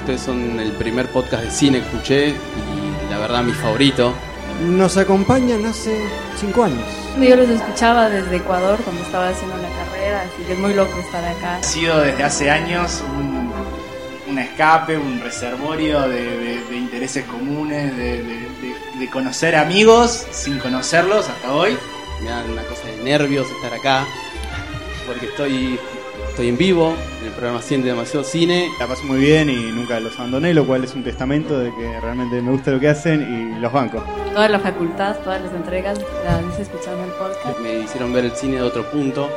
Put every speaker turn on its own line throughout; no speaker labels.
ustedes son el primer podcast de cine que escuché y la verdad mi favorito.
Nos acompañan hace cinco años.
Yo los escuchaba desde Ecuador cuando estaba haciendo la carrera, así que es muy loco estar acá.
Ha sido desde hace años un, un escape, un reservorio de, de- de intereses comunes, de, de- de- de conocer amigos sin conocerlos hasta hoy.
Me da una cosa de nervios estar acá porque estoy, estoy en vivo en el programa Siente Demasiado Cine.
La paso muy bien y nunca los abandoné, lo cual es un testamento de que realmente me gusta lo que hacen y los banco.
Toda la facultad, todas las entregas, las hice escuchando el podcast.
Me hicieron ver el cine de otro punto,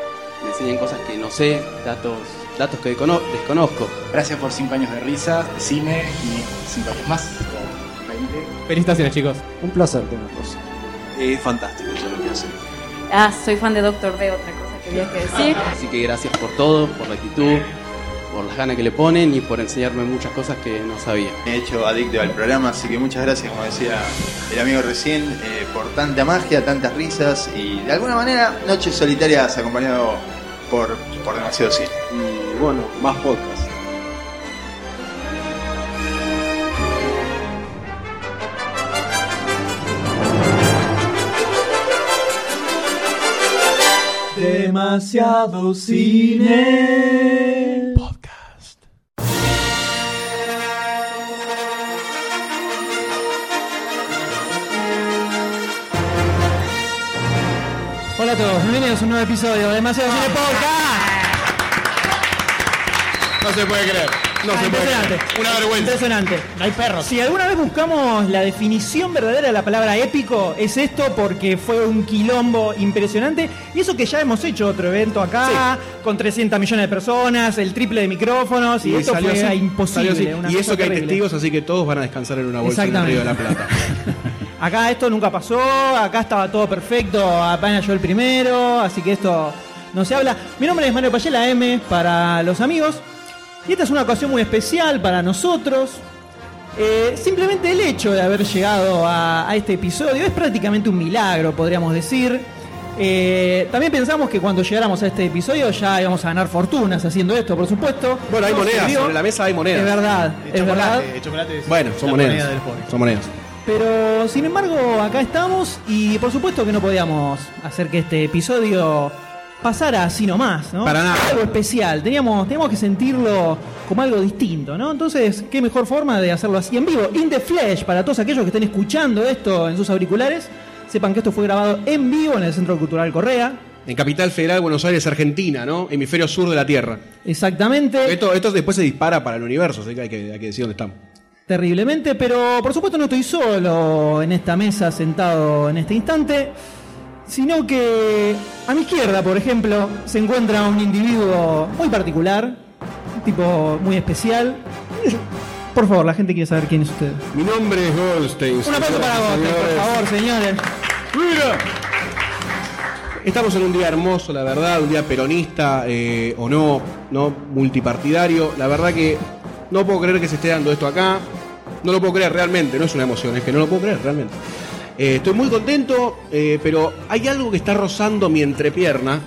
me enseñan cosas que no sé, datos, datos que descono- desconozco.
Gracias por 5 años de risa, de cine y 5 años más. o 20.
Felicitaciones, chicos.
Un placer tenerlos.
Es fantástico todo lo que hacen.
Ah, soy fan de Doctor D, otra cosa que había que decir.
Así que gracias por todo, por la actitud, por las ganas que le ponen y por enseñarme muchas cosas que no sabía.
Me he hecho adicto al programa, así que muchas gracias, como decía el amigo recién, eh, por tanta magia, tantas risas y de alguna manera noches solitarias acompañado por, por demasiado cine.
Y bueno, más podcast.
Demasiado cine. Podcast. Hola a todos, bienvenidos a un nuevo episodio de Demasiado Cine Podcast.
Ah.
No se puede creer. No
Ah,
se puede
impresionante.
creer. Una vergüenza.
Impresionante. No hay perros. Si alguna vez buscamos la definición verdadera de la palabra épico, es esto porque fue un quilombo impresionante. Y eso que ya hemos hecho otro evento acá, con 300 millones de personas, el triple de micrófonos, y, esto fue
así,
imposible.
salió así.
una
Y
cosa
eso que hay
terrible.
testigos, así que todos van a descansar en una bolsa en el
Exactamente.
Río de la Plata.
Acá esto nunca pasó, acá estaba todo perfecto, apenas yo el primero, así que esto no se habla. Mi nombre es Mario Payela M para los amigos. Y esta es una ocasión muy especial para nosotros. Eh, simplemente el hecho de haber llegado a, a este episodio es prácticamente un milagro, podríamos decir. Eh, también pensamos que cuando llegáramos a este episodio ya íbamos a ganar fortunas haciendo esto, por supuesto.
Bueno, hay
No
monedas.
sucedió.
Sobre la mesa hay
Es
monedas. Eh,
verdad, es verdad.
Bueno, son monedas. Son monedas.
Pero sin embargo, acá estamos y por supuesto que no podíamos hacer que este episodio pasara así nomás, ¿no?
Para nada.
Algo especial, teníamos, teníamos que sentirlo como algo distinto, ¿no? Entonces, qué mejor forma de hacerlo así en vivo, in the flesh, para todos aquellos que estén escuchando esto en sus auriculares, sepan que esto fue grabado en vivo en el Centro Cultural Correa.
En Capital Federal, Buenos Aires, Argentina, ¿no? Hemisferio sur de la Tierra.
Exactamente.
Esto, esto después se dispara para el universo, así que hay que, hay que decir dónde estamos.
Terriblemente, pero por supuesto no estoy solo en esta mesa sentado en este instante, sino que a mi izquierda, por ejemplo, se encuentra un individuo muy particular, un tipo muy especial. Por favor, la gente quiere saber quién es usted.
Mi nombre es Goldstein.
Un aplauso para vos, por favor, señores.
¡Mira! Estamos en un día hermoso, la verdad, un día peronista eh, o no, no multipartidario. La verdad que no puedo creer que se esté dando esto acá. No lo puedo creer realmente, no es una emoción, es que no lo puedo creer realmente. Eh, estoy muy contento, eh, pero hay algo que está rozando mi entrepierna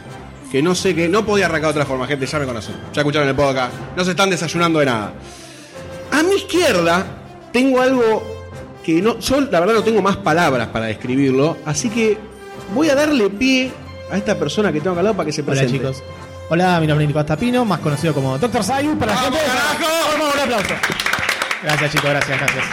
que no sé qué. No podía arrancar de otra forma, gente, ya me conocen. Ya escucharon el podcast, no se están desayunando de nada. A mi izquierda tengo algo que no. Yo, la verdad, no tengo más palabras para describirlo. Así que voy a darle pie a esta persona que tengo acá al lado para que se
Hola
presente.
chicos. Hola, mi nombre es Nicolás Tapino, más conocido como Dr. Sayus para la gente.
¡Carajo!
Un aplauso. Gracias chicos, gracias, gracias.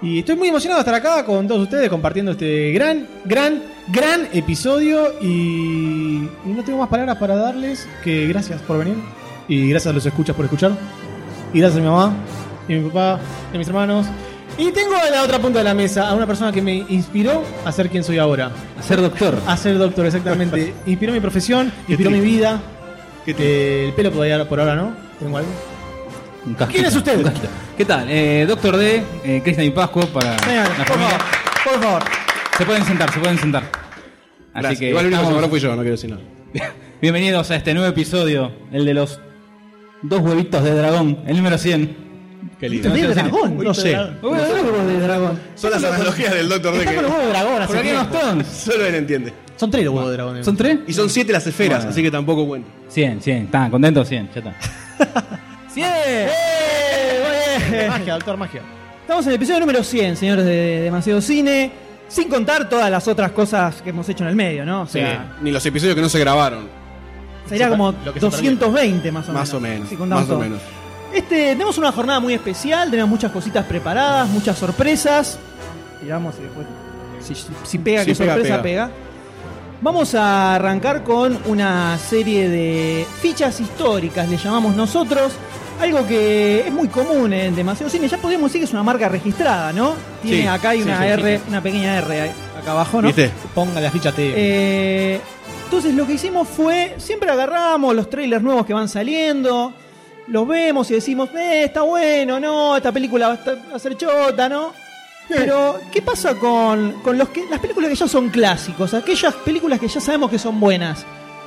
Y estoy muy emocionado de estar acá con todos ustedes compartiendo este gran, gran, gran episodio y, y no tengo más palabras para darles que gracias por venir y gracias a los escuchas por escuchar y gracias a mi mamá y a mi papá y a mis hermanos. Y tengo en la otra punta de la mesa a una persona que me inspiró a ser quien soy ahora.
A ser doctor.
A ser doctor, exactamente. Inspiró mi profesión, inspiró mi vida. Eh, el pelo podría por ahora, ¿no? Tengo algo. ¿Quién es usted?
¿Qué tal? Eh, Doctor D, eh, Cristian y Pascuo para
Venga,
la
por favor,
familia.
por favor.
Se pueden sentar, se pueden sentar. Así
Gracias.
que
Igual el único que se
estamos-
paró fui yo, no quiero decir nada.
bienvenidos a este nuevo episodio, el de los dos huevitos de dragón, el número 100.
Qué
lindo.
de dragón?
No sé.
Bueno, huevos de dragón.
Son las analogías del Doctor D
Está con los
que
huevos de dragón,
¿Por
hace
qué no
tiempo.
están?
solo él entiende.
Son tres los huevos de dragón.
¿Son tres?
Y son siete las esferas,
Bueno.
así que tampoco cuenta.
100, 100. ¿Están contentos? 100, ya está. ¡100!
¡Eh!
magia, doctor magia.
Estamos en el episodio número 100, señores de Demasiado Cine. Sin contar todas las otras cosas que hemos hecho en el medio, ¿no? O
Sí,
sea,
ni los episodios que no se grabaron.
sería
se-
como
lo que se
220 más o menos.
Más o menos.
si contamos
más o
todo.
menos.
Este, tenemos una jornada muy especial, tenemos muchas cositas preparadas, muchas sorpresas. Digamos, y después, si, si pega,
Si
que
pega,
sorpresa
pega.
pega. Vamos a arrancar con una serie de fichas históricas, le llamamos nosotros. Algo que es muy común en demasiado cine. Ya podríamos decir que es una marca registrada, ¿no? Tiene
Sí,
acá hay
sí,
una
sí, sí,
R,
sí.
una pequeña R ahí, acá abajo, ¿no?
Ponga la ficha T.
Eh, entonces lo que hicimos fue, siempre agarramos los trailers nuevos que van saliendo, los vemos y decimos, eh, está bueno, no, esta película va a estar- va a ser chota, ¿no? Pero, ¿qué pasa con, con los que, las películas que ya son clásicos, aquellas películas que ya sabemos que son buenas?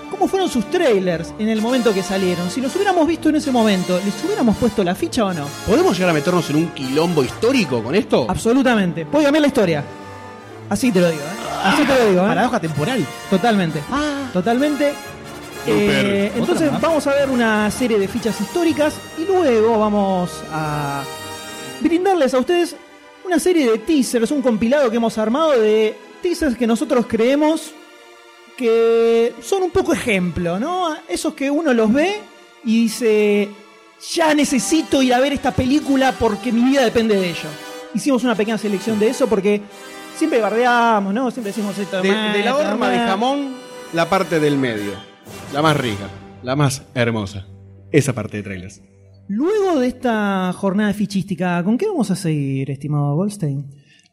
¿Cómo fueron sus trailers en el momento que salieron? Si los hubiéramos visto en ese momento, ¿les hubiéramos puesto la ficha o no?
¿Podemos llegar a meternos en un quilombo histórico con esto?
Absolutamente. Puedo cambiar la historia. Así te lo digo, ¿eh? Así te lo digo, ¿eh? Paradoja temporal. Ah. Totalmente. Totalmente. Eh,
Super.
entonces
Otra más.
vamos a ver una serie de fichas históricas y luego vamos a brindarles a ustedes una serie de teasers, un compilado que hemos armado de teasers que nosotros creemos que son un poco ejemplo, ¿no? Esos que uno los ve y dice, ya necesito ir a ver esta película porque mi vida depende de ello. Hicimos una pequeña selección de eso porque siempre bardeamos, ¿no? Siempre decimos esto.
De,
mal,
de la
esto
horma de
mal.
jamón, la parte del medio. La más rica, la más hermosa. Esa parte de trailers.
Luego de esta jornada fichística, ¿con qué vamos a seguir, estimado Goldstein?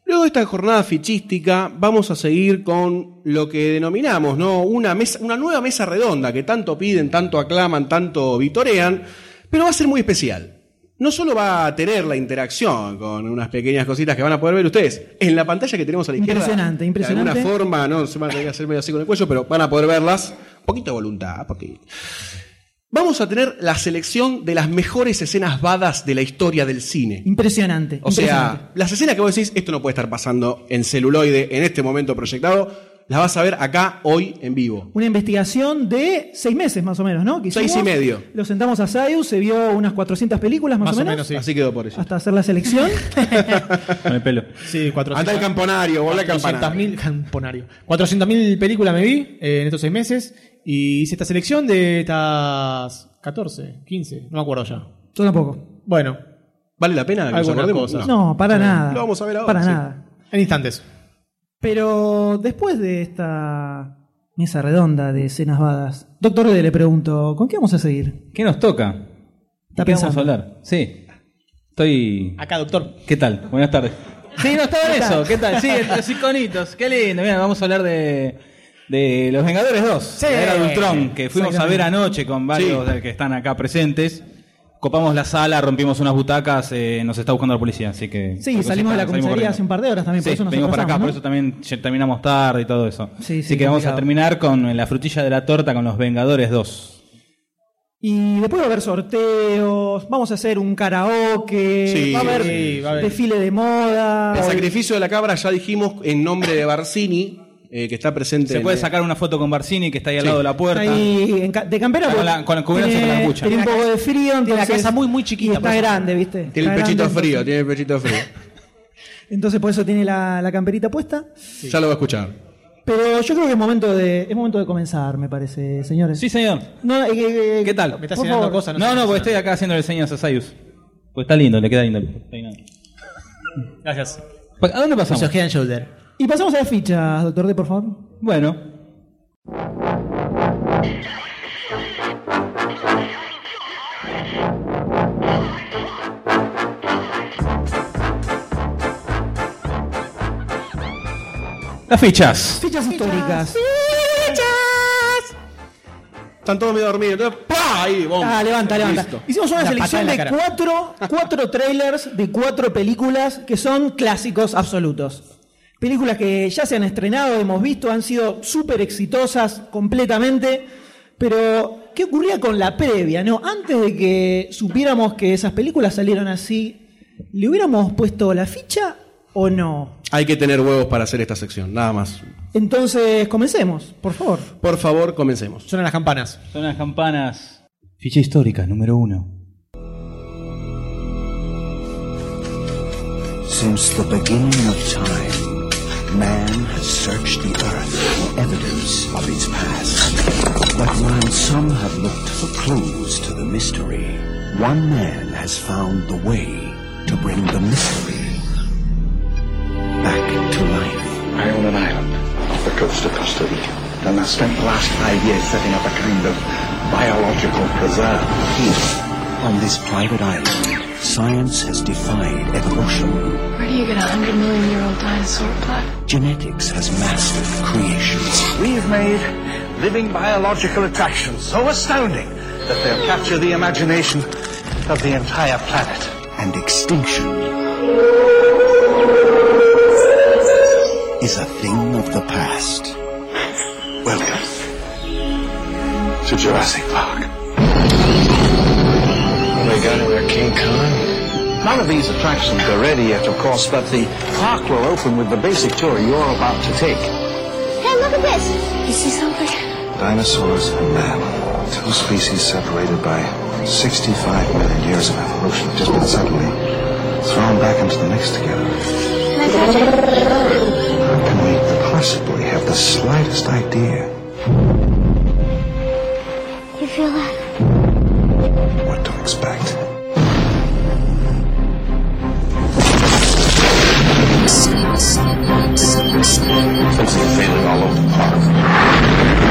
Luego de esta jornada fichística, vamos a seguir con lo que denominamos, ¿no? Una, mesa, una nueva mesa redonda que tanto piden, tanto aclaman, tanto vitorean, pero va a ser muy especial. No solo va a tener la interacción con unas pequeñas cositas que van a poder ver ustedes en la pantalla que tenemos a la izquierda.
Impresionante,
De
impresionante.
alguna forma, no se van a tener que hacer medio así con el cuello, pero van a poder verlas. Poquito de voluntad, poquito. Vamos a tener la selección de las mejores escenas badas de la historia del cine.
Impresionante.
O
impresionante.
sea, las escenas que vos decís, esto no puede estar pasando en celuloide, en este momento proyectado, las vas a ver acá hoy en vivo.
Una investigación de seis meses más o menos, ¿no? Que
Seis y
hicimos.
medio.
Lo sentamos a Sayus, se vio unas 400 películas más, o menos.
Así quedó por eso.
Hasta hacer la selección.
Con el pelo. Sí, 400.
Anda el campanario, volá el campanario.
400.000 camponario. 400.000 películas me vi eh, en estos seis meses y hice esta selección de estas 14, 15, no me acuerdo ya.
Yo tampoco.
Bueno.
¿Vale la pena?
que nos
Algunas
acordemos?
cosas.
No, para nada.
Lo vamos a ver ahora,
Para
sí.
nada.
En instantes.
Pero después de esta mesa redonda de escenas badas, Doctor D le pregunto, ¿con qué vamos a seguir?
¿Qué nos toca?
Está
¿Qué vamos a
pensando.
hablar? Sí. Estoy.
Acá, doctor.
¿Qué tal? Buenas tardes. Sí, no estaba en eso. ¿Qué tal? Sí, entre los iconitos. Qué lindo. Mira, vamos a hablar de. De Los Vengadores 2, la era de Ultron, que fuimos a ver anoche con varios de los que están acá presentes. Copamos la sala, rompimos unas butacas, eh, nos está buscando la policía, así que...
Sí, salimos de la comisaría
corriendo.
hace un par de horas también, por
Sí,
eso nos
venimos para acá,
atrasamos,
por
¿no?
eso también ya terminamos tarde y todo eso.
Sí, sí,
Así que vamos
complicado.
a terminar con la frutilla de la torta con los Vengadores 2.
Y después va a haber sorteos, vamos a hacer un karaoke,
Sí,
va, a haber
sí, va a haber.
desfile de moda.
El sacrificio de la cabra ya dijimos en nombre de Barcini, eh, que está presente.
Se puede
en-
sacar una foto con Barcini, que está ahí al
Sí.
lado de la puerta.
Ahí, en ca- de campera
Con
porque
la- con la cubierta
tiene,
con la capucha.
tiene un poco de frío, entonces
casa muy, muy chiquita,
y está
por eso.
grande, ¿viste?
Tiene el
Está
pechito
grande,
frío, tiene el pechito frío.
Entonces por eso tiene la, la camperita puesta.
Ya lo va a escuchar.
Pero yo creo que es momento de es momento de comenzar, me parece, señores.
Sí, señor.
No, eh, eh, eh,
¿Qué tal?
Me estás Por señalando favor. cosas, no
No,
sé
no,
qué
porque estoy acá haciéndole señas a Sayus. Pues está lindo, le queda lindo.
Gracias.
¿A dónde pasamos?
Head and Shoulder.
Y pasamos a las fichas, doctor D, por favor.
Bueno. Las fichas.
Fichas históricas.
Están todos medio dormidos. Entonces, ¡pah! Ahí, bomba.
Ah, levanta, levanta.
Listo.
Hicimos una
Una
selección
patada
de
en la cara.
cuatro, cuatro trailers de cuatro películas que son clásicos absolutos. Películas que ya se han estrenado, hemos visto, han sido súper exitosas completamente. Pero, ¿qué ocurría con la previa? no Antes de que supiéramos que esas películas salieron así, ¿le hubiéramos puesto la ficha o no?
Hay que tener huevos para hacer esta sección, nada más.
Entonces, comencemos, por favor.
Por favor, comencemos.
Suenan las campanas.
Son las campanas. Ficha histórica número uno.
Since the beginning of time, man has searched the earth for evidence of its past. But while some have looked for clues to the mystery, one man has found the way to bring the mystery back to life. I own an island off the coast of Costa Rica, and I spent the last five years setting up a kind of biological preserve here. On this private island, science has defied evolution.
Where do you get a hundred million year old dinosaur plaque?
Genetics has mastered creations.
We've made living biological attractions so astounding that they'll capture the imagination of the entire planet.
And extinction is a thing of the past.
Welcome to Jurassic Park.
Oh my god, we're King Kong.
None of these attractions are ready yet, of course, but the park will open with the basic tour you're about to take.
Hey, look at this! You see something?
Dinosaurs and man. Two species separated by 65 million years of evolution, just been suddenly thrown back into the mix together.
Can I touch it?
How can we possibly have the slightest idea
You feel that?
what to expect?
Something failing all over the park.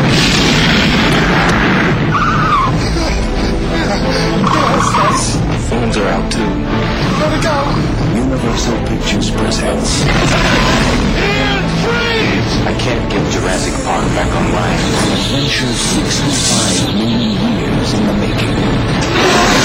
Phones are out too. Let it go!
Universal Pictures presents.
I can't get Jurassic Park back online. Adventure 65 million years in the making.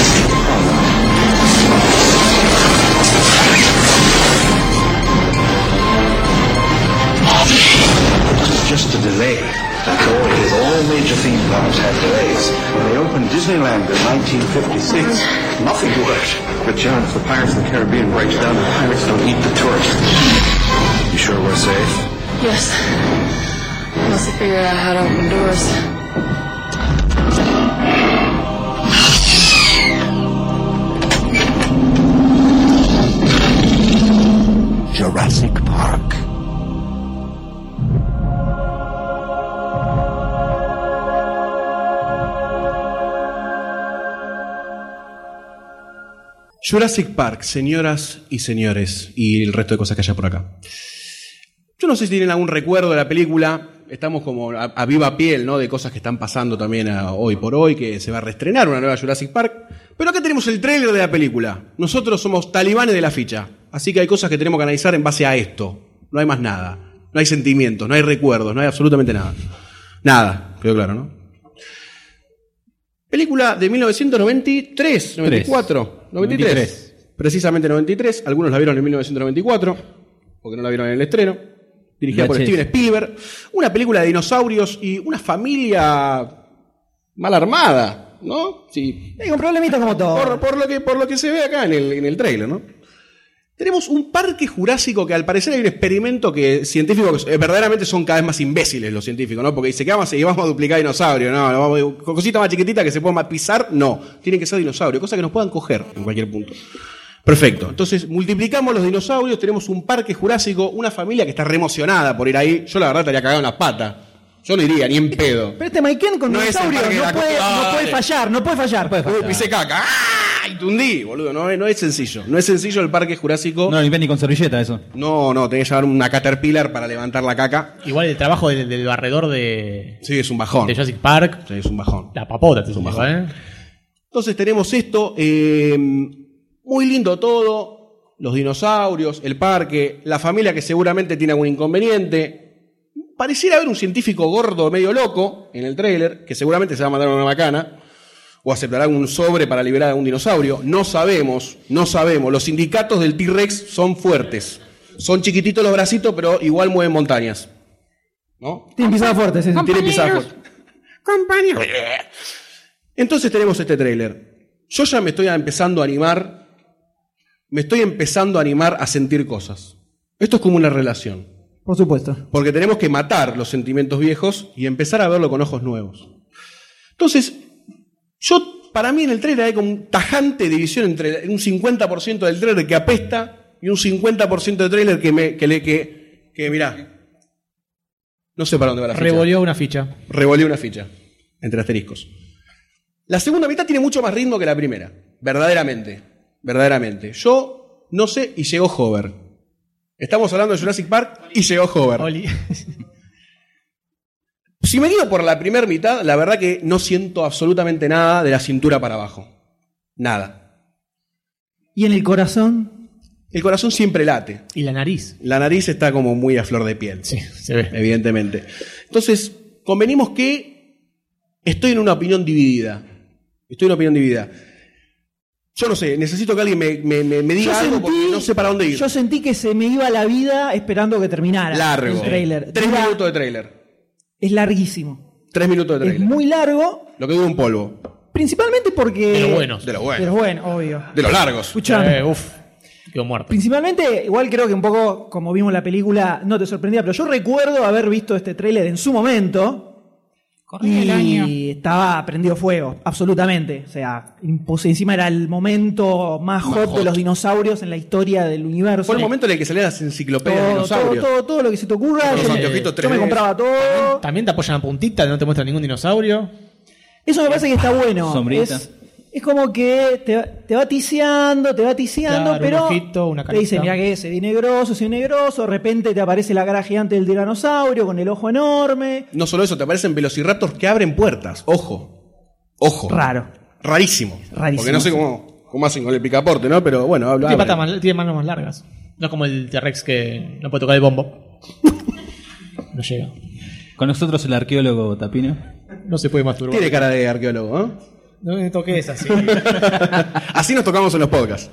This is just a delay. After all, it is all major theme parks have delays. When they opened Disneyland in 1956, nothing worked. But John, if the Pirates of the Caribbean breaks down, the pirates don't eat the tourists. You sure we're safe?
Yes. I must have figured out how to open doors.
Jurassic Park.
Jurassic Park, señoras y señores, y el resto de cosas que haya por acá. Yo no sé si tienen algún recuerdo de la película. Estamos como a, a viva piel, ¿no? De cosas que están pasando también a- hoy por hoy, que se va a reestrenar una nueva Jurassic Park. Pero acá tenemos el tráiler de la película. Nosotros somos talibanes de la ficha. Así que hay cosas que tenemos que analizar en base a esto. No hay más nada. No hay sentimientos, no hay recuerdos, no hay absolutamente nada. Nada, quedó claro, ¿no? Película de 1993, 94, 93.
93.
Precisamente 93. Algunos la vieron en 1994, porque no la vieron en el estreno. Dirigida por
VHS.
Steven Spielberg. Una película de dinosaurios y una familia mal armada, ¿no? Sí.
Hay un problemita como todo.
Por, por lo, que, por lo que se ve acá en el, en el trailer, ¿no? Tenemos un parque jurásico que al parecer hay un experimento que científicos que, eh, verdaderamente son cada vez más imbéciles los científicos, ¿no? Porque dice que vamos, a- y vamos a duplicar dinosaurios, no, no, vamos a- con cositas más chiquititas que se puedan más pisar, no, tienen que ser dinosaurios, cosas que nos puedan coger en cualquier punto. Perfecto. Entonces, multiplicamos los dinosaurios, tenemos un parque jurásico, una familia que está re emocionada por ir ahí. Yo la verdad estaría cagado en las patas. Yo no iría ni en pedo.
Pero este Maiken con
No es el
dinosaurios
parque de
no
la
puede,
costa.
no puede
Dale.
fallar, no puede fallar.
Uy, pisé caca. ¡Ah! Y te hundí, boludo. No, es- no es sencillo. No es sencillo el parque jurásico.
No, ni ven ni con servilleta eso.
No, no, tenés que llevar una caterpillar para levantar la caca.
Igual el trabajo del, del barredor de.
Sí, es un bajón.
De Jurassic Park.
Sí, es un bajón.
La papota, te es un
bajón.
¿eh?
Entonces tenemos esto, eh, muy lindo todo, los dinosaurios, el parque, la familia que seguramente tiene algún inconveniente. Pareciera haber un científico gordo medio loco en el tráiler, que seguramente se va a mandar una macana, o aceptará un sobre para liberar a un dinosaurio. No sabemos, no sabemos. Los sindicatos del T-Rex son fuertes. Son chiquititos los bracitos, pero igual mueven montañas.
Tiene pisada fuerte, sí, sí.
Tiene pisada fuerte. Compañero. Entonces tenemos este tráiler. Yo ya me estoy empezando a animar, me estoy empezando a animar a sentir cosas. Esto es como una relación,
Por supuesto.
porque tenemos que matar los sentimientos viejos y empezar a verlo con ojos nuevos. Entonces, yo para mí en el trailer hay como un tajante división entre un 50% del trailer que apesta y un 50% de trailer que, me, que le que, que mirá. No sé para dónde va la ficha.
Revolvió una ficha.
Revolvió una ficha. Entre asteriscos. La segunda mitad tiene mucho más ritmo que la primera. Verdaderamente. Verdaderamente. Yo no sé y llegó Hover. Estamos hablando de Jurassic Park y llegó Hover. Si me guío por la primera mitad, la verdad que no siento absolutamente nada de la cintura para abajo. Nada.
¿Y en el corazón?
El corazón siempre late.
¿Y la nariz?
La nariz está como muy a flor de piel. Sí, se ve. Evidentemente. Entonces, convenimos que estoy en una opinión dividida. Estoy en una opinión dividida. Yo no sé, necesito que alguien me, me- me- me diga
Yo
algo
sentí-
porque no sé para dónde ir.
Yo sentí que se me iba la vida esperando que terminara
Largo.
el trailer.
Tres
Dura-
minutos de trailer.
Es larguísimo.
Tres minutos de
Es
trailer.
muy largo,
Lo que dura un polvo.
principalmente porque.
De los
De
buenos. Eh,
los buenos, obvio.
De los largos.
Escuchame.
Eh, uf, quedó muerto.
Principalmente, igual creo que un poco, como vimos la película, no te sorprendía, pero yo recuerdo haber visto este tráiler en su momento. y
el año.
estaba prendido fuego, absolutamente. O sea, impos- encima era el momento más hot, de los dinosaurios en la historia del universo.
Fue el momento en el que salían las enciclopedias de
todo, todo,
dinosaurios.
todo, todo lo que se te ocurra.
Con los
yo me-
anteojitos
yo me
3D.
compraba todo.
También te apoyan a puntita, no te muestran ningún dinosaurio.
Eso me parece que está bueno.
Sombrita.
Es, es como que te, va- te va tiseando, te va tiseando,
Claro,
pero
un ojito, una
te dicen,
carita.
mira que se viene grosso, se viene grosso, de repente te aparece la cara gigante del tiranosaurio con el ojo enorme.
No solo eso, te aparecen velociraptors que abren puertas. Ojo. Ojo.
Raro.
Rarísimo.
Rarísimo,
Porque no sé
sí.
cómo, cómo hacen con el picaporte, ¿no? Pero bueno, habla.
Tiene,
habla.
patas más- tiene manos más largas. No es como el T-Rex que no puede tocar el bombo. No llega.
Con nosotros el arqueólogo Tapino.
No se puede masturbar.
Tiene cara de arqueólogo, ¿no?
No me toques así.
Así nos tocamos en los podcasts.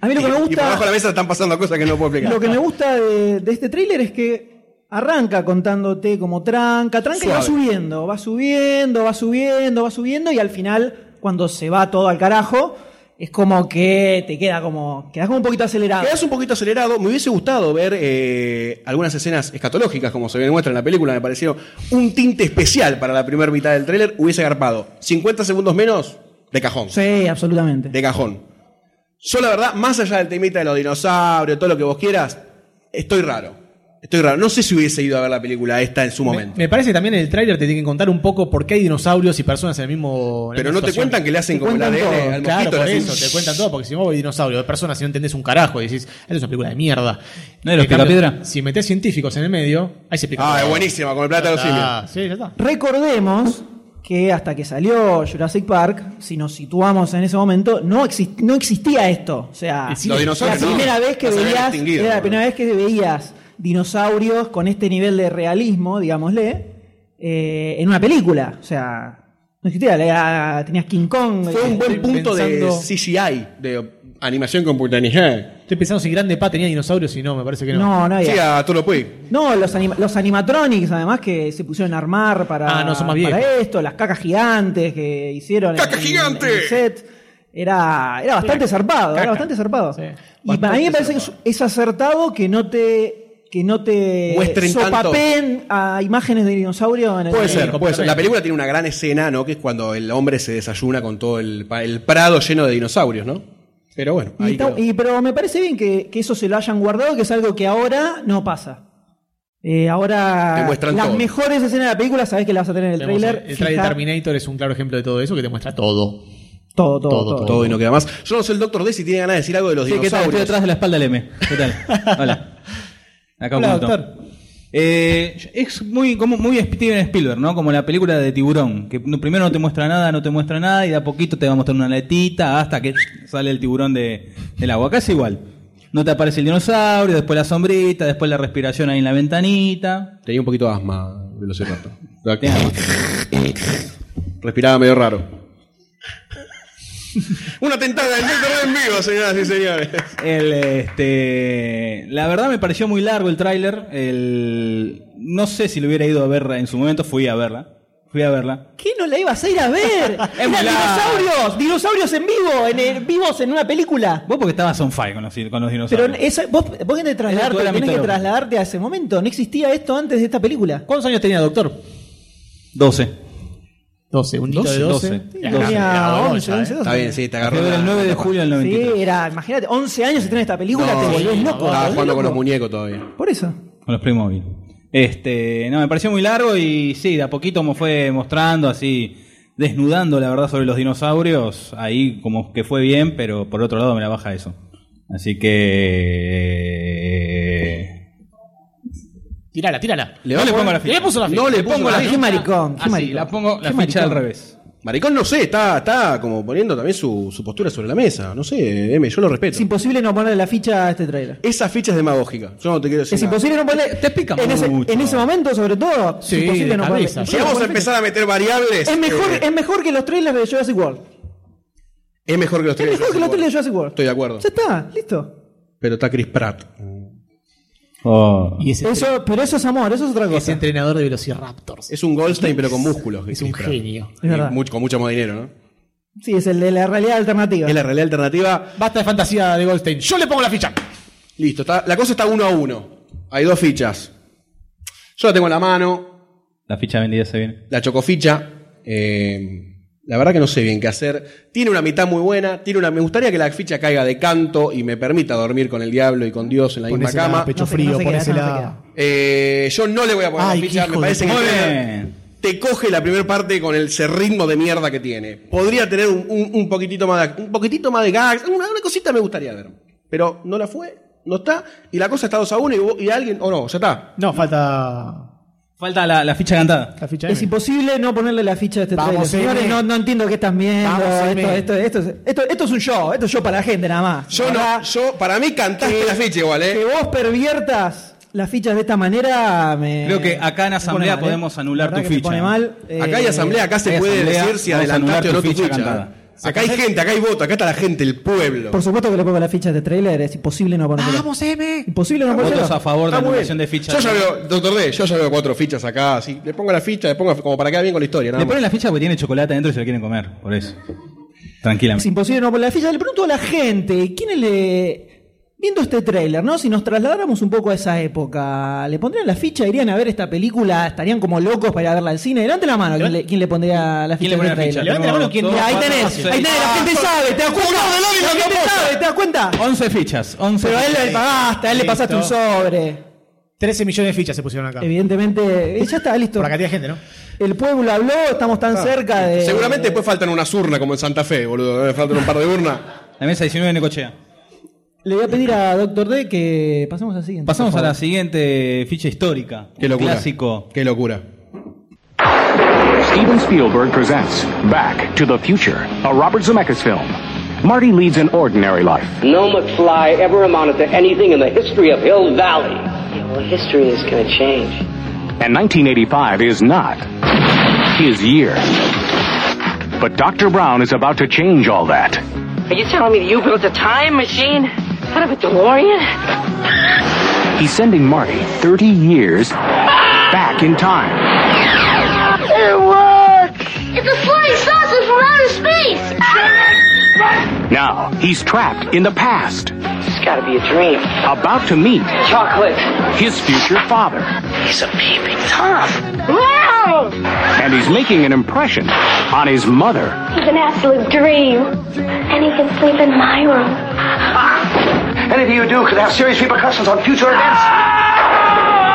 A mí lo que me
Y- Y por
gusta,
abajo de la mesa están pasando cosas que no puedo explicar.
lo que me gusta de, de este tráiler es que arranca contándote como tranca, tranca y va
Suave.
subiendo, va subiendo, va subiendo, va subiendo y al final, cuando se va todo al carajo, es como que te queda como, quedas como un poquito acelerado.
Quedás un poquito acelerado. Me hubiese gustado ver eh, algunas escenas escatológicas, como se muestra en la película. Me parecieron un tinte especial para la primera mitad del tráiler. Hubiese agarpado 50 segundos menos de cajón.
Sí, absolutamente.
De cajón. Yo, la verdad, más allá del temita de los dinosaurios, todo lo que vos quieras, estoy raro. Estoy raro. No sé si hubiese ido a ver la película esta en su momento.
Me parece que también en el tráiler te tienen que contar un poco por qué hay dinosaurios y personas en el mismo. en la
Pero
misma
no te
situación.
cuentan que le hacen como el ADN al
claro,
mosquito,
por
le hacen-
eso, te cuentan todo, porque si vos ves dinosaurio de personas y no entendés un carajo, y decís, esto es una película de mierda.
¿No era
En cambio,
Picapiedra?
Si metés científicos en el medio, ahí se explica.
Ah,
todo.
es buenísima, con el plata de los
Ah,
simios.
sí, ya está.
Recordemos que hasta que salió Jurassic Park, si nos situamos en ese momento, no, exist- no existía esto. O sea,
El cine. Los dinosaurios
la
no.
primera vez que
No se habían
veías,
extinguido,
era la
boludo.
primera vez que veías dinosaurios con este nivel de realismo, digámosle, eh, en una película. O sea, no existía, era- tenías King Kong. eh,
Fue un buen punto de CGI, de animación computarizada.
Estoy pensando si Grande Pa tenía dinosaurios y no, me parece que no.
No, no había.
Sí, a Tolo Puig.
No, los, anima- los animatronics, además, que se pusieron a armar para,
Ah, no, son más
para
viejos.
esto, las cacas gigantes que hicieron en- en, en el set. Era, era bastante zarpado, era bastante zarpado. y para mí me parece que es es acertado que no te que no te
Muestren tanto.
sopapen a imágenes de dinosaurio en el
Puede ser, puede ser. La película tiene una gran escena, ¿no? Que es cuando el hombre se desayuna con todo el, pa- el prado lleno de dinosaurios, ¿no? Pero bueno,
Y
ahí
está-
quedó.
y- pero me parece bien que, que eso se lo hayan guardado, que es algo que ahora no pasa. Eh,
Te
ahora
muestran
las
todo.
mejores escenas de la película sabes que las vas a tener en el
Tenemos
trailer.
El trailer
fija.
de Terminator es un claro ejemplo de todo eso que te muestra todo.
Todo, todo,
todo.
todo, y no queda más. Yo no sé el Doctor D si tiene ganas de decir algo de los
Sí, ¿qué tal? Estoy
dinosaurios.
detrás de la espalda del M. ¿Qué tal? Hola. Acá un
Hola,
montón. Eh, es muy como muy Steven Spielberg, ¿no? Como la película de Tiburón, que no- primero no te muestra nada, no te muestra nada y de a poquito te va a mostrar una letita hasta que sale el tiburón de, del agua. Acá es igual. No te aparece el dinosaurio, después la sombrita, después la respiración ahí en la ventanita.
Tenía un poquito de asma, Velociraptor. Respiraba medio raro. Una tentada del Doctor D en vivo, señoras y señores.
El, este, la verdad me pareció muy largo el tráiler. El, no sé si lo hubiera ido a verla en su momento. Fui a verla. Fui a verla.
¿Qué no la ibas a ir a ver? Eran
muy largo.
dinosaurios, dinosaurios en vivo, en el- vivos en una película.
Vos porque estabas on fire con los, con los
Pero
dinosaurios.
esa- vos, vos tenés que
Era toda
trasladarte, tenés
la
que
mitología.
trasladarte a ese momento. No existía esto antes de esta película.
¿Cuántos años tenía Doctor?
12.
12, un Ah, hito de 12.
Tenía 11, 11,
eh.
12.
Está bien, sí, te agarró.
Dejé ver el
la-
9 de julio
del 93.
Sí, era, imagínate, 11 años y tenés esta película,
No,
te volvés
sí,
loco.
Estaba
te volvés
jugando con los
loco.
muñecos todavía.
Por eso.
con los Playmobil. Este, no, me pareció muy largo y sí, de a poquito me fue mostrando, así, desnudando la verdad sobre los dinosaurios. Ahí como que fue bien, pero por otro lado me la baja eso. Así eh, que...
Tírala, tírala.
Le va a poner-
Le puso la ficha.
No le pongo la
ficha.
ficha.
Ah, sí, la
Oh,
pongo la
Qué
ficha al
maricón.
revés.
Maricón, no sé, está, está como poniendo también su, su postura sobre la mesa. No sé, M, yo lo respeto.
Es imposible no ponerle la ficha a este trailer.
Esa ficha es demagógica. Yo no te quiero decir.
Es
nada.
imposible no ponerle. Te explica en ese,
mucho.
en ese momento, sobre todo,
Sí,
es imposible no
de
ponerle.
cabeza. Si vamos a empezar a meter variables,
este Es mejor,
eh,
es mejor que los trailers de Jurassic World.
Es mejor que los
Es
tres.
mejor que los trailers de Jurassic World.
Estoy de acuerdo.
Ya está, listo.
Pero está Chris Pratt.
Oh,
Y ese
Eso, pero eso es amor, eso es otra cosa.
Es entrenador de Velociraptors.
Es un Goldstein, pero con músculos. Es un
genio.
Es verdad.
con mucho más dinero, ¿no?
Sí, es el de la realidad alternativa.
Es la realidad alternativa.
Basta de fantasía de Goldstein. Yo le pongo la ficha.
Listo, está- la cosa está uno a uno. Hay dos fichas. Yo la tengo en la mano,
La ficha vendida se viene.
la chocoficha. eh, la verdad que no sé bien qué hacer. Tiene una mitad muy buena. Tiene una, me gustaría que la ficha caiga de canto y me permita dormir con el diablo y con Dios en la misma
Ponésela,
cama.
pecho frío, ponésela.
Eh, yo no le voy a poner
Ay,
la ficha,
qué hijo
me parece
de
que
puta.
te coge la primera parte con el ritmo de mierda que tiene. Podría tener un, un- un poquitito más de, un poquitito más de gags, una, una cosita me gustaría ver. Pero no la fue, no está, y la cosa está 2 a 1 y, vos- y alguien, o no, ya está.
No, falta.
Falta la, la ficha cantada.
La ficha
Es imposible no ponerle la ficha a este
Vamos,
trailer. Señores,
M.
no, no entiendo qué están viendo.
Vamos,
esto,
M.
esto, esto, es- esto- esto es un show. Esto es show para la gente nada más.
Yo no, yo, para mí cantaste la ficha igual,
Que
eh.
vos perviertas las fichas de esta manera me...
Creo que acá en
me
asamblea
pone mal,
podemos
¿eh?
anular
La verdad
tu
que me
ficha.
pone mal. Eh,
Acá hay asamblea, acá se
hay
puede
asamblea,
decir si
vamos a
adelantaste o
anular
no
tu
tu
ficha
ficha.
cantada.
¿eh? Acá hay gente, acá hay voto, acá está la gente, el pueblo.
Por supuesto que le pongo la ficha de este trailer. Es imposible no ponerle. ¡Vamos,
M!
Imposible no ponerle.
Votos a favor de
Está muy
anulación de
bien.
fichas.
Yo ya veo, doctor D, yo ya veo cuatro fichas acá, así. Le pongo la ficha, le pongo como para quedar bien con la historia, nada
Le
más.
ponen la ficha porque tiene chocolate adentro y se lo quieren comer, por eso.
Es
Tranquilamente.
imposible no poner la ficha. Le pregunto a la gente, ¿quiénes le. Viendo este trailer, ¿no? Si nos trasladáramos un poco a esa época, ¿le pondrían la ficha? ¿Irían a ver esta película? ¿Estarían como locos para ir a verla al cine? Levante la mano, ¿quién le, quién le pondría la
¿Quién
ficha? a
le pone
este
la ficha?
trailer? Levante la mano, ¿quién?
Tenemos
Mira, ahí
dos,
tenés,
cuatro,
ahí
seis.
tenés, la gente sabe, ¿te das cuenta? La gente sabe, ¿te das cuenta?
11 fichas, 11
Pero a él le pagaste, a él le pasaste un
Listo.
sobre.
13 millones de fichas se pusieron
Ah.
acá.
Evidentemente, eh, ya está, listo.
Por la cantidad de gente, ¿no?
El pueblo habló, estamos tan
Ah.
cerca de.
Seguramente después faltan unas urnas como en Santa Fe, boludo. eh, Faltan un par de urnas.
La mesa 19 de Necochea.
Le voy a pedir a Doctor D que pasemos al siguiente.
Pasamos
por
a la
favor.
siguiente ficha histórica.
Qué locura.
Clásico.
Qué locura.
Steven Spielberg presents Back to the Future, a Robert Zemeckis film. Marty leads an ordinary life.
No McFly ever amounted to anything in the history of Hill Valley. well, history is going to change.
And 1985 is not his year. But Dr. Brown is about to change all that.
Are you telling me that you built a time machine out of a DeLorean?
He's sending Marty 30 years back in time.
It worked! It's a flying saucer from outer space!
Now, he's trapped in the past. It's gotta be a dream. About to meet
Chocolate!
his future father.
He's a peeping Tom! Wow!
And he's making an impression on his mother.
He's an absolute dream. And he can sleep in my room.
Anything you do could have serious repercussions on future events.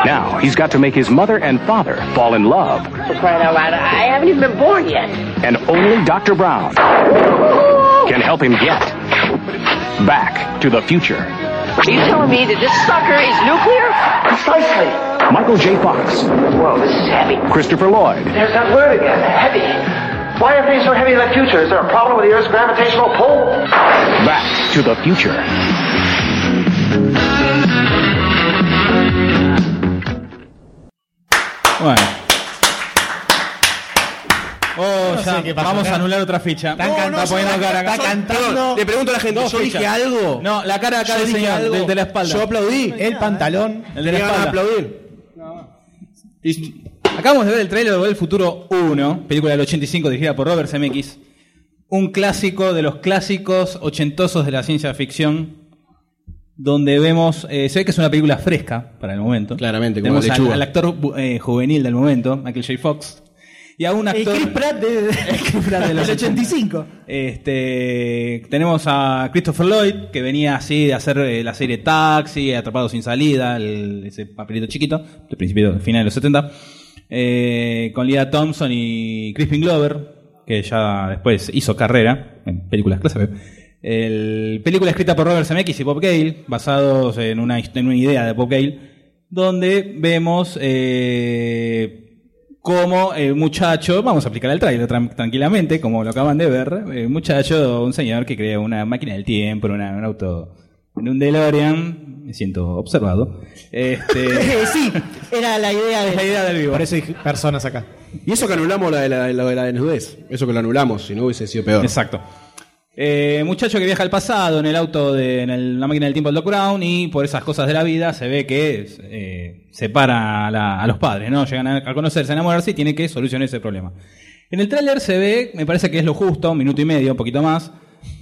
Now he's got to make his mother and father fall in love,
For crying out loud, I haven't even been born yet.
and only Dr. Brown can help him get back to the future.
Are you telling me that this sucker is nuclear? Precisely.
Michael J. Fox. Whoa, this is heavy. Christopher Lloyd.
There's that word again, heavy. Why are things so heavy in the future? Is there a problem with the Earth's gravitational pull?
Back to the future.
Bueno.
Oh,
ya, vamos a anular otra ficha.
Está, cantando, poniendo cara acá. Está cantando.
Le pregunto a la gente,
Dos
¿yo dije
fichas.
algo?
No, la cara acá
Yo
del
dije
señor,
algo.
del de la espalda.
Yo aplaudí.
El pantalón.
El de la
¿Me van a
espalda.
aplaudir?
Y- Acabamos de ver el tráiler de Volver al Futuro 1, película del 85 dirigida por Robert Zemeckis. Un clásico de los clásicos ochentosos de la ciencia ficción, donde vemos, eh, se ve que es una película fresca para el momento.
Claramente, como
Tenemos
la
al,
lechuga.
al actor bu- eh, juvenil del momento, Michael J. Fox, Y a un actor.
Chris Pratt de-
de los
del 85.
Este, tenemos a Christopher Lloyd, que venía así de hacer eh, la serie Taxi, Atrapado sin salida, el- ese papelito chiquito, de principio, final de los 70. eh, con Leah Thompson y Crispin Glover, que ya después hizo carrera en películas clase B. El, película escrita por Robert Zemeckis y Bob Gale, basados en una, hist- en una idea de Bob Gale, donde vemos eh, como el muchacho, vamos a aplicar el trailer tranquilamente, como lo acaban de ver, el muchacho, un señor que crea una máquina del tiempo, en una- un auto, en un DeLorean, me siento observado. Este,
Eh, sí, era la idea de
la idea del vivo.
Por eso hay personas acá.
Y eso que anulamos la de la, la de la desnudez. Eso que lo anulamos, si no hubiese sido peor.
Exacto. eh, muchacho que viaja al pasado en el auto, de, en el- la máquina del tiempo del Doc Brown y por esas cosas de la vida se ve que eh, separa a, la- a los padres, ¿no? Llegan a, a conocerse, a enamorarse y tiene que solucionar ese problema. En el tráiler se ve, me parece que es lo justo, un minuto y medio, un poquito más,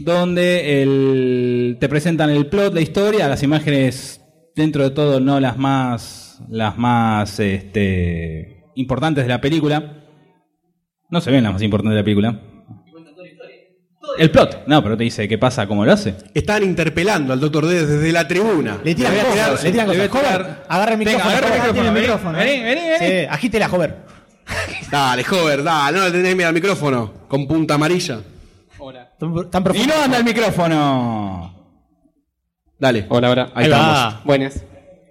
donde el- te presentan el plot, la historia, las imágenes dentro de todo no las más las más este, importantes de la película. No se ven las más importantes de la película. El plot, no, pero te dice qué pasa, cómo lo hace.
Están interpelando al Doctor D desde la tribuna.
Le tiran
voy a
cosas,
tirar-
le tiran
voy a
cosas. Joder,
tirar-
agarra el micrófono.
agarra el
Joder,
micrófono,
tiene
vení,
micrófono,
vení,
¿eh?
vení, vení.
Sí, agítela, Jover.
Dale, joven, dale, no le tenés miedo al micrófono. Con punta amarilla.
Y no anda el micrófono.
Dale.
Hola, hola.
Ahí
Ahí va.
estamos.
Buenas.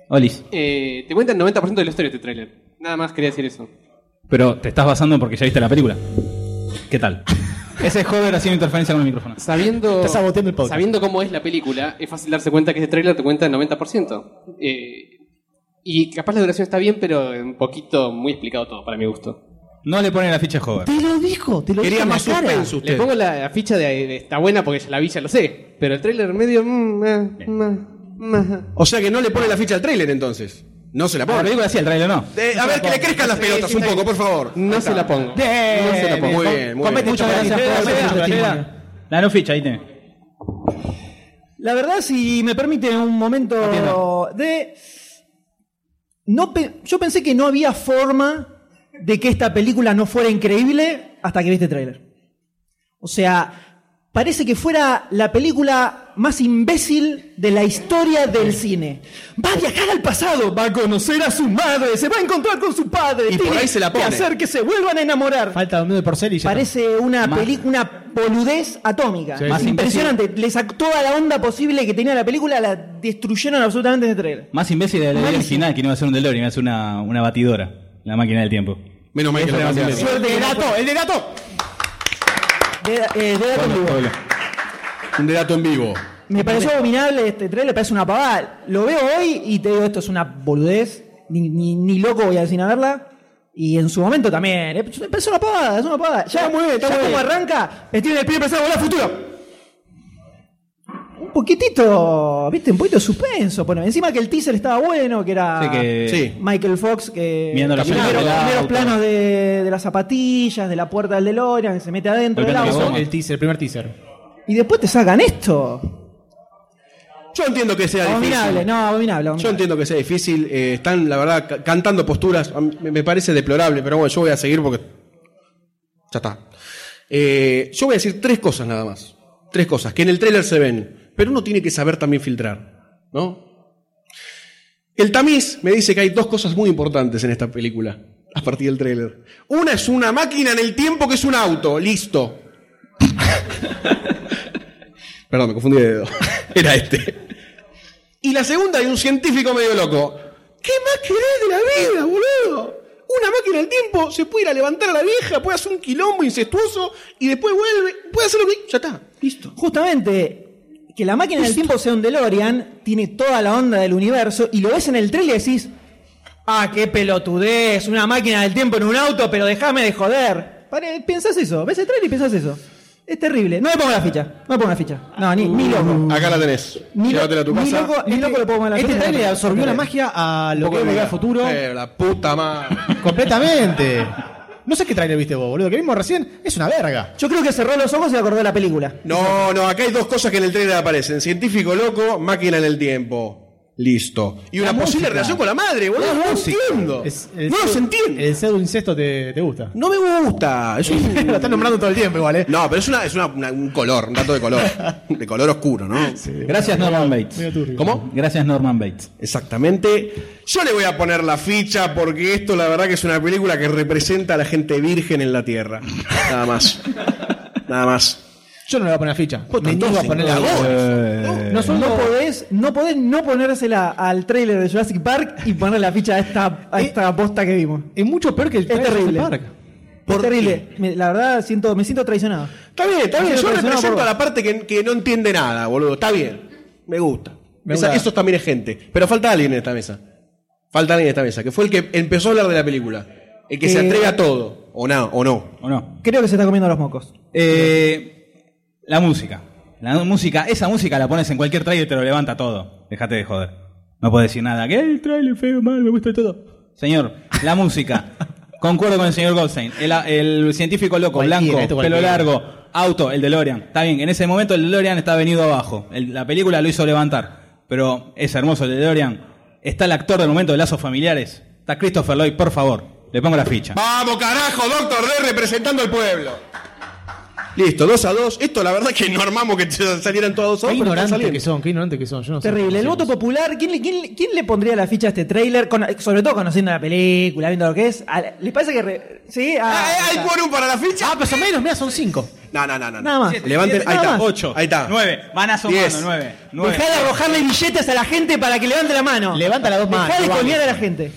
Olis.
Eh, te cuenta el 90% de la historia de este tráiler. Nada más quería decir eso.
Pero te estás basando porque ya viste la película. ¿Qué tal? Ese es joven haciendo interferencia con el micrófono.
Sabiendo,
Estás saboteando el podcast.
sabiendo cómo es la película, es fácil darse cuenta que este tráiler te cuenta el 90%. Eh, y capaz la duración está bien, pero un poquito muy explicado todo, para mi gusto.
No le ponen la ficha joven.
Te lo dijo, te lo dijo. en la cara.
Le pongo la, la ficha de, de está buena porque ya la vi, ya lo sé. Pero el tráiler medio... mm, eh, mm, eh.
O sea que no le pone la ficha al tráiler entonces. No se la pone.
La película sí, el tráiler no.
Eh, a ver, que le crezcan las pelotas un poco, por favor.
No se la pongo.
No se la pongo. Muy bien, muy bien.
Muchas gracias por La no ficha, ahí tenés.
La verdad, si me permite un momento de. No pe- Yo pensé que no había forma de que esta película no fuera increíble hasta que vi este tráiler. O sea, parece que fuera la película más imbécil de la historia del cine. Va a viajar al pasado, va a conocer a su madre, se va a encontrar con su padre,
Y por ahí se la pone.
que hacer que se vuelvan a enamorar.
Falta dominio de porcel y ya.
Parece una
Más-
peli- una boludez atómica.
Sí.
Es
Más
impresionante. Le sacó toda la onda posible que tenía la película, la destruyeron absolutamente en el trailer.
Más imbécil de la idea original que no iba a ser un DeLorean, iba a ser una, una batidora. La máquina del tiempo.
Menos mal que lo cambiaron.
¡El de gato! ¡El de gato!
De, eh, de dato en vivo.
Un dato en vivo.
Me pareció abominable este trailer, parece una pavada. Lo veo hoy y te digo, esto es una boludez. Ni, ni, ni loco voy a decir a verla. Y en su momento también. eh, Me parece una pavada, es una pavada. Ya,
Está muy bien, está
ya
muy
como
bien.
arranca, Steven el pibe pensando volar al futuro. Un poquitito, viste, un poquito de suspenso. Bueno, encima que el teaser estaba bueno, que era
Sí, que- Sí.
Michael Fox, que
Mirando la
primero-
película del
primeros
auto.
planos de, de las zapatillas, de la puerta del DeLorean, que se mete adentro del auto.
El teaser, el primer teaser.
Y después te sacan esto.
Yo entiendo que sea
Abominable,
difícil.
no, abominable.
Yo entiendo que sea difícil. eh, están, la verdad, ca- cantando posturas. A mí Me me parece deplorable, pero bueno, yo voy a seguir porque. Ya está. Eh, yo voy a decir tres cosas nada más. Tres cosas que en el tráiler se ven, pero uno tiene que saber también filtrar, ¿no? El tamiz me dice que hay dos cosas muy importantes en esta película, a partir del tráiler. Una es una máquina en el tiempo que es un auto, listo. Perdón, me confundí de dedo. Era este. Y la segunda hay un científico medio loco. ¿Qué más querés de la vida, boludo? Una máquina del tiempo se puede ir a levantar a la vieja, puede hacer un quilombo incestuoso y después vuelve, puede hacer lo que. Ya está.
Listo. Justamente, que la máquina del tiempo sea un DeLorean, tiene toda la onda del universo, y lo ves en el trailer y decís, ah, qué pelotudez, una máquina del tiempo en un auto, pero déjame de joder. Pare- Pensás eso, ves el trailer y pensás eso. Es terrible. No me pongo la ficha, no me pongo la ficha. No, ni, ni loco.
Acá la tenés.
Ni, lo-
Llévatela a tu
ni
casa.
loco, ni loco le pongo la
Este
ficha.
trailer absorbió la magia a lo que es Volver al Futuro.
Eh, la puta madre.
Completamente. No sé qué trailer viste vos, boludo. Que vimos recién es una verga.
Yo creo que cerró los ojos y acordó de la película.
No, no, acá hay dos cosas que en el trailer aparecen. Científico loco, máquina en el tiempo. Listo. Y una posible relación con la madre, boludo. No entiendo. No los entiendo.
El pseudo incesto te, te gusta.
No me gusta. Es un-
Lo están nombrando todo el tiempo, igual, ¿eh?
No, pero es, una, es una- una- un color, un dato de color. De color oscuro, ¿no?
Gracias, Norman Bates.
¿Cómo?
Gracias, Norman Bates.
Exactamente. Este, Yo le voy a poner la ficha porque esto, la verdad, que es una película que representa a la gente virgen en la tierra. Nada más. Nada más.
Yo no le voy a poner ficha. Me
tantos
niego a ponerle
engagones.
la
Eh, No, solo no podés, no podés no ponérsela al tráiler de Jurassic Park y poner la ficha a esta, a esta posta que vimos.
Es mucho peor que el
Es
trailer de
terrible.
Jurassic Park.
Es terrible. Me- la verdad siento, me siento traicionado.
Está bien, está bien.
Me
Yo
siento traicionado
represento
por
a
vos.
la parte que, que no entiende nada, boludo. Está bien. Me gusta.
Me
Esa-
gusta.
eso también es gente. Pero falta alguien en esta mesa. Falta alguien en esta mesa. Que fue el que empezó a hablar de la película. El que se
Eh,
atreve a todo. O no, o no.
¿O no?
Creo que se está comiendo los mocos.
Eh, la música. La música, esa música la pones en cualquier trailer y te lo levanta todo. Déjate de joder. No puedes decir nada. Que el trailer feo, mal, me gusta todo. Señor, la música. Concuerdo con el señor Goldstein. El, el científico loco,
Cualquiera, esto
blanco, pelo
cualquiera.
largo, auto, el DeLorean. Está bien, en ese momento el DeLorean está venido abajo. El- la película lo hizo levantar. Pero es hermoso el DeLorean. Está el actor del momento de lazos familiares. Está Christopher Lloyd, por favor. Le pongo la ficha.
Vamos, carajo, Doctor D representando al pueblo. Listo, 2 a 2. Esto la verdad que no armamos que salieran todos dos,
Qué
pero están
ignorantes
saliendo.
que son, qué ignorantes que son. Yo no sé.
Terrible. El voto popular, ¿quién le, quién, le- quién le pondría la ficha a este tráiler? Con- sobre todo conociendo la película, viendo lo que es. A la- ¿Les parece que... re- sí?
eh,
Ah,
¿Hay quórum para la ficha?
Ah, pero son menos, mira, son cinco.
No, no, no, no.
Nada más.
Siete, Levanten,
siete,
ahí
nada
está.
más.
8. Ahí está.
9. Van
Diez.
asomando, 9.
Dejá de arrojarle billetes a la gente para que levante la mano.
Levanta las dos manos,
Dejá de
vale.
colgar a la gente.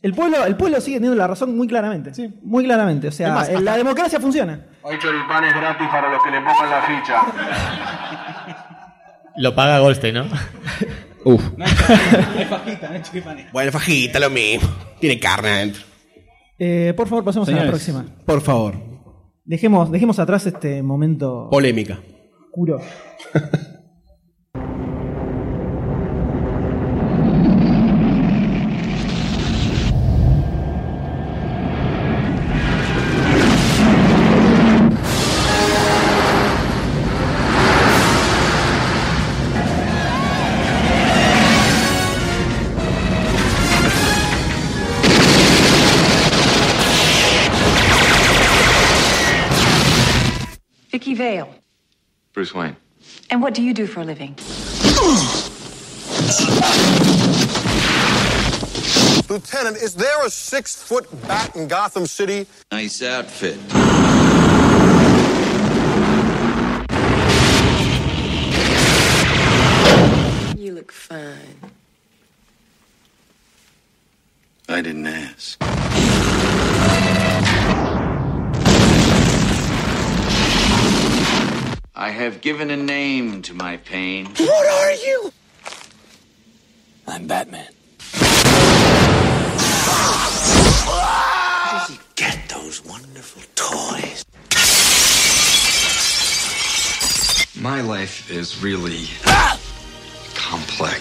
El pueblo, el pueblo sigue teniendo la razón muy claramente. Muy claramente. O sea,
Es más,
eh, la democracia funciona.
Hay choripanes gratis para los que le pongan la ficha.
Lo paga Goldstein, ¿no?
Uf.
Es fajita, no es choripanes.
Bueno, fajita, lo mismo. Tiene carne adentro.
Eh, por favor, pasemos a la
Señores.
próxima.
Por favor.
Dejemos, dejemos atrás este momento
Polémica.
oscuro.
Vicky Vale.
Bruce Wayne.
And what do you do for a living?
Lieutenant, is there a six foot bat in Gotham City?
Nice outfit.
You look fine.
I didn't ask. I have given a name to my pain.
What are you?
I'm Batman.
Where does he get those wonderful toys?
My life is really complex.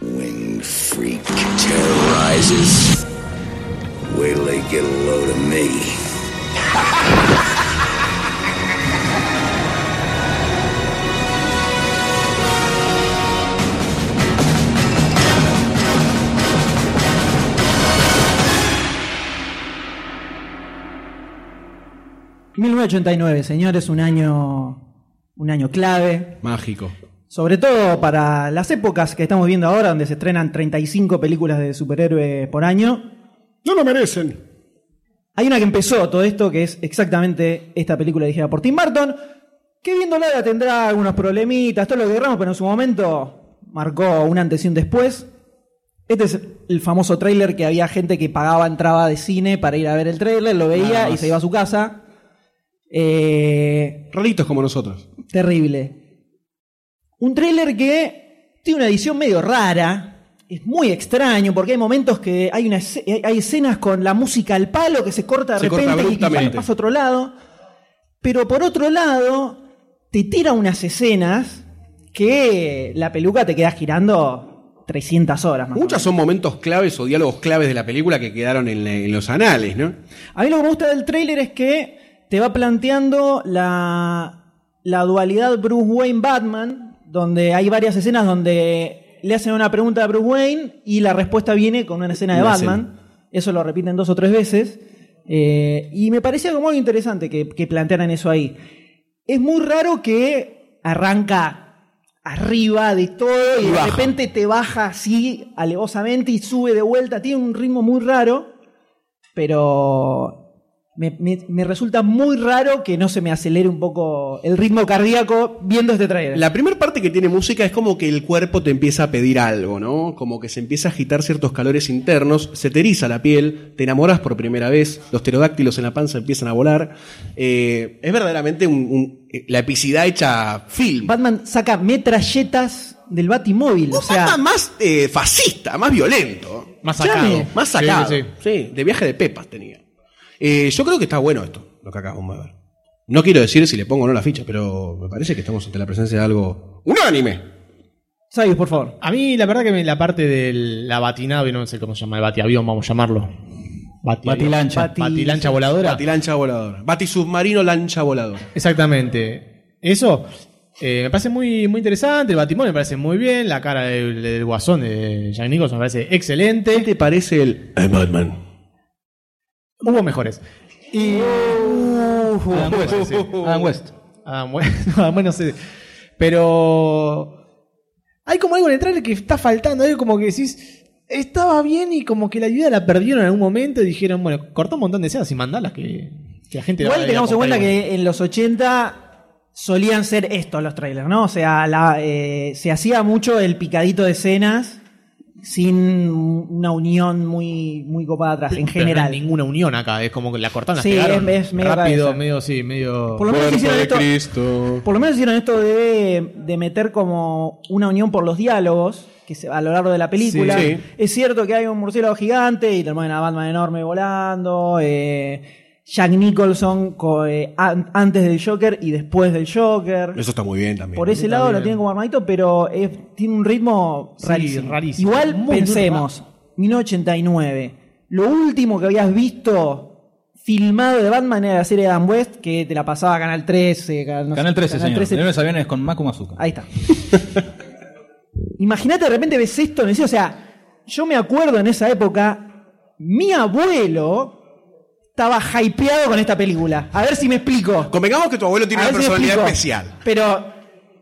Winged freak terrorizes. Wait till they get a load of me.
Claro. 1989, señores, un año, un año clave.
Mágico.
Sobre todo para las épocas que estamos viendo ahora, donde se estrenan 35 películas de superhéroes por año.
No lo merecen.
Hay una que empezó todo esto, que es exactamente esta película dirigida por Tim Burton, que viéndola la tendrá algunos problemitas, todo lo que queramos, pero en su momento marcó un antes y un después. Este es el famoso tráiler que había gente que pagaba entrada de cine para ir a ver el tráiler, lo
Nada
veía
más.
y se iba a su casa. Eh,
Raritos como nosotros.
terrible. Un tráiler que tiene una edición medio rara, es muy extraño, porque hay momentos que hay, una esce- eh, hay- hay escenas con la música al palo que se corta de
Se corta
repente y- y
abruptamente.
pasa a otro lado. Pero por otro lado, te tira unas escenas que la peluca te queda girando 300 horas más. o
Muchas son momentos claves o diálogos claves de la película que quedaron en, la- en los anales, ¿no?
A mí lo que me gusta del tráiler es que te va planteando la, la dualidad Bruce Wayne-Batman donde hay varias escenas donde le hacen una pregunta a Bruce Wayne y la respuesta viene con una escena de
Una
Batman. Eso lo repiten dos o tres veces. Eh, y me parece algo muy interesante que, que plantearan eso ahí. Es muy raro que arranca arriba de todo y,
Y
de
baja.
repente te baja así alevosamente y sube de vuelta. Tiene un ritmo muy raro, pero me, me- me resulta muy raro que no se me acelere un poco el ritmo cardíaco viendo este trailer.
La primera parte que tiene música es como que el cuerpo te empieza a pedir algo, ¿no? Como que se empieza a agitar ciertos calores internos, se te eriza la piel, te enamoras por primera vez, los pterodáctilos en la panza empiezan a volar. Eh, es verdaderamente un- un- eh, la epicidad hecha film.
Batman saca metralletas del Batimóvil. o sea,
Batman más eh, fascista, más violento.
Más sacado.
Llame, Más sacado.
Sí,
Sí,
sí,
de viaje de pepas tenía. Eh, yo creo que está bueno esto, lo que acabamos de ver. No quiero decir si le pongo o no la ficha, pero me parece que estamos ante la presencia de algo unánime.
Sayus, por favor.
A mí, la verdad, que me- la parte de la batinave, no sé cómo se llama, el batiavión, vamos a llamarlo. Batiavión.
Batilancha.
Batilancha voladora.
Batilancha voladora. Batisubmarino lancha voladora.
Exactamente. Eso eh, me parece muy, muy interesante. El Batimón me parece muy bien. La cara del, del guasón de Jack Nicholson me parece excelente. ¿Qué
te parece el Batman?
Hubo mejores. Y.
Uh,
Adam West, sí. Adam West.
Adam West. No, Adam West no sé. Pero. Hay como algo en el trailer que está faltando. Hay como que decís. Estaba bien y como que la idea la perdieron en algún momento y dijeron, bueno, cortó un montón de escenas y mandalas que, que la gente...
Igual
la-
tengamos
la
en cuenta
acompañe".
que en los 80 solían ser estos los trailers, ¿no? O sea, la, eh, se hacía mucho el picadito de escenas sin una unión muy, muy copada atrás, en
Pero no hay
general.
ninguna unión acá, es como que la cortaron, la
Sí,
pegaron
es- es medio
rápido,
cabeza.
medio sí, medio...
Por lo menos Cuerpo hicieron de esto-
Cristo.
Por lo menos hicieron esto de, de meter como una unión por los diálogos que se, a lo largo de la película.
Sí. Sí.
Es cierto que hay un murciélago gigante y te mueven a Batman enorme volando. eh, Jack Nicholson co- eh, an- antes del Joker y después del Joker.
Eso está muy bien también.
Por ese lado lo tienen como armadito, pero es- tiene un ritmo
Sí,
rarísimo.
rarísimo.
Igual
Muy
pensemos, 1989, lo último que habías visto filmado de Batman era la serie de Dan West, que te la pasaba a Canal 13. Canal, no sé,
Canal 13, señor.
13.
De lunes a viernes con Macu Mazuka.
Ahí está. Imagínate de repente ves esto, ¿no? o sea, yo me acuerdo en esa época, mi abuelo estaba hypeado con esta película. A ver si me explico.
Convengamos que tu abuelo tiene
A
una
ver si me
personalidad
explico.
especial.
Pero,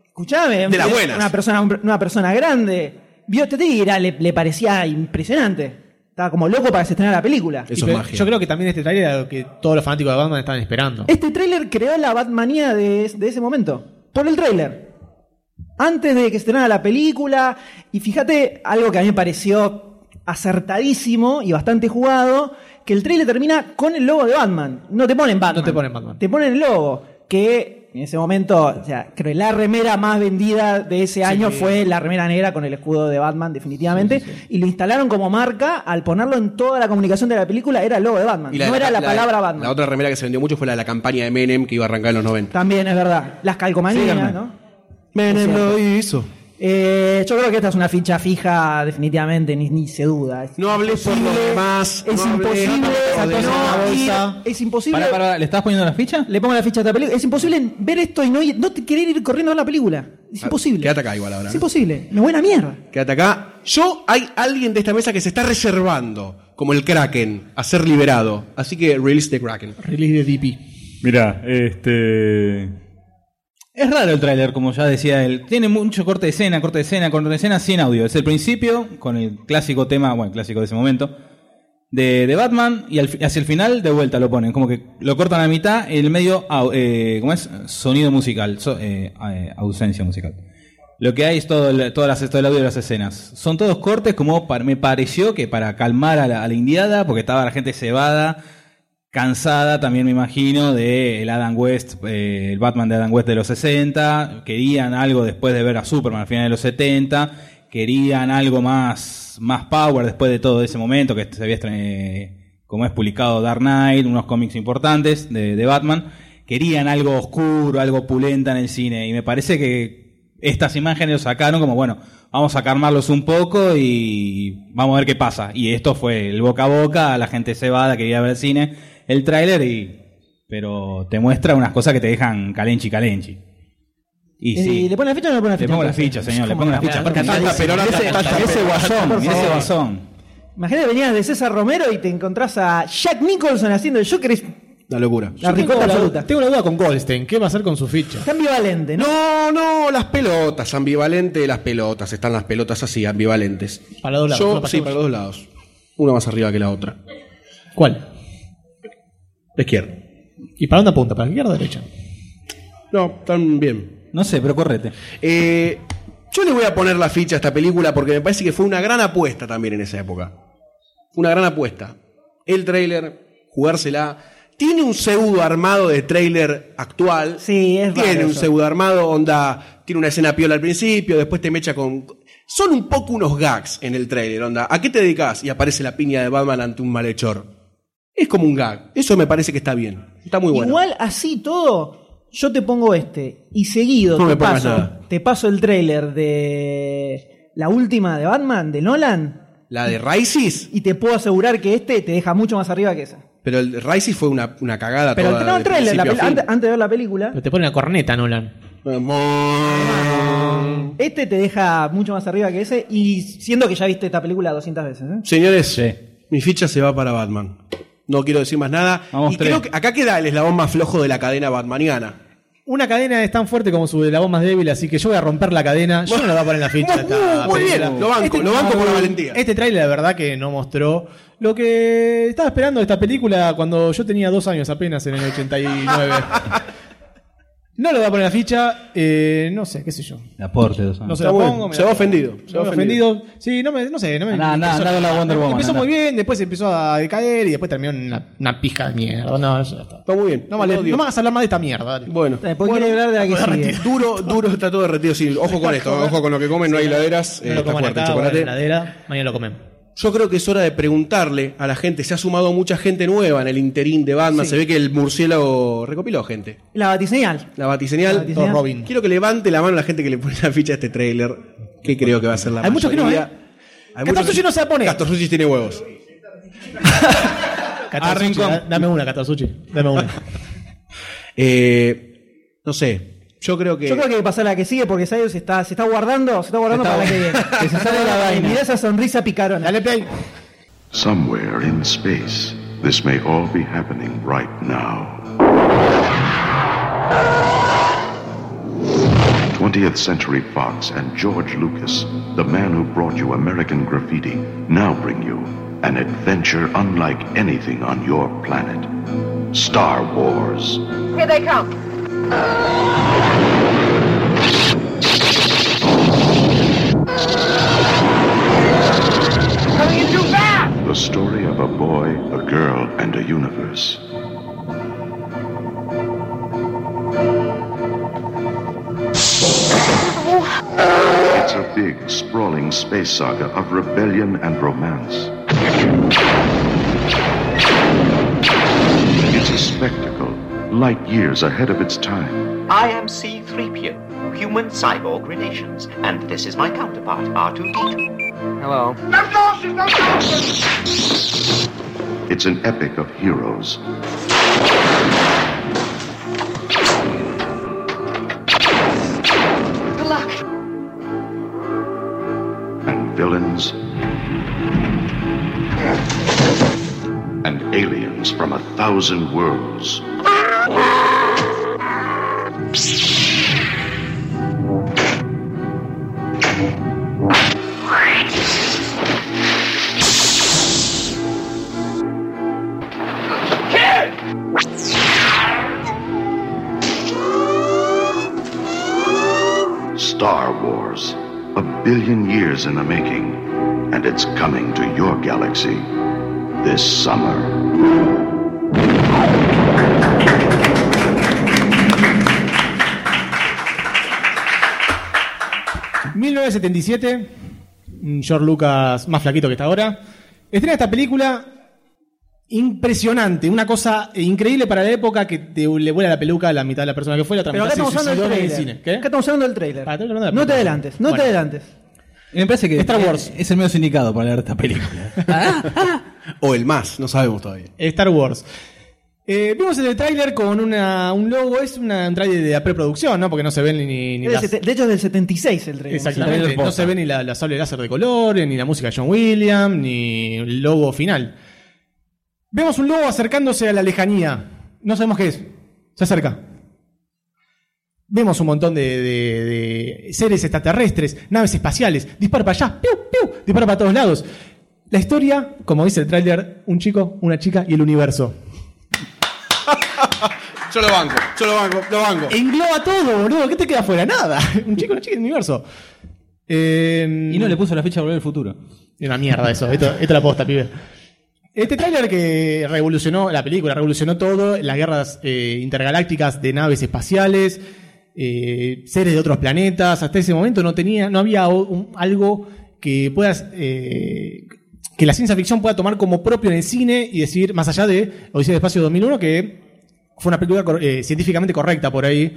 escuchame,
De las
es
buenas.
Una persona, una persona grande. Vio este tigre, le, le parecía impresionante. Estaba como loco para que se estrenara la película.
Y pe- Yo creo que también este trailer era lo que todos los fanáticos de Batman estaban esperando.
Este tráiler creó la Batmanía de, de ese momento. Por el tráiler. Antes de que se estrenara la película. Y fíjate, algo que a mí me pareció acertadísimo y bastante jugado, que el tráiler termina con el logo de Batman. No te ponen Batman. No te ponen
Batman.
Te ponen el logo. Que en ese momento, o sea, creo que la remera más vendida de ese año fue la remera negra con el escudo de Batman, definitivamente. Y lo instalaron como marca al ponerlo en toda la comunicación de la película, era el logo de Batman.
Y la-
no era la, palabra Batman.
La otra remera que se vendió mucho fue la de la campaña de Menem que iba a arrancar en los 90.
También es verdad. Las
Sí,
calcomanías,
Hernán.
¿no?
Menem
Es cierto.
lo hizo.
Eh, yo creo que esta es una ficha fija, definitivamente, ni, ni se duda. Es
No hables por los demás.
Es
no hables
imposible
por los
no
demás.
ir- es imposible.
Pará, pará, ¿le estás poniendo la ficha?
Le pongo la ficha a esta película. Es imposible ver esto y no, ir- no te querer ir corriendo a ver la película. Es imposible.
Quédate Ah, acá igual ahora.
Es
¿no?
imposible. Me buena mierda.
Quédate acá. Yo, hay alguien de esta mesa que se está reservando, como el Kraken, a ser liberado. Así que release the Kraken.
Release the DP.
Mirá, este. Es raro el tráiler, como ya decía él. Tiene mucho corte de escena, corte de escena, corte de escena sin audio. Es el principio, con el clásico tema, bueno, clásico de ese momento, de, de Batman, y al fi- hacia el final de vuelta lo ponen. Como que lo cortan a mitad, en el medio, au- eh, ¿cómo es? Sonido musical, so- eh, eh, ausencia musical. Lo que hay es todo el, todas las, todo el audio de las escenas. Son todos cortes, como par- me pareció que para calmar a la, a la indiada, porque estaba la gente cebada, cansada también me imagino de el Adam West, eh, el Batman de Adam West de los 60, querían algo después de ver a Superman al final de los 70, querían algo más más power después de todo ese momento que se había estren- eh, como es publicado Dark Knight, unos cómics importantes de, de Batman, querían algo oscuro, algo pulenta en el cine y me parece que estas imágenes lo sacaron como bueno, vamos a calmarlos un poco y vamos a ver qué pasa. Y esto fue el boca a boca, la gente cebada que quería ver el cine, el tráiler y pero te muestra unas cosas que te dejan calenchi calenchi. Y
Eh,
sí.
¿Le pone la ficha o no le pone la
Le
ficha?
pongo la
entonces?
ficha, señor, le
¿Cómo
pongo la
no?
ficha.
Claro,
Aparte,
claro,
tanta
sí.
pelota,
Y ese-
tanta
y ese
pelota,
guasón,
por
y ese
favor.
guasón. Imagínate venías de César Romero y te encontrás a Jack Nicholson haciendo el Joker. es-
La locura.
La ricota absoluta.
Tengo una duda con Goldstein. ¿Qué va a hacer con su ficha?
Está ambivalente, ¿no?
No, no, las pelotas, ambivalente de las pelotas. Están las pelotas así, ambivalentes.
Para dos lados,
Yo-
una para
sí,
todos.
para los dos lados. Una más arriba que la otra.
¿Cuál?
La izquierda.
¿Y para dónde apunta? ¿Para la izquierda o derecha?
No, están bien.
No sé, pero correte.
yo le voy a poner la ficha a esta película porque me parece que fue una gran apuesta también en esa época. Fue una gran apuesta. El tráiler, jugársela. Tiene un pseudo armado de tráiler actual.
Sí, es
Tiene
raro
un
eso.
pseudo armado, onda. Tiene una escena piola al principio, después te mecha con. Son un poco unos gags en el tráiler, onda. ¿A qué te dedicas? Y aparece la piña de Batman ante un malhechor. Es como un gag. Eso me parece que está bien. Está muy bueno.
Igual así todo, yo te pongo este. Y seguido
No me
te,
pongas
paso,
nada.
te paso el tráiler de la última de Batman, de Nolan.
La de Rises,
Y te puedo asegurar que este te deja mucho más arriba que esa.
pero el Rises fue una, una cagada
Pero
toda
el, no, el
de
tráiler, la
principio
pel-
a fin. Eh,
antes, antes de ver la película,
Pero te pone una corneta, Nolan.
este te deja mucho más arriba que ese. Y siendo que ya viste esta película 200 veces. ¿eh?
Señores, mi ficha se va para Batman. No quiero decir más nada. y
tres.
creo que acá queda el eslabón más flojo de la cadena batmaniana.
Una cadena es tan fuerte como su la voz más débil, así que yo voy a romper la cadena. Yo no la voy a poner en la ficha.
Muy-
esta
muy bien,
película.
lo banco, lo banco por la valentía.
Este tráiler, la verdad, que no mostró lo que estaba esperando de esta película cuando yo tenía dos años apenas en el 89. no lo voy a poner en la ficha, eh, no sé, qué sé yo.
Aporte, dos
No
años.
se la pongo, me
se
la
va
pongo.
ofendido.
Me
Se va
veo
ofendido.
ofendido. Sí, no, me, no sé. No
Ah,
me,
Andá, andá,
empezó-
andá con la Wonder Woman,
Empezó
andá.
muy bien, después empezó a decaer y después terminó en una, una pija de mierda. No, ya está.
Está muy bien.
No, vale,
Lo
no
odio.
me hagas hablar más de esta mierda. Dale.
Bueno.
Después Eh, quiere hablar de la que sigue.
Duro, duro está todo derretido. Sí, ojo con esto, ojo con lo que comen, no hay laderas. Eh,
No lo coman acá, guarden en la heladera, mañana lo comemos.
Yo creo que es hora de preguntarle a la gente. Se ha sumado mucha gente nueva en el interín de Batman.
Sí.
Se ve que el murciélago recopiló gente.
La batiseñal.
La batiseñal.
La batiseñal. Todo Robin.
Quiero que levante la mano la gente que le pone la ficha a este trailer. Que creo que va a ser la
Hay muchos que no,
mayoría. Hay muchos-
Catorzucci no se la pone.
Catorzucci tiene huevos.
Catasucci,
Rincón.
da- dame una, Catasucci. Dame una.
Eh, no sé. Yo creo que.
Yo creo que hay que pasar a la que sigue porque Sayos se está, se está guardando, se está guardando para la que viene. se sale la vaina. Mirá esa sonrisa picarona. Dale play.
Somewhere in space, this may all be happening right now. 20th Century Fox and George Lucas, the man who brought you American Graffiti, now bring you an adventure unlike anything on your planet Star Wars.
Here they come. Coming in too fast!
The story of a boy, a girl, and a universe. It's a big, sprawling space saga of rebellion and romance. It's a spectacle, light years ahead of its time.
I am C3PO, human cyborg relations, and this is my counterpart, R2D2. Hello.
No nonsense, no nonsense!
It's an epic of heroes.
Good luck.
and villains and aliens from a thousand worlds. Star Wars, a billion years in the making, and it's coming to your galaxy this summer.
Claro. 1977, un George Lucas más flaquito que está ahora, estrena esta película impresionante, una cosa increíble para la época que te le vuela la peluca a la mitad de la persona que fue, la otra
Pero acá
mitad
estamos
se
usando el
suicidó en
trailer.
el cine. Ah,
Acá estamos usando el trailer.
película.
No te adelantes, no
Bueno.
te adelantes.
Me parece que
Star
es-
Wars.
es el medio indicado
¿eh? Ah.
para leer esta película.
O el más, no sabemos todavía.
Star Wars. Eh, vimos el tráiler con una, un logo, es una, un tráiler de la preproducción, ¿no? Porque no se ven ni, ni
Es este- del
las-
sete- de hecho, es del 76 el trailer.
Exactamente, Eh, no se ve ni la, la sable láser de colores, ni la música de John Williams, ni el logo final. Vemos un logo acercándose a la lejanía. No sabemos qué es. Se acerca. Vemos un montón de, de- de seres extraterrestres, naves espaciales. Dispara para allá, piu, piu, dispara para todos lados. La historia, como dice el tráiler, un chico, una chica y el universo.
Yo lo banco, yo lo banco, lo banco.
Engloba todo, boludo. ¿Qué te queda fuera? Nada. Un chico, una chica y el universo. Eh, y no le puso la fecha a volver al futuro. Es una mierda eso. Esto, esto la posta, pibe. Este tráiler que revolucionó la película, revolucionó todo, las guerras eh, intergalácticas de naves espaciales, eh, seres de otros planetas, hasta ese momento no tenía, no había o- un- algo que puedas eh, que la ciencia ficción pueda tomar como propio en el cine y decir más allá de Odisea del Espacio 2001 que fue una película cor- eh, científicamente correcta por ahí.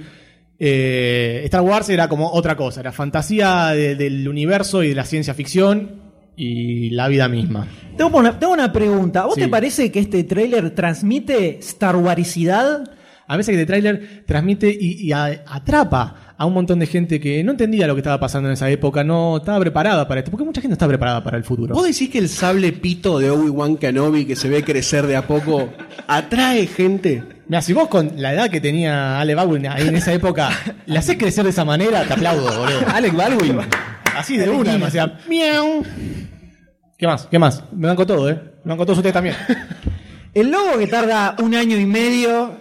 Eh, Star Wars era como otra cosa, era fantasía de- del universo y de la ciencia ficción y la vida misma.
Tengo una, tengo una pregunta. ¿A vos
Sí.
te parece que este tráiler transmite Star Warsicidad?
A veces que este tráiler transmite y, y a- atrapa a un montón de gente que no entendía lo que estaba pasando en esa época, no estaba preparada para esto, porque mucha gente no está preparada para el futuro.
¿Vos decís que el sable pito de Obi-Wan Kenobi que se ve crecer de a poco atrae gente?
Mira, si vos con la edad que tenía Ale Baldwin ahí en esa época, la haces crecer de esa manera, te aplaudo, boludo. Alec Baldwin. Así de una, además, o sea, miau. ¿Qué más? ¿Qué más? Me banco todo, ¿eh? Me banco todos ustedes también.
El logo que tarda un año y medio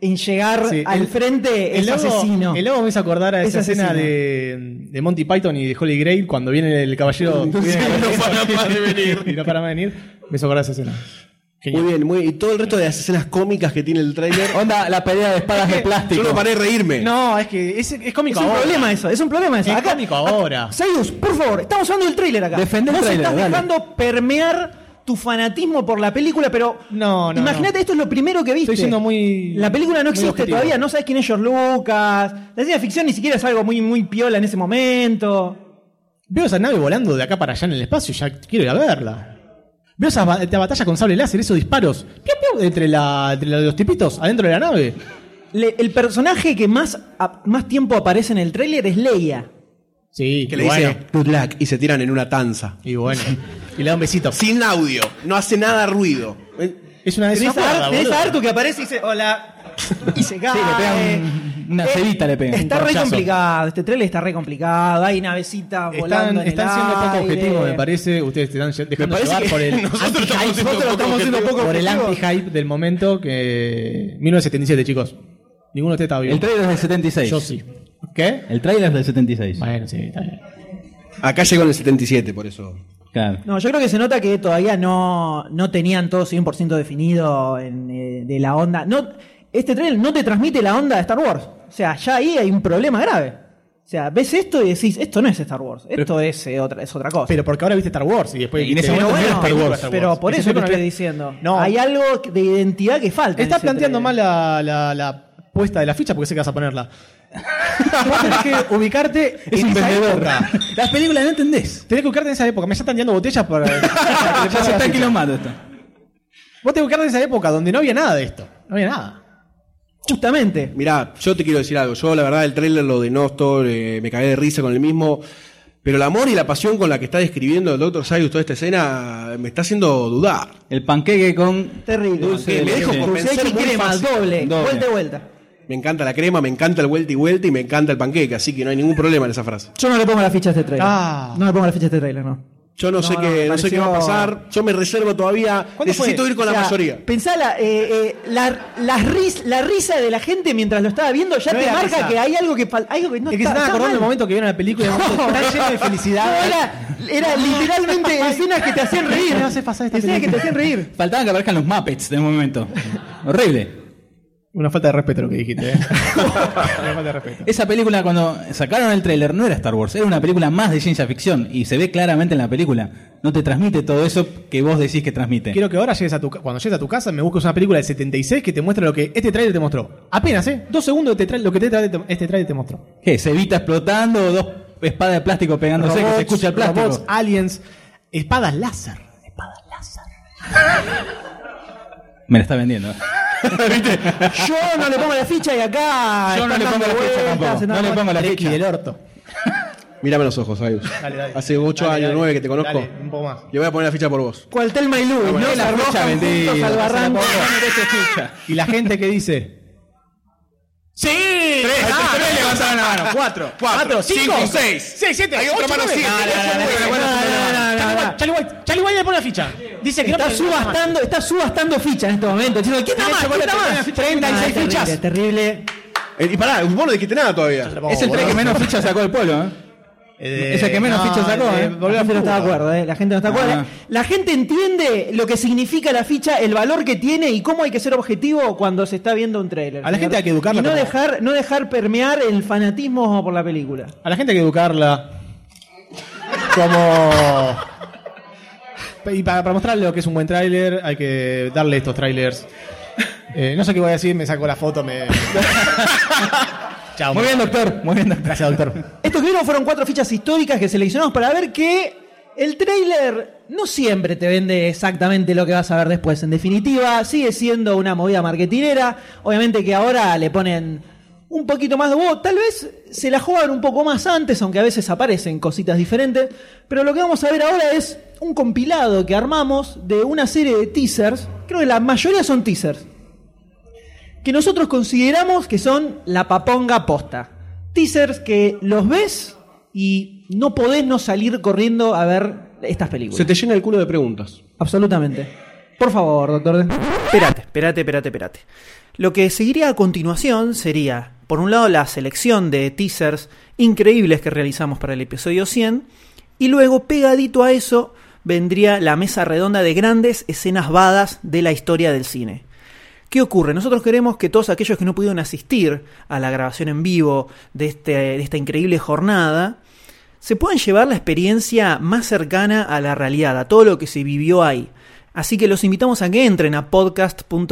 en llegar
Sí,
al
el-
frente es
logo-
asesino.
El logo me hizo acordar a
Es
esa escena
asesino.
de, de Monty Python y de Holy Grail cuando viene el caballero.
para más de
venir. y no para más de venir. Me hizo acordar esa escena.
Muy bien, muy bien. Y todo el resto de las escenas cómicas que tiene el tráiler.
Onda, la pelea de espadas de plástico.
Yo no paré de reírme.
No, es que es, es cómico
Es un
ahora.
problema eso, es un problema eso.
Es
Acá-
cómico ahora.
Sayus, por favor, estamos hablando del tráiler acá.
Defendé el
Vos
tráiler,
estás
dale.
dejando permear tu fanatismo por la película, pero
No, no.
imagínate, esto es lo primero que viste.
Estoy siendo muy.
La película no
muy
existe
objetivo.
todavía, no sabes quién es George Lucas. La ciencia ficción ni siquiera es algo muy, muy piola en ese momento.
Veo esa nave volando de acá para allá en el espacio y ya quiero ir a verla. Veo esa ba- esta batalla con sable láser, esos disparos. Piu, piu, entre, la, entre la- los tipitos adentro de la nave.
Le- el personaje que más, a- más tiempo aparece en el tráiler es Leia.
Sí,
Que le dice "Ah, good luck y se tiran en una tanza.
Y bueno. Y le da un besito.
Sin audio, no hace nada ruido.
Es una
Tenés
desacuerda,
a, Ar- tenés
boludo.
a Artu que aparece y dice, hola. Y se cae. Eh,
Una cebita le pegan.
Está
Un
re
corchazo.
complicado, este trailer está re complicado, hay navecita volando.
Están,
en el
están siendo poco
aire.
objetivos, me parece. Ustedes te están dejando
parece
llevar
que
por el
nosotros estamos
anti-hype,
siendo poco objetivos.
por el
objetivos.
anti-hype del momento que 1977, chicos. Ninguno de ustedes estaba vivo.
El trailer es del 76.
Yo sí. ¿Qué?
El trailer es del 76.
Bueno, sí, está bien.
Acá llegó en el 77, por eso.
No, yo creo que se nota que todavía no, no tenían todo 100% definido en, eh, de la onda. No, este trailer no te transmite la onda de Star Wars. O sea, ya ahí hay un problema grave. O sea, ves esto y decís, esto no es Star Wars, esto es, eh, otra, es otra cosa.
Pero porque ahora viste Star Wars y después.
Pero
viste-
bueno,
viste Star Wars.
pero por
Y
eso te
siempre
estoy
no-
diciendo.
No.
Hay algo de identidad que falta. en
Estás
ese
planteando
trailer.
mal la, la- la puesta de la ficha porque sé que vas a ponerla. Vos tenés que ubicarte
Es
en
un
esa
vendedor.
época. Las películas no entendés. Tenés que ubicarte en esa época. Me ya están tirando botellas para. para que
Ya
le ponga
se
la
está
ficha.
enquilomando esto.
Vos tenés que ubicarte en esa época donde no había nada de esto. No había nada.
Justamente.
Mirá, yo te quiero decir algo. Yo, la verdad, el tráiler, lo de Nostor, eh, me cagué de risa con el mismo. Pero el amor y la pasión con la que está describiendo el Dr. Sayus toda esta escena me está haciendo dudar.
El panqueque con.
Terrible.
Dulce de Me dejo leche. convencer
Dulce y
muy
crema,
fácil.
doble,
Doble.
Vuelta y vuelta.
Me encanta la crema, me encanta el vuelta y vuelta y me encanta el panqueque, así que no hay ningún problema en esa frase.
Yo no le pongo la ficha a este trailer.
Ah.
No le pongo la ficha a este trailer, no.
Yo no,
No,
sé
no,
qué,
me
Eh, no sé qué va a
pareció-
pasar. Yo me reservo todavía. Necesito ir con
O
la
sea,
mayoría.
Pensá la, eh, eh, la, la ris- la risa de la gente mientras lo estaba viendo ya
No
te
era
marca
risa.
que hay algo que, fal- algo que no
Es que se
está-
están
está
acordando
mal.
del momento que vieron la película y el momento está lleno de
No,
felicidad.
era, era literalmente escenas que te hacían reír.
No hace pasar esta
escenas que te
película.
hacían reír.
Faltaban que aparezcan los Muppets de momento. Horrible.
Una falta de respeto lo que dijiste. ¿eh? Una falta de respeto.
Esa película cuando sacaron el tráiler no era Star Wars, era una película más de ciencia ficción y se ve claramente en la película. No te transmite todo eso que vos decís que transmite.
Quiero que ahora llegues a tu ca- cuando llegues a tu casa me busques una película del 76 que te muestre lo que este trailer te mostró. Apenas, ¿eh? Dos segundos de te tra- lo que te tra- este trailer te mostró.
¿Qué? ¿Cevita explotando o dos espadas de plástico pegándose que se escucha el plástico?
robots, aliens, espadas láser.
Me la está vendiendo.
¿Viste? Yo no le pongo la ficha y acá.
Yo no
están
le pongo
dando
la ficha
vueltas,
tampoco.
están
No le
dando-
pongo la
Treki
ficha.
del orto.
Mírame los ojos, Ayus. Hace 8
Dale,
años,
dale.
9 que te conozco.
Dale, un poco más.
Le voy a poner la ficha por vos.
Cuartel Mailú,
Ah,
no,
bueno,
se
la ficha,
arrojan
mentira.
juntos al barranco.
Y la gente que dice.
¡Sí! Tres,
ah,
ah,
tres
no,
levantaron la mano.
no,
Cuatro.
cuatro,
cinco,
cinco,
seis.
seis, siete,
Hay otra
ocho,
mano
nueve.
siete.
No, no, no, no, no, no, no, no, no.
Charlie White, Charlie White le pone la ficha. Dice que
Está
no pone-
subastando, está subastando fichas en este momento. Diciendo, ¿quién está
Tenés
más? ¿Quién
chocolate,
está
tenés
más?
fichas. Ah,
36
terrible,
fichas. Terrible.
Eh, Y pará, vos no dijiste nada todavía.
Es el tres que menos fichas sacó el pueblo, ¿eh? Es el que menos fichas sacó,
eh,
¿eh?
La gente no está de acuerdo, eh, La gente no está de acuerdo.
Ah.
La gente entiende lo que significa la ficha, el valor que tiene y cómo hay que ser objetivo cuando se está viendo un trailer.
A la gente hay que educarla
Y no
como-
dejar, no dejar permear el fanatismo por la película.
A la gente hay que educarla como... Y para, para mostrarle lo que es un buen tráiler, hay que darle estos trailers. Eh, no sé qué voy a decir, me saco la foto, me... Chao.
Muy bien,
doctor. Muy bien, doctor. Gracias, doctor.
Estos que vieron fueron cuatro fichas históricas que seleccionamos para ver que el trailer no siempre te vende exactamente lo que vas a ver después. En definitiva, sigue siendo una movida marketinera. Obviamente que ahora le ponen un poquito más de huevo. Tal vez se la juegan un poco más antes, aunque a veces aparecen cositas diferentes. Pero lo que vamos a ver ahora es un compilado que armamos de una serie de teasers. Creo que la mayoría son teasers que nosotros consideramos que son la paponga posta. Teasers que los ves y no podés no salir corriendo a ver estas películas.
Se te llena el culo de preguntas.
Absolutamente. Por favor, doctor.
Espérate, espérate, espérate, espérate. Lo que seguiría a continuación sería, por un lado, la selección de teasers increíbles que realizamos para el episodio 100, y luego, pegadito a eso, vendría la mesa redonda de grandes escenas badas de la historia del cine. ¿Qué ocurre? Nosotros queremos que todos aquellos que no pudieron asistir a la grabación en vivo de, este- de esta increíble jornada, se puedan llevar la experiencia más cercana a la realidad, a todo lo que se vivió ahí. Así que los invitamos a que entren a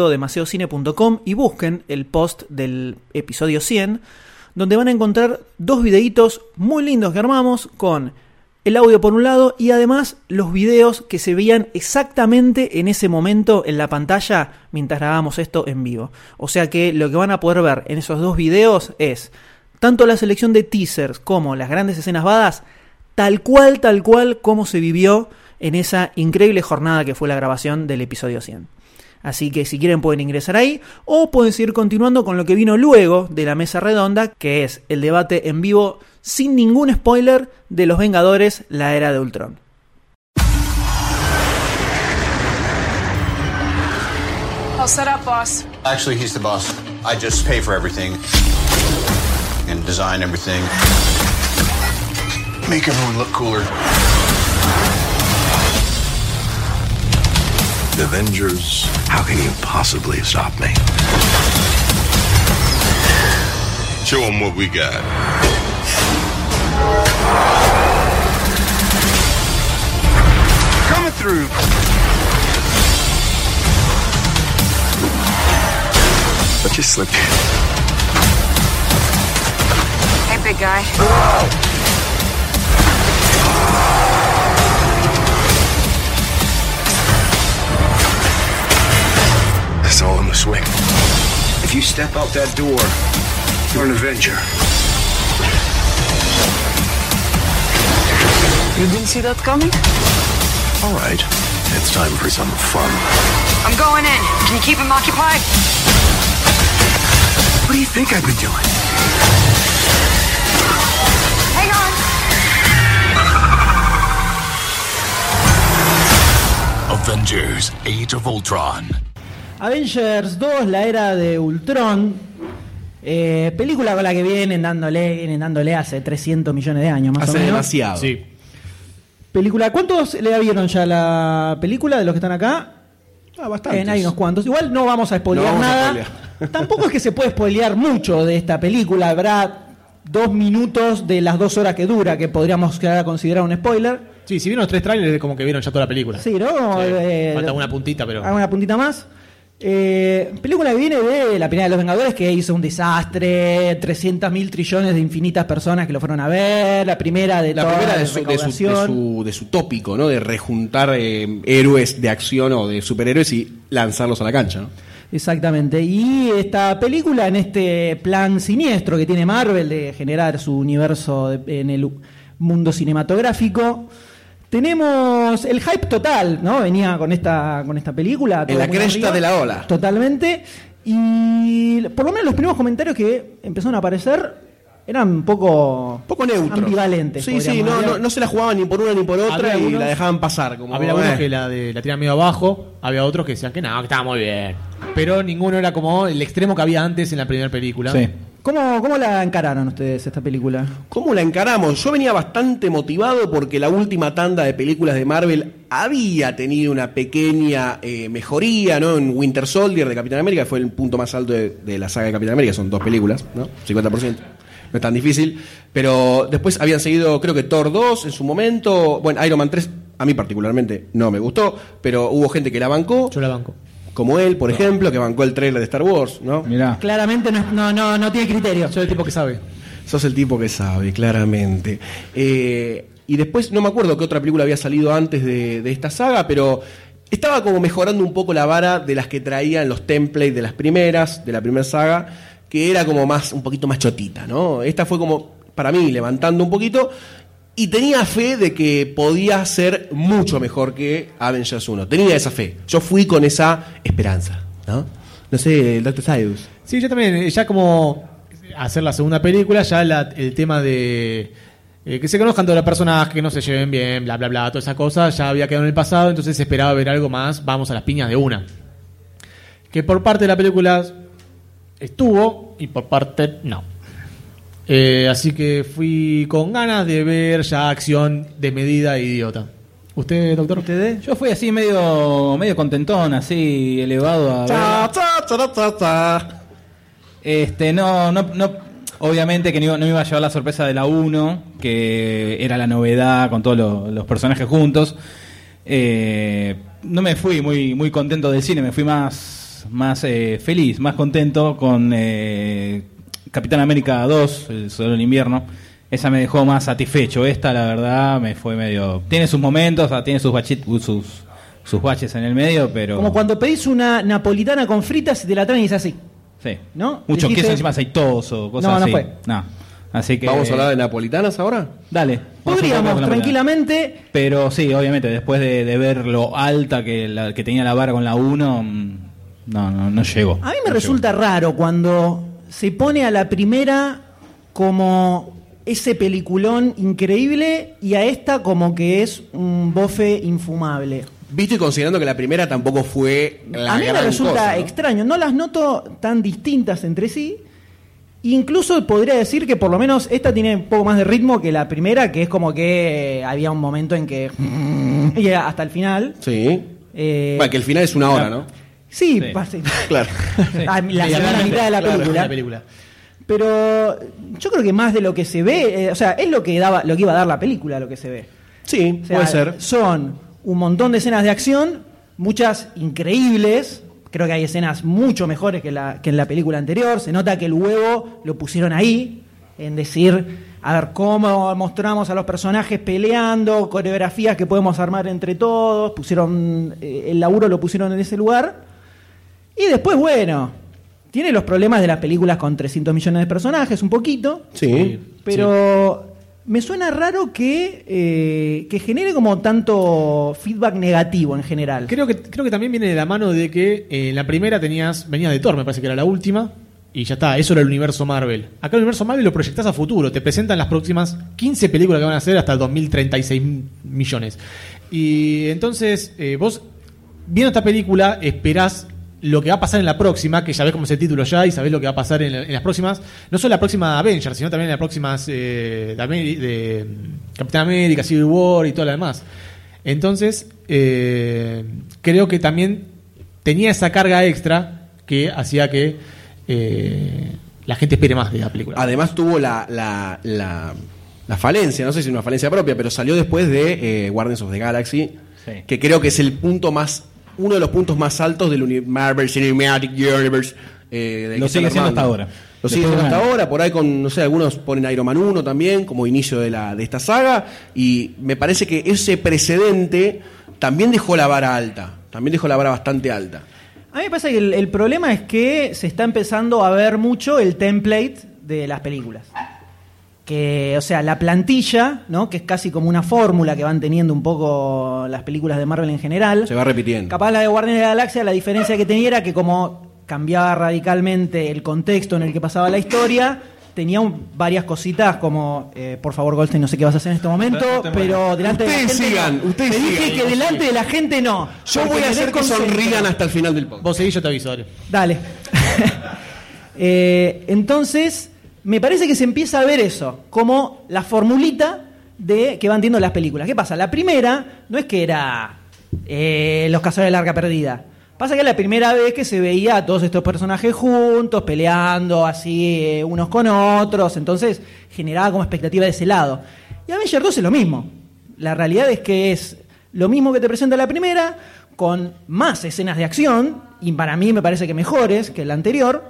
podcast.demasiadocine.com y busquen el post del episodio 100, donde van a encontrar dos videitos muy lindos que armamos con el audio por un lado y además los videos que se veían exactamente en ese momento en la pantalla mientras grabamos esto en vivo. O sea que lo que van a poder ver en esos dos videos es tanto la selección de teasers como las grandes escenas badas, tal cual, tal cual como se vivió en esa increíble jornada que fue la grabación del episodio 100. Así que si quieren pueden ingresar ahí o pueden seguir continuando con lo que vino luego de la mesa redonda, que es el debate en vivo sin ningún spoiler de Los Vengadores, la era de Ultron.
All set up, boss.
Actually, he's the boss. I just pay for everything and design everything. Make everyone look cooler.
The Avengers. How can you possibly stop me? Show them what we got. Coming through. But you slipped.
Hey, big guy.
That's all in the swing. If you step out that door, you're an Avenger.
You didn't see that coming?
All right, it's time for some fun.
I'm going in. Can you keep him occupied?
What do you think I've been doing?
Hang on.
Avengers Age of Ultron.
Avengers 2, la era de Ultron. eh, película con la que vienen dándole, vienen dándole hace 300 millones de años, más o menos.
Sí.
Película, ¿cuántos le vieron ya la película de los que están acá?
Ah,
Eh, hay unos cuantos. Igual no vamos a spoilear
No vamos a
nada. Tampoco es que se puede spoilear mucho de esta película. Habrá dos minutos de las dos horas que dura que podríamos quedar a considerar un spoiler.
Sí, si vieron los tres trailers, como que vieron ya toda la película.
Sí, ¿no? Como, eh,
Falta una puntita, pero...
Hago una puntita más. Eh, película que viene de la primera de los Vengadores que hizo un desastre, 300 mil trillones de infinitas personas que lo fueron a ver, la primera de
La
todas
primera de
las
su, de, su, de
recaudación.
su- de su tópico, ¿no? De rejuntar eh, héroes de acción o de superhéroes y lanzarlos a la cancha, ¿no?
Exactamente. Y esta película, en este plan siniestro que tiene Marvel de generar su universo de- en el u- mundo cinematográfico, tenemos el hype total, ¿no? Venía con esta, con esta película. todo
la
muy
cresta de la ola.
Totalmente. Y por lo menos los primeros comentarios que empezaron a aparecer eran un poco,
poco neutros.
ambivalentes.
Sí, sí,
podríamos
no,
hablar.
no, no se la jugaban ni por una ni por otra
Había
y
algunos-
la dejaban pasar. Como,
Había algunos
eh.
que la, de, la tiran medio abajo, había otros que decían que no, que estaba muy bien. Pero ninguno era como el extremo que había antes en la primera película.
Sí.
¿Cómo, ¿Cómo la encararon ustedes esta película?
¿Cómo la encaramos? Yo venía bastante motivado porque la última tanda de películas de Marvel había tenido una pequeña eh, mejoría, ¿no? En Winter Soldier de Capitán América, fue el punto más alto de, de la saga de Capitán América, son dos películas, ¿no? 50%. No es tan difícil. Pero después habían seguido, creo que Thor 2 en su momento. Bueno, Iron Man 3, a mí particularmente no me gustó, pero hubo gente que la bancó. Yo
la banco.
Como él, por ejemplo, que bancó el trailer de Star Wars, ¿no?
Mirá.
Claramente no, es- no, no, no tiene criterio.
Soy el tipo que sabe.
Sos el tipo que sabe, claramente. Eh, y después, no me acuerdo qué otra película había salido antes de, de esta saga, pero estaba como mejorando un poco la vara de las que traían los templates de las primeras, de la primera saga, que era como más, un poquito más chotita, ¿no? Esta fue como, para mí, levantando un poquito. Y tenía fe de que podía ser mucho mejor que Avengers 1. Tenía esa fe. Yo fui con esa esperanza, ¿no? No sé, el Dr. Sayus.
Sí, yo también, eh, ya como hacer la segunda película, ya la- el tema de eh, que se conozcan todos los personajes, que no se lleven bien, bla, bla, bla, toda esa cosa, ya había quedado en el pasado, entonces esperaba ver algo más, vamos a las piñas de una. Que por parte de la película estuvo y por parte no. Eh, así que fui con ganas de ver ya acción de medida e idiota. ¿Usted, doctor? ¿Usted?
Yo fui así medio, medio contentón, así elevado a
Ta, ta, ta, ta, ta.
Este, no, no, no. Obviamente que no, iba- no me iba a llevar la sorpresa de la 1, que era la novedad con todos lo- los personajes juntos. Eh, no me fui muy, muy contento del cine, me fui más, más eh, feliz, más contento con eh, Capitán América 2, El Sol del Invierno. Esa me dejó más satisfecho. Esta, la verdad, me fue medio. Tiene sus momentos, o sea, tiene sus, bachi- sus, sus baches en el medio, pero.
Como cuando pedís una napolitana con fritas y te la traen y es así.
Sí.
¿No?
Mucho
Dijiste-
queso encima aceitoso, cosas
No, no
así.
fue.
No. Así que.
¿Vamos a hablar de napolitanas ahora?
Dale. vamos a hablar de
Podríamos
la película.
tranquilamente.
Pero sí, obviamente, después de, de ver lo alta que, la- que tenía la vara con la 1, mm, no, no, no llegó.
A mí me resulta raro cuando se pone a la primera como ese peliculón increíble y a esta como que es un bofe infumable.
Visto y considerando que la primera tampoco fue la
a mí me
gran
resulta
cosa, ¿no?
extraño. No las noto tan distintas entre sí. Incluso podría decir que por lo menos esta tiene un poco más de ritmo que la primera, que es como que había un momento en que... y hasta el final.
Sí.
Eh,
Bueno, que el final es una hora, ¿no?
Sí,
Sí.
pase-
Claro.
Ah, la
Sí,
segunda
realmente,
mitad de la
claro,
película.
la película.
Pero yo creo que más de lo que se ve, eh, o sea, es lo que daba, lo que iba a dar la película, lo que se ve.
Sí,
O sea,
puede ser.
Son un montón de escenas de acción, muchas increíbles. Creo que hay escenas mucho mejores que, la, que en la película anterior. Se nota que el huevo lo pusieron ahí, en decir, a ver cómo mostramos a los personajes peleando, coreografías que podemos armar entre todos. Pusieron eh, el laburo lo pusieron en ese lugar. Y después, bueno, tiene los problemas de las películas con 300 millones de personajes, un poquito.
Sí.
Pero me suena raro que, eh, que genere como tanto feedback negativo en general.
Creo que, creo que también viene de la mano de que eh, la primera tenías, venía de Thor, me parece que era la última, y ya está, eso era el universo Marvel. Acá el universo Marvel lo proyectás a futuro, te presentan las próximas 15 películas que van a hacer hasta 2036 millones. Y entonces, eh, vos, viendo esta película, esperás lo que va a pasar en la próxima, que ya ves cómo es el título ya y sabés lo que va a pasar en, la- en las próximas, no solo la próxima Avengers, sino también en las próximas eh, de, Ameri- de, mm, Capitán América, Civil War y todo lo demás. Entonces, eh, creo que también tenía esa carga extra que hacía que eh, la gente espere más de la película.
Además tuvo la, la, la, la falencia, no sé si es una falencia propia, pero salió después de eh, Guardians of the Galaxy,
Sí.
que creo que es el punto más, uno de los puntos más altos del uni- Marvel Cinematic Universe. eh, del
Lo
que
sigue
están
siendo
armando.
hasta ahora.
Lo sigue
Después
siendo
de
hasta
una-
ahora, por ahí con, no sé, algunos ponen Iron Man 1 también como inicio de, la, de esta saga, y me parece que ese precedente también dejó la vara alta, también dejó la vara bastante alta.
A mí me parece que el, el problema es que se está empezando a ver mucho el template de las películas. Que, o sea, la plantilla, ¿no? Que es casi como una fórmula que van teniendo un poco las películas de Marvel en general.
Se va repitiendo.
Capaz la de Guardianes de la Galaxia, la diferencia que tenía era que como cambiaba radicalmente el contexto en el que pasaba la historia, tenía un- varias cositas como, eh, por favor Goldstein, no sé qué vas a hacer en este momento,
No te muevas.
pero delante de la
Ustedes
gente
sigan,
no.
ustedes
Te dije
sigan.
que delante de la gente no.
Yo
porque
voy
me
a hacer que
desconcentro.
sonrían hasta el final del podcast.
Vos seguís, yo te aviso. dale.
Dale. Eh, entonces, me parece que se empieza a ver eso, como la formulita de que van viendo las películas. ¿Qué pasa? La primera no es que era eh, Los Cazadores de Larga Perdida. Pasa que era la primera vez que se veía a todos estos personajes juntos, peleando así eh, unos con otros, entonces generaba como expectativa de ese lado. Y Avenger 2 es lo mismo. La realidad es que es lo mismo que te presenta la primera, con más escenas de acción, y para mí me parece que mejores que la anterior,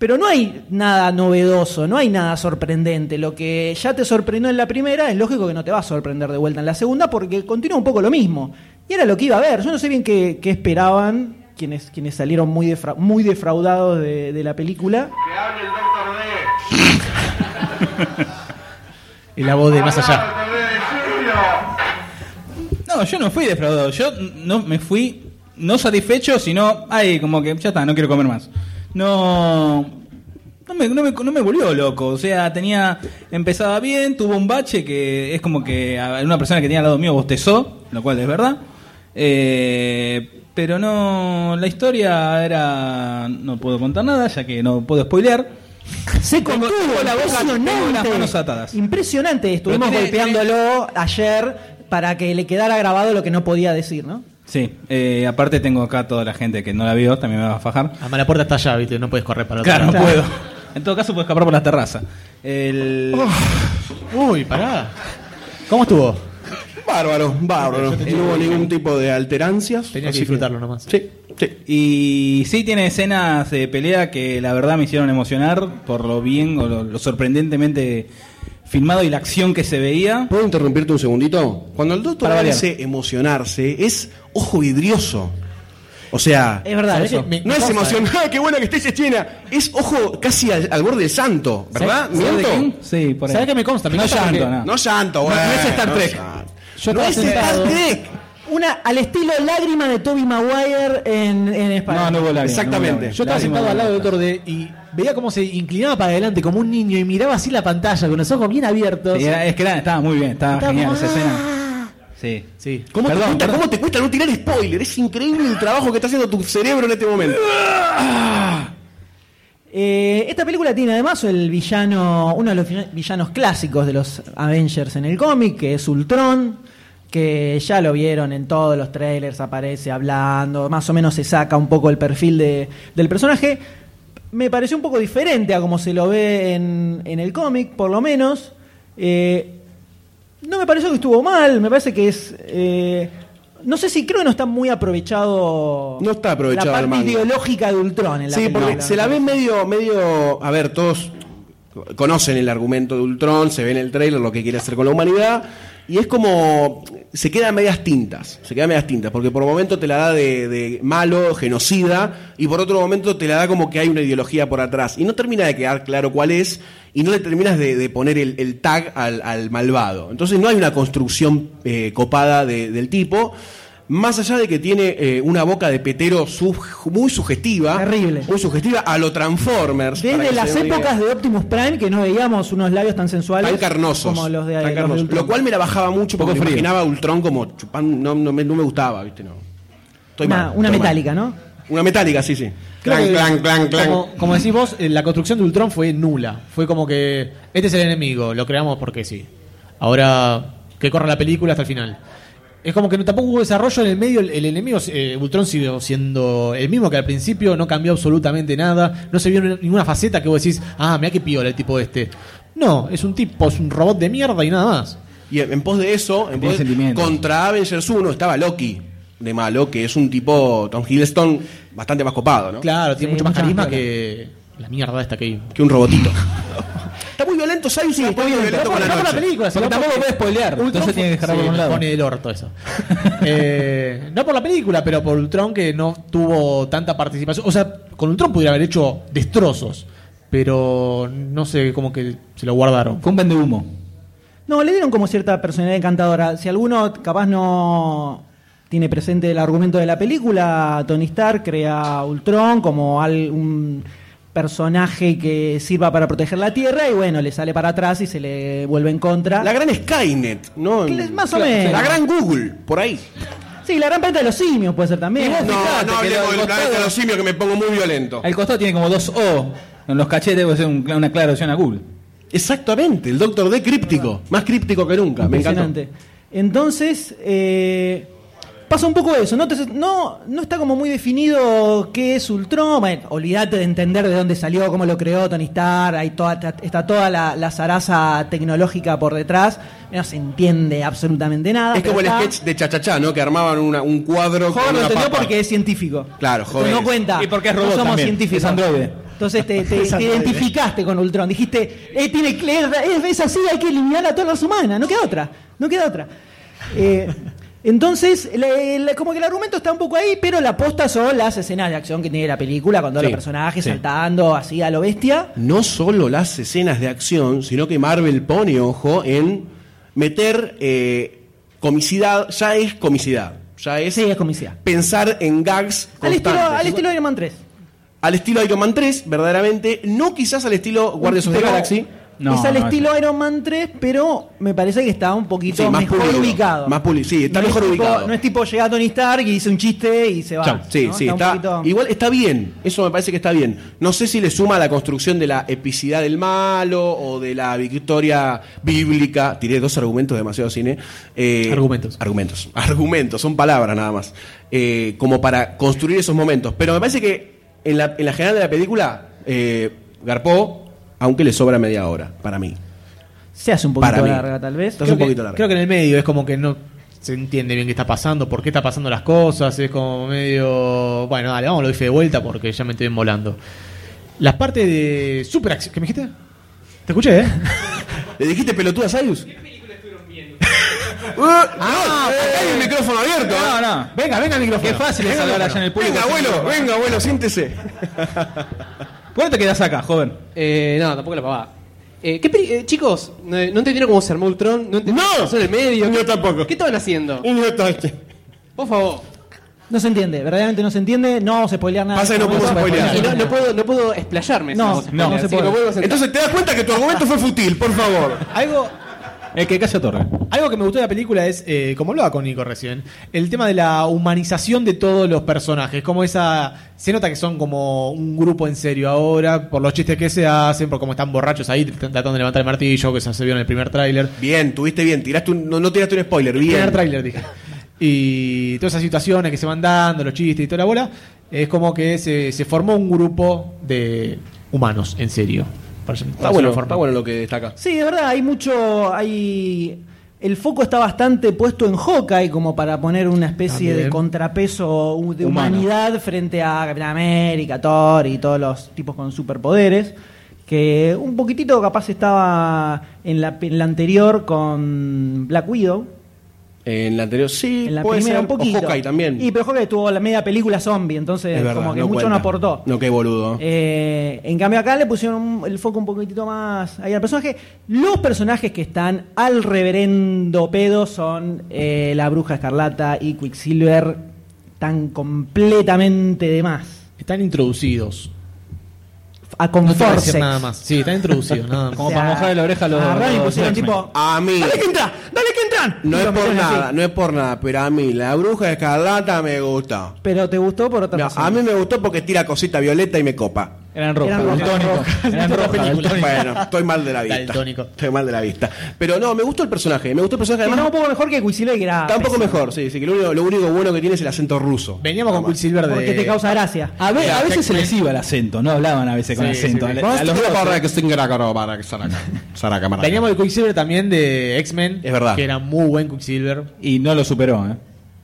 pero no hay nada novedoso, no hay nada sorprendente. Lo que ya te sorprendió en la primera es lógico que no te va a sorprender de vuelta en la segunda porque continúa un poco lo mismo. Y era lo que iba a ver. Yo no sé bien qué, qué esperaban quienes, quienes salieron muy, defra- muy defraudados de, de la película.
Y la voz de más allá.
No, yo no fui defraudado. Yo no me fui no satisfecho, sino, ay, como que ya está, no quiero comer más. No. No me, no, me, no me volvió loco, o sea, tenía empezaba bien, tuvo un bache que es como que a- una persona que tenía al lado mío bostezó, lo cual es verdad. Eh, pero no, la historia era. No puedo contar nada, ya que no puedo spoilear.
Se contuvo,
la boca- tengo las manos atadas.
Impresionante. Estuvimos
tiene-
golpeándolo ayer para que le quedara grabado lo que no podía decir, ¿no?
Sí, eh, aparte tengo acá toda la gente que no la vio, también me va a fajar.
Además, la puerta está allá, ¿viste? No puedes correr para el
Claro, no
otro lado.
puedo. En todo caso, puedo escapar por la terraza. El...
Uy, pará. ¿Cómo estuvo?
Bárbaro, bárbaro.
Yo te
No hubo ningún tipo de alterancias.
Tenía que
así
disfrutarlo nomás.
Sí, sí.
Y sí tiene escenas de pelea que la verdad me hicieron emocionar por lo bien o lo, lo sorprendentemente filmado y la acción que se veía.
¿Puedo interrumpirte un segundito? Cuando el doctor
Para variar.
parece emocionarse, es ojo vidrioso. O sea,
Es verdad, ¿Sabés eso. que me-
no
me
es
pasa, eh.
emoción, ¡Ah, qué buena que estés Chechena! Es ojo casi al, al borde del santo, ¿verdad?
¿Sabés- sabés de
¿Miento?
quién? Sí, por ahí.
¿Sabés qué me consta? Me
no
consta
llanto,
porque-
no.
No llanto,
No,
bueno.
no es Star Trek.
llanto.
Yo
No
estaba
es Star
sentado.
Trek.
Una al estilo lágrima de Toby Maguire en, en España.
No, no hubo lágrimas, no hubo
Exactamente.
lágrimas.
Yo estaba
Lágrima
sentado al lado
de
del doctor D y veía cómo se inclinaba para adelante como un niño y miraba así la pantalla con los ojos bien abiertos.
Sí, era- es que era- estaba muy bien, estaba
Estaba
genial
como-
esa escena. Sí.
Sí.
¿Cómo, te
Perdón,
cuesta,
perdón.
¿Cómo te cuesta no tirar spoiler? Es increíble el trabajo que está haciendo tu cerebro en este momento.
Eh, esta película tiene además el villano, uno de los vi- villanos clásicos de los Avengers en el cómic, que es Ultron, que ya lo vieron en todos los trailers, aparece hablando, más o menos se saca un poco el perfil de- del personaje. Me pareció un poco diferente a como se lo ve en, en el cómic, por lo menos. Eh, no me pareció que estuvo mal, me parece que es... eh, no sé si creo que no está muy aprovechado.
No está aprovechado
La
el
parte
manga.
ideológica de Ultron en la
Sí,
película.
porque se la ve medio, medio. A ver, todos conocen el argumento de Ultron, se ve en el trailer lo que quiere hacer con la humanidad. Y es como. Se queda a medias tintas. Se queda a medias tintas. Porque por un momento te la da de, de malo, genocida. Y por otro momento te la da como que hay una ideología por atrás. Y no termina de quedar claro cuál es. Y no le terminas de, de poner el, el tag al, al malvado. Entonces no hay una construcción eh, copada de- del tipo. Más allá de que tiene eh, una boca de petero sub- muy sugestiva.
Terrible.
Muy sugestiva a lo Transformers. para
Desde
que
las
se den una
épocas
idea.
de Optimus Prime que no veíamos unos labios tan sensuales
Tan carnosos.
como los de,
tan
los de
carnosos.
Ultron.
Lo cual me la bajaba mucho porque
Poco
me
frío.
imaginaba a Ultron como chupando. No, no me, no me gustaba, ¿viste? No. Estoy
una,
mal,
una
estoy mal.
metálica, ¿no?
Una metálica, sí, sí.
Creo
Clan,
que,
clan, clan, clan.
Como, como decís vos, eh, la construcción de Ultron fue nula. Fue como que este es el enemigo, lo creamos porque sí. Ahora que corra la película hasta el final. Es como que no- tampoco hubo desarrollo en el medio. El, el enemigo, eh, Ultron, siguió siendo el mismo que al principio, no cambió absolutamente nada. No se vio n- ninguna faceta que vos decís, ah, mira qué piola el tipo este. No, es un tipo, es un robot de mierda y nada más.
Y en en pos de eso,
Tiene
en pos de-
sentimientos.
contra Avengers 1 estaba Loki de malo, que es un tipo, Tom Hiddleston, bastante más copado, ¿no?
Claro, tiene
Sí,
mucho más
mucho más
carisma
piola.
que la mierda esta que
Que un robotito. Está muy violento violento, Cyrus sigue estando violento con la
Dejamos
noche.
película, si
Porque
no,
tampoco puede spoilear,
Ultron
entonces tiene que dejarla
sí,
por un lado.
pone el orto eso. Eh, no por la película, pero por Ultron que no tuvo tanta participación. O sea, con Ultron pudiera haber hecho destrozos, pero no sé, como que se lo guardaron.
Fue un vende humo.
No, le dieron como cierta personalidad encantadora. Si alguno capaz no tiene presente el argumento de la película, Tony Stark crea a Ultron como al- un personaje que sirva para proteger la Tierra y bueno, le sale para atrás y se le vuelve en contra.
La gran Skynet, ¿no?
Que es más o menos.
La gran Google, por ahí.
Sí, la gran planta de los simios puede ser también.
No, no hablemos
del
del planeta de los simios que me pongo muy violento.
Al costado tiene como dos O en los cachetes, puede ser un- una clara alusión a Google.
Exactamente, el Doctor D críptico, más críptico que nunca, me encantó.
Impresionante. Entonces, eh, pasa un poco eso. No, Entonces, no, no está como muy definido qué es Ultron. Bueno, olvídate de entender de dónde salió, cómo lo creó Tony Stark. Hay toda, está- está toda la, la zaraza tecnológica por detrás. No se entiende absolutamente nada.
Es
pero
como el
está-
sketch de Chachachá, ¿no? Que armaban una- un cuadro
Hover
con
lo
una
entendió
papa.
porque es científico.
Claro, joven.
No cuenta.
Y porque es
No
robot
somos
también,
científicos.
es androide.
Entonces te, te-
Es
te
androide.
identificaste con Ultron. Dijiste, eh, tiene que- es, es así, hay que eliminar a toda la raza humana. No queda otra. No queda otra. Eh, entonces, la- la- como que el argumento está un poco ahí, pero la posta son las escenas de acción que tiene la película, con todos
Sí,
los personajes
sí.
saltando así a lo bestia.
no solo las escenas de acción, sino que Marvel pone ojo en meter eh, comicidad, ya es comicidad, ya es,
comicidad.
pensar en gags
Al estilo,
constantes.
al estilo Iron Man 3.
Al estilo Iron Man 3, verdaderamente, no quizás al estilo Guardians of the
Pero
Galaxy.
es al estilo Iron Man 3, pero me parece que está un poquito
Sí, más
mejor
pulido,
ubicado.
Más pulido, sí, está
No es
mejor
tipo-
ubicado.
No es tipo llega Tony Stark y dice un chiste y se va.
Chau. Sí,
¿no?
sí,
un
está,
poquito-
igual está bien, eso me parece que está bien. No sé si le suma a la construcción de la epicidad del malo o de la victoria bíblica. Tiré dos argumentos demasiado cine. Eh,
Argumentos.
Argumentos. Argumentos, son palabras nada más. Eh, como para construir esos momentos. Pero me parece que en la, en la general de la película, eh, Garpó, aunque le sobra media hora, para mí.
Se hace un
poquito Para mí.
larga, tal vez.
Estás un poquito larga.
Creo que en el medio es como que no se entiende bien qué está pasando, por qué está pasando las cosas, es como medio... Bueno, dale, vamos, lo hice de vuelta porque ya me estoy volando. Las partes de superacción... ¿Qué me dijiste? Te escuché, ¿eh?
¿Le dijiste pelotuda a Sayus? ah, acá hay un micrófono abierto. ¿eh?
No, no.
Venga, venga el micrófono.
Qué fácil es hablar allá en el público.
Venga, abuelo, venga, abuelo, siéntese.
¿Cuánto te quedas acá, joven?
Eh, no, tampoco la pavada. Eh, ¿qué peli- eh, chicos, eh, no entendieron cómo se armó Ultron, no entendieron cómo pasó en el medio. Yo tampoco. ¿Qué estaban haciendo? Por favor.
No se entiende, verdaderamente no se entiende. No vamos a spoilear nada.
Pasa que no
Vamos a
podemos spoilear.
Y no, no puedo, no puedo explayarme.
No,
si
no,
vamos a spoilear,
no se
así que
puede.
me vuelvo a sentar.
Entonces te das cuenta que tu argumento fue fútil, por favor.
Algo,
El que casi otorga.
algo que me gustó de la película es, eh, como hablaba con Nico recién, el tema de la humanización de todos los personajes. Como esa. Se nota que son como un grupo en serio ahora, por los chistes que se hacen, por cómo están borrachos ahí, trat- tratando de levantar el martillo, que se se vio en el primer tráiler.
Bien, tuviste bien, tiraste un- no, no tiraste un spoiler,
El primer
bien.
tráiler, dije. Y todas esas situaciones que se van dando, los chistes y toda la bola, es como que se, se formó un grupo de humanos en serio. Para-
Está
para
bueno,
hacerlo
está
formar.
bueno lo que destaca.
Sí, de verdad, hay mucho. hay El foco está bastante puesto en Hawkeye como para poner una especie de
También.
contrapeso u- de
Humano.
humanidad frente a Capitán América, Thor y todos los tipos con superpoderes. Que un poquitito capaz estaba en la, en la anterior con Black Widow.
En la anterior sí,
En la
puede
primera
ser.
un poquito.
O Hawkeye también.
Y pero Hawkeye tuvo la media película zombie, entonces
Es verdad,
como que mucho no
cuenta.
aportó.
No, qué boludo.
Eh, en cambio acá le pusieron un- el foco un poquitito más ahí al personaje. Los personajes que están al reverendo pedo son eh, la bruja escarlata y Quicksilver tan completamente de más.
Están introducidos.
A con
No te voy a decir
forceps.
nada más. Sí, están introducidos, nada más.
Como para mojarle la oreja a los.
agarraron y
los
pusieron
X-Men.
tipo...
a mí,
¡Dale que entra! ¡Dale que entran!
no
Y
es
lo
por
metieron así.
nada, no es por nada, pero a mí la bruja escarlata me gusta.
Pero te gustó por otra
No,
razón.
a mí me gustó porque tira cosita violeta y me copa.
Eran rojas,
Eran rojas,
daltónicos. Eran rojas, daltónicos.
Bueno, estoy mal de la vista.
Daltónico.
Estoy mal de la vista. Pero no, me gustó el personaje. Me gustó el personaje.
Que estaba
Además,
un poco mejor que Quicksilver que era...
tampoco
pésimo.
mejor. Sí, sí que lo único, lo único bueno que tiene es el acento ruso.
Veníamos con Quicksilver de.
Porque te causa gracia.
A, ve-
Mira,
a veces se
X-Men.
les iba el acento, no hablaban a veces con
Sí, sí,
acento.
sí.
A le-
Vamos
a
a
los
tener
dos-
la barra que se engracaro, barra que saraca. Saraca, maraca.
Veníamos del Quicksilver también de X-Men.
Es verdad.
Que era muy buen Quicksilver
Y no lo superó, ¿eh?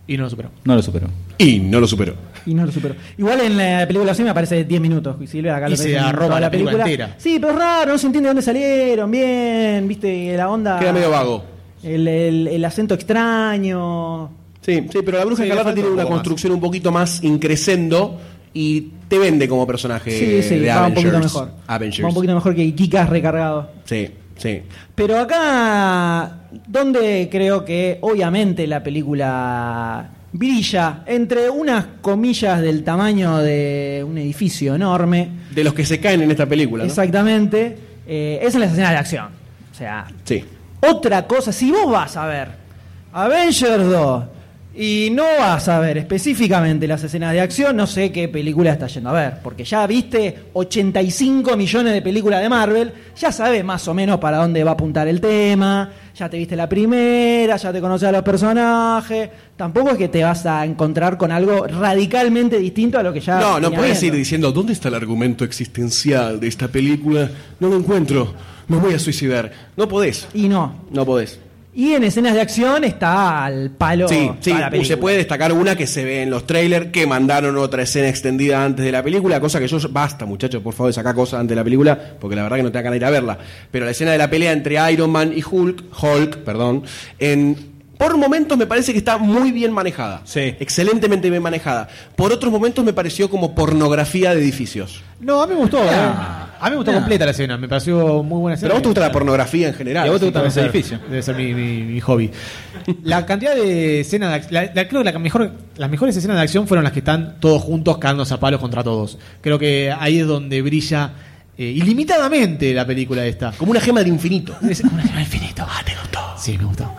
y no lo superó.
No lo superó.
Y no lo superó.
Y no lo superó. Igual en la película sí me aparece 10 minutos. Silvia acá
Y
lo
se
tenés en
arroba
toda
la película entera.
Sí, pero es raro, no se entiende de dónde salieron, bien, viste, la onda.
Queda medio vago.
El, el- el acento extraño.
Sí, sí, pero la bruja escarlata tiene una construcción un poquito más increscendo y te vende como personaje
Sí, sí,
de
va un
Avengers.
poquito mejor.
Avengers.
Va un poquito mejor que Kikas recargado.
Sí, sí.
Pero acá, donde creo que obviamente la película brilla entre unas comillas del tamaño de un edificio enorme.
De los que se caen en esta película, ¿no?
Exactamente. eh, esa es la escena de acción. O sea,
Sí.
otra cosa, si vos vas a ver Avengers 2 y no vas a ver específicamente las escenas de acción, no sé qué película estás yendo a ver, porque ya viste 85 millones de películas de Marvel, ya sabes más o menos para dónde va a apuntar el tema, ya te viste la primera, ya te conoces a los personajes, tampoco es que te vas a encontrar con algo radicalmente distinto a lo que ya...
No, no
venías
puedes ir
viendo.
diciendo, ¿dónde está el argumento existencial de esta película? No lo encuentro, me voy a suicidar. No podés.
Y no.
No podés.
Y en escenas de acción está al palo.
Sí, sí,
toda la película.
se puede destacar una que se ve en los trailers, que mandaron otra escena extendida antes de la película, cosa que yo... Basta, muchachos, por favor, saca cosas antes de la película, porque la verdad que no te da ganas de ir a verla. Pero la escena de la pelea entre Iron Man y Hulk, Hulk, perdón, en... Por momentos me parece que está muy bien manejada. Sí. Excelentemente bien manejada. Por otros momentos me pareció como pornografía de edificios.
No, a mí me gustó. eh. A mí me gustó completa la escena. Me pareció muy buena escena.
Pero a vos te gusta la pornografía en general.
Y a vos te gusta
Así
ese
que-
edificio. Debe ser mi, mi- mi hobby. La cantidad de escenas de ac- la- la- creo que la mejor, las mejores escenas de acción fueron las que están todos juntos cagándose a palos contra todos. Creo que ahí es donde brilla eh, ilimitadamente la película esta.
Como una gema del infinito.
una gema del infinito. Ah, te gustó. Sí, me gustó.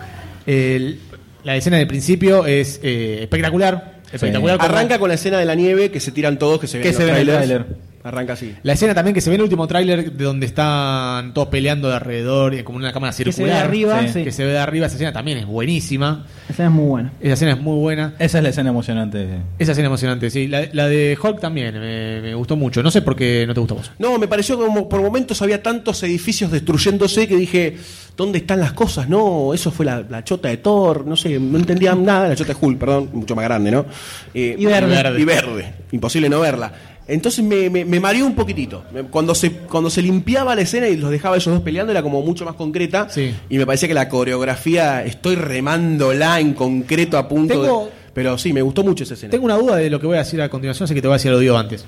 El- la escena del principio es eh, espectacular. Espectacular. como-
Arranca con la escena de la nieve que se tiran todos, que se ven
Que
en
se
los
ve en el
trailers.
tráiler.
Arranca así.
La escena también que se ve en el último tráiler de donde están todos peleando de alrededor, eh, como en una cámara
Que
circular.
se ve de arriba, sí.
Que se ve de arriba, esa escena también es buenísima.
Esa escena es muy buena.
Esa escena es muy buena.
Esa es la escena emocionante.
Esa escena emocionante, sí. La, la de Hulk también me, me gustó mucho. No sé por qué no te gustó a vos.
No, me pareció como por momentos había tantos edificios destruyéndose que dije, ¿dónde están las cosas? No, eso fue la, la chota de Thor, no sé, no entendía nada, la chota de Hulk, perdón, mucho más grande, ¿no? Eh,
Y verde.
Y verde, imposible no verla. Entonces me, me, me mareó un poquitito. Me- Cuando se, cuando se limpiaba la escena y los dejaba ellos dos peleando era como mucho más concreta. Y me parecía que la coreografía, estoy remándola en concreto a punto
Tengo-
de... Pero sí, me gustó mucho esa escena.
Tengo una duda de lo que voy a decir a continuación, así que te voy a decir lo digo antes.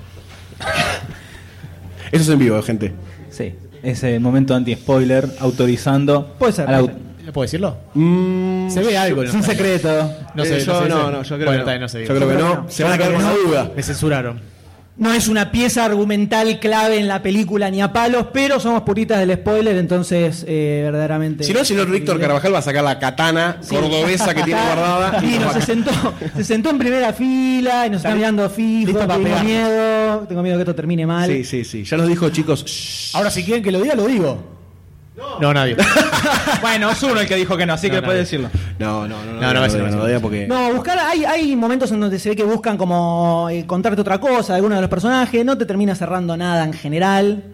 Eso es en vivo, gente.
Sí. Ese momento anti-spoiler autorizando.
Puede ser.
a la au-
¿Puedo decirlo? se ve algo.
Mm, Es un secreto.
No sé,
Eh, yo
se
no,
dice.
no, yo creo que
Bueno,
no.
está bien, se
Yo
dice.
creo que no.
Se van a
Yo creo
quedar
que
con
no.
la duda.
Me censuraron.
No es una pieza argumental clave en la película ni a palos, pero somos puristas del spoiler, entonces eh, verdaderamente.
Si no, el señor Víctor Carvajal va a sacar la katana
Sí.
cordobesa que tiene guardada.
Y no, se sentó, se sentó en primera fila y nos está mirando fijo.
listo para
Tengo
pegarnos.
miedo, tengo miedo que esto termine mal.
Sí, sí, sí. Ya nos dijo, chicos. shh.
Ahora, si quieren que lo diga, lo digo. No, nadie.
bueno, es uno el que dijo que no, así que
nadie.
puede decirlo.
No, no, no.
No, no, ese no, ese no.
diga porque.
No, buscar, hay, hay momentos en donde se ve que buscan como eh, contarte otra cosa de alguno de los personajes, no te termina cerrando nada en general.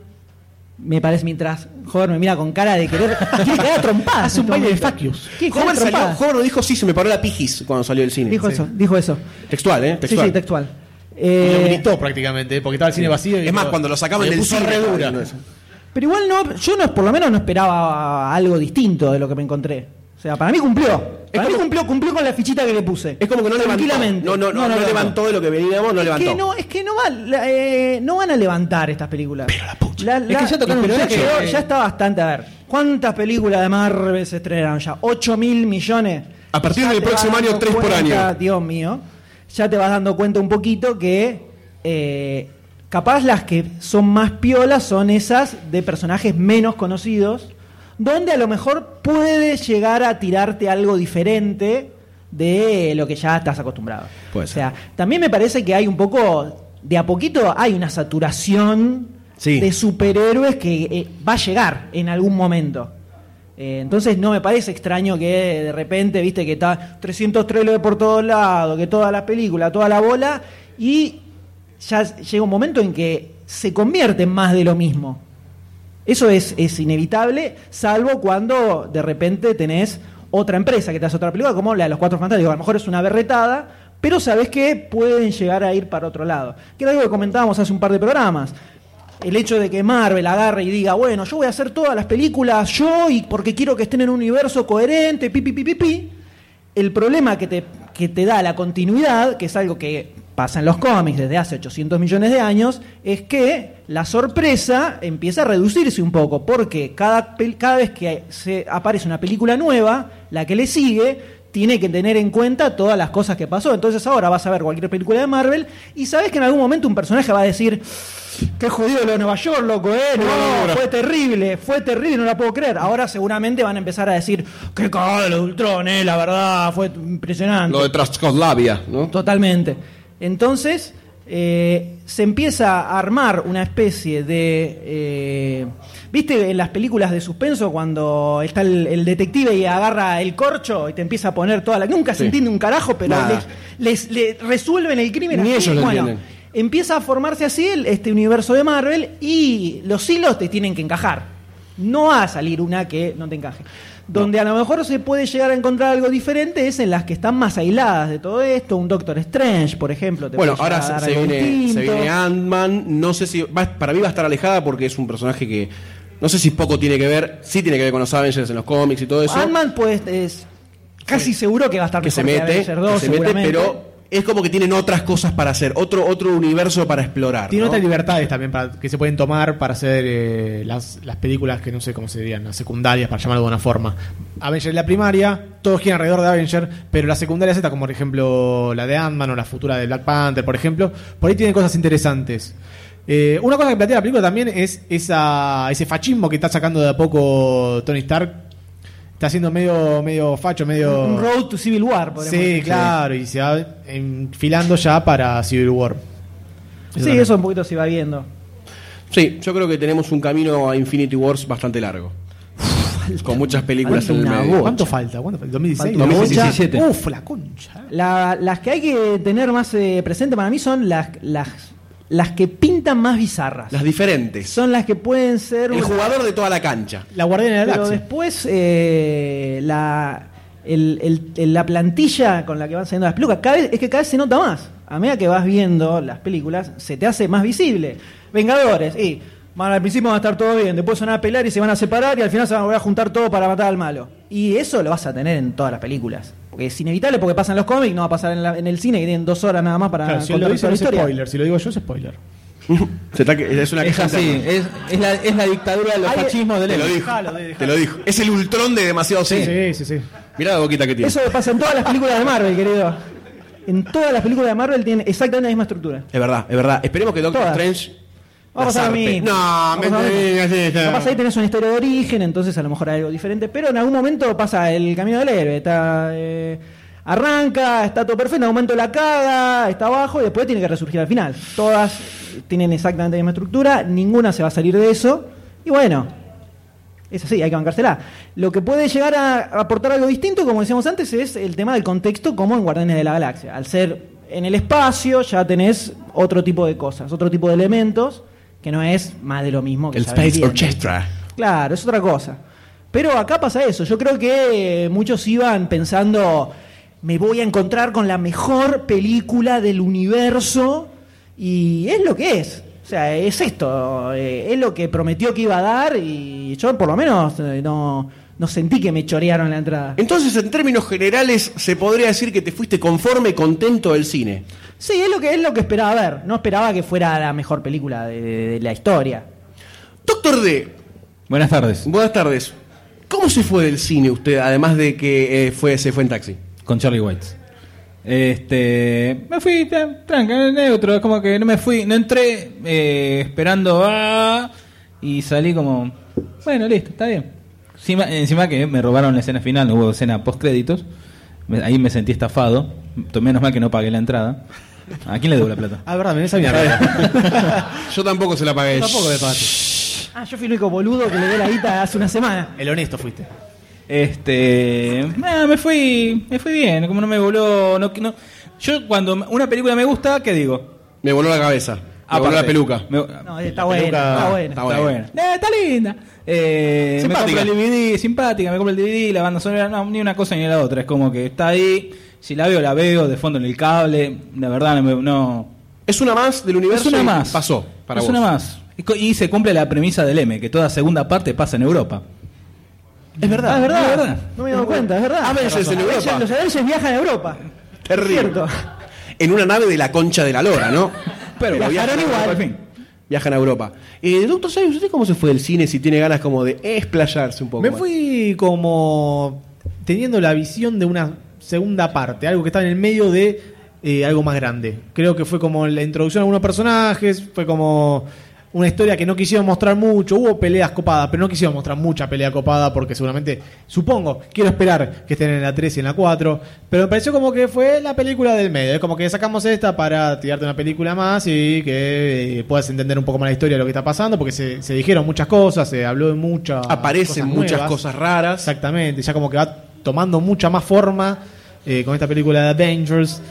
Me parece mientras Joder me mira con cara de querer. Quiere quedar trompada. este
Hace un baile de facius.
Homer salió, Homer nos dijo, sí, se me paró la pijis cuando salió del cine.
Dijo
Sí.
eso, dijo eso.
Textual, ¿eh? Textual.
Sí, sí, textual.
Y lo
Eh,
gritó prácticamente, porque estaba el cine vacío. y
Es más,
dijo,
cuando lo sacaban
le
del
puso
cine.
re dura.
pero igual no, yo no, por lo menos no esperaba algo distinto de lo que me encontré. O sea, para mí cumplió. Para mí cumplió, cumplió con la fichita que le puse.
Es como que no
Tranquilamente.
levantó. No, no, no, no levantó de lo que veníamos, no
Es
levantó.
que no, es que no, va- la- eh, no van a levantar estas películas. Pero la puta.
que ya tocaron un
ya,
techo.
llegó-
Eh.
ya está bastante. A ver, ¿cuántas películas de Marvel se estrenaron ya? ¿8 mil millones?
A partir
Ya
del
te vas
próximo
dando
año, tres por
cuenta,
año.
Dios mío. Ya te vas dando cuenta un poquito que eh, capaz las que son más piolas son esas de personajes menos conocidos, donde a lo mejor puede llegar a tirarte algo diferente de lo que ya estás acostumbrado.
Puede
O
ser.
sea, también me parece que hay un poco, de a poquito hay una saturación
Sí.
de superhéroes que eh, va a llegar en algún momento. Eh, entonces no me parece extraño que de repente, viste, que está 300 trailers por todos lados, que todas las películas, toda la bola, y ya llega un momento en que se convierte en más de lo mismo. Eso es, es inevitable, salvo cuando de repente tenés otra empresa que te hace otra película, como la de los Cuatro Fantásticos. A lo mejor es una berretada, Pero sabes que pueden llegar a ir para otro lado. Que era algo que comentábamos hace un par de programas. El hecho de que Marvel agarre y diga, bueno, yo voy a hacer todas las películas yo y porque quiero que estén en un universo coherente, pi, pi, pi, pi, pi. El problema que te, que te da la continuidad, que es algo que pasa en los cómics desde hace 800 millones de años, es que la sorpresa empieza a reducirse un poco, porque cada, pel- cada vez que se aparece una película nueva, la que le sigue tiene que tener en cuenta todas las cosas que pasó. Entonces ahora vas a ver cualquier película de Marvel y sabes que en algún momento un personaje va a decir, qué jodido lo de Nueva York, loco, eh, no, fue terrible, fue terrible, no la puedo creer. Ahora seguramente van a empezar a decir, qué cagada lo de Ultron, eh, la verdad, fue impresionante.
Lo de Trascoslavia, ¿no?
Totalmente. Entonces, eh, se empieza a armar una especie de. eh, ¿Viste en las películas de suspenso cuando está el, el detective y agarra el corcho y te empieza a poner toda la. Nunca se
Sí.
entiende un carajo, pero
Nada.
les, les- le resuelven el crimen
Ni
así.
ellos lo
Bueno,
entienden.
Empieza a formarse así el- este universo de Marvel y los hilos te tienen que encajar. No va a salir una que no te encaje. Donde a lo mejor se puede llegar a encontrar algo diferente es en las que están más aisladas de todo esto. Un Doctor Strange, por ejemplo. te
Bueno,
puede
ahora
llegar a
se,
dar
se
algo
viene, se
distinto.
viene Ant-Man. No sé si. va- para mí va a estar alejada porque es un personaje que. No sé si poco tiene que ver. Sí tiene que ver con los Avengers en los cómics y todo eso.
Ant-Man, pues, es casi seguro que va a estar
que se
mejor
mete.
Avengers 2,
que se mete,
seguramente.
pero es como que tienen otras cosas para hacer. Otro, otro universo para explorar.
Tiene
¿no?
otras libertades también para, que se pueden tomar para hacer eh, las, las películas que no sé cómo se dirían, las secundarias, para llamarlo de una forma. Avenger es la primaria, todos quieren alrededor de Avenger, pero las secundarias estas, como por ejemplo la de Ant-Man o la futura de Black Panther, por ejemplo, por ahí tienen cosas interesantes. Eh, una cosa que plantea la película también es esa, ese fachismo que está sacando de a poco Tony Stark. Está haciendo medio, medio facho, medio.
Un Road to Civil War, podemos
Sí,
decir.
claro, y se va enfilando ya para Civil War.
Sí,
también.
eso un poquito se va viendo.
Sí, yo creo que tenemos un camino a Infinity Wars bastante largo. con muchas películas en el
Una
medio.
bocha. Ah, ¿Cuánto falta? ¿Cuánto falta? ¿2016?
Falta 2017.
Mucha- Uf, la concha.
La- las que hay que tener más eh, presente para mí son las, las, las que pintan más bizarras.
Las diferentes.
Son las que pueden ser...
El
una-
jugador de toda la cancha.
La Guardiana de la
Pero
Galaxia.
después eh, la, el- el- el- la plantilla con la que van saliendo las pelucas, cada vez, es que cada vez se nota más. A medida que vas viendo las películas, se te hace más visible. Vengadores, y van, al principio van a estar todo bien, después se van a pelar y se van a separar y al final se van a volver a juntar todo para matar al malo. Y eso lo vas a tener en todas las películas. Porque es inevitable porque pasan los cómics, no va a pasar en, la- en el cine que tienen dos horas nada más para
Claro, si
contar
lo dice
toda
no
la
es
historia.
spoiler, si lo digo yo es spoiler.
Se está que- es una
Es
queja
así,
interna.
es, es la, es la dictadura de los
Hay- Ah,
fascismos del
Te Ah, lo
ego.
dijo. Te lo dijo. Es el ultrón de demasiado sí.
Sí, sí, sí.
Mirá la boquita que tiene.
Eso pasa en todas las películas de Marvel, querido. En todas las películas de Marvel tienen exactamente la misma estructura.
Es verdad, es verdad. Esperemos que Doctor
Todas.
Strange.
Vamos
la
a
zarpe.
mí.
No, me
Capaz ahí tenés una historia de origen, entonces a lo mejor hay algo diferente. Pero en algún momento pasa el camino del héroe. Está, eh, arranca, está todo perfecto. En algún momento la caga, está abajo y después tiene que resurgir al final. Todas tienen exactamente la misma estructura, ninguna se va a salir de eso. Y bueno, es así, hay que bancársela. Lo que puede llegar a aportar algo distinto, como decíamos antes, es el tema del contexto, como en Guardianes de la Galaxia. Al ser en el espacio, ya tenés otro tipo de cosas, otro tipo de elementos, que no es más de lo mismo que
El
ya
Space
venimos viendo.
Orchestra.
Claro, es otra cosa. Pero acá pasa eso. Yo creo que eh, muchos iban pensando, me voy a encontrar con la mejor película del universo. Y es lo que es. O sea, es esto. eh, es lo que prometió que iba a dar. Y yo, por lo menos, eh, no, no sentí que me chorearon la entrada.
Entonces, en términos generales, se podría decir que te fuiste conforme, contento del cine.
Sí, es lo que, es lo que esperaba ver. No esperaba que fuera la mejor película de- de- de la historia.
Doctor D,
Buenas tardes.
buenas tardes. ¿Cómo se fue del cine usted, además de que eh, fue, se fue en taxi?
Con Charlie White. Este, me fui tra- tranca, neutro, es como que no me fui, no entré eh, esperando ah, y salí como, bueno, listo, está bien. Encima, encima que me robaron la escena final, no hubo escena post créditos, ahí me sentí estafado, menos mal que no pagué la entrada. ¿A quién le debo la plata?
Ah, verdad, me esa mierda.
Yo tampoco se la pagué.
Tampoco me pagaste.
Ah, yo fui el único boludo que le dio la guita hace una semana.
El honesto fuiste.
Este, nada, me fui, me fui bien, como no me voló, no, no- yo cuando una película me gusta, ¿qué digo?
Me voló la cabeza. Me voló la
Aparte,
peluca.
me-
No, está buena,
peluca-
está
Ah,
buena.
está
Está
bueno.
buena. Eh, está linda. Eh, me
Simpática.
compro el DVD, simpática, me compro el DVD, la banda sonora, no, ni una cosa ni la otra. Es como que está ahí, Si la veo, la veo, de fondo en el cable. La verdad, no. me- no-
Es una más del universo.
Es una
y
más.
Pasó para
es
vos.
una más. Y co- Y se cumple la premisa del M, que toda segunda parte pasa en Europa. Ah, Es verdad,
Ah, es verdad,
es verdad.
No me he dado cuenta, es verdad.
Avengers en
Avengers-
Europa.
Los Avengers viajan a Europa.
Terrible.
Cierto.
En una nave de la concha de la lora, ¿no? Pero
Viajaron
viajan a Europa,
igual.
al fin. Viajan a Europa. Eh, Doctor Sayus, ¿usted cómo se fue del cine si tiene ganas como de explayarse un poco?
Me
más?
fui como teniendo la visión de una segunda parte, algo que está en el medio de eh, algo más grande. Creo que fue como la introducción a algunos personajes, fue como una historia que no quisieron mostrar mucho, hubo peleas copadas, pero no quisieron mostrar mucha pelea copada porque seguramente, supongo, quiero esperar que estén en la 3 y en la 4, pero me pareció como que fue la película del medio, es como que sacamos esta para tirarte una película más y que eh, puedas entender un poco más la historia de lo que está pasando, porque se, se dijeron muchas cosas, se habló de muchas
Aparecen muchas cosas
raras. Exactamente, ya como que va tomando mucha más forma eh, con esta película de Avengers.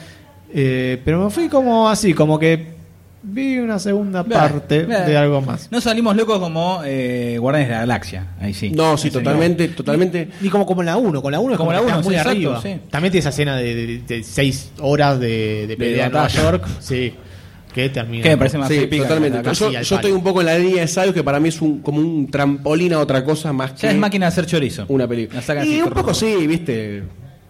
Eh, pero me fui como así, como que vi una segunda parte
Bien, bien.
de algo más.
No salimos locos como eh, Guardianes de la Galaxia. Ahí sí.
No, sí,
Ahí salimos.
totalmente, totalmente.
Y como, como en la 1, con la 1 es
Como
como,
la
que está
1,
muy
sí, exacto,
arriba.
sí.
También tiene esa escena de- de de seis horas de, de pelea en Nueva
batalla.
York. Sí, que termina.
Que me parece más
Sí,
épica
totalmente.
que la
Yo,
Galaxia al
yo estoy
palo.
un poco en la línea de Sayus, que para mí es un, como un trampolín a otra cosa más que
Ya es máquina de hacer chorizo.
una película.
La sacan
Y
así,
un poco sí, viste.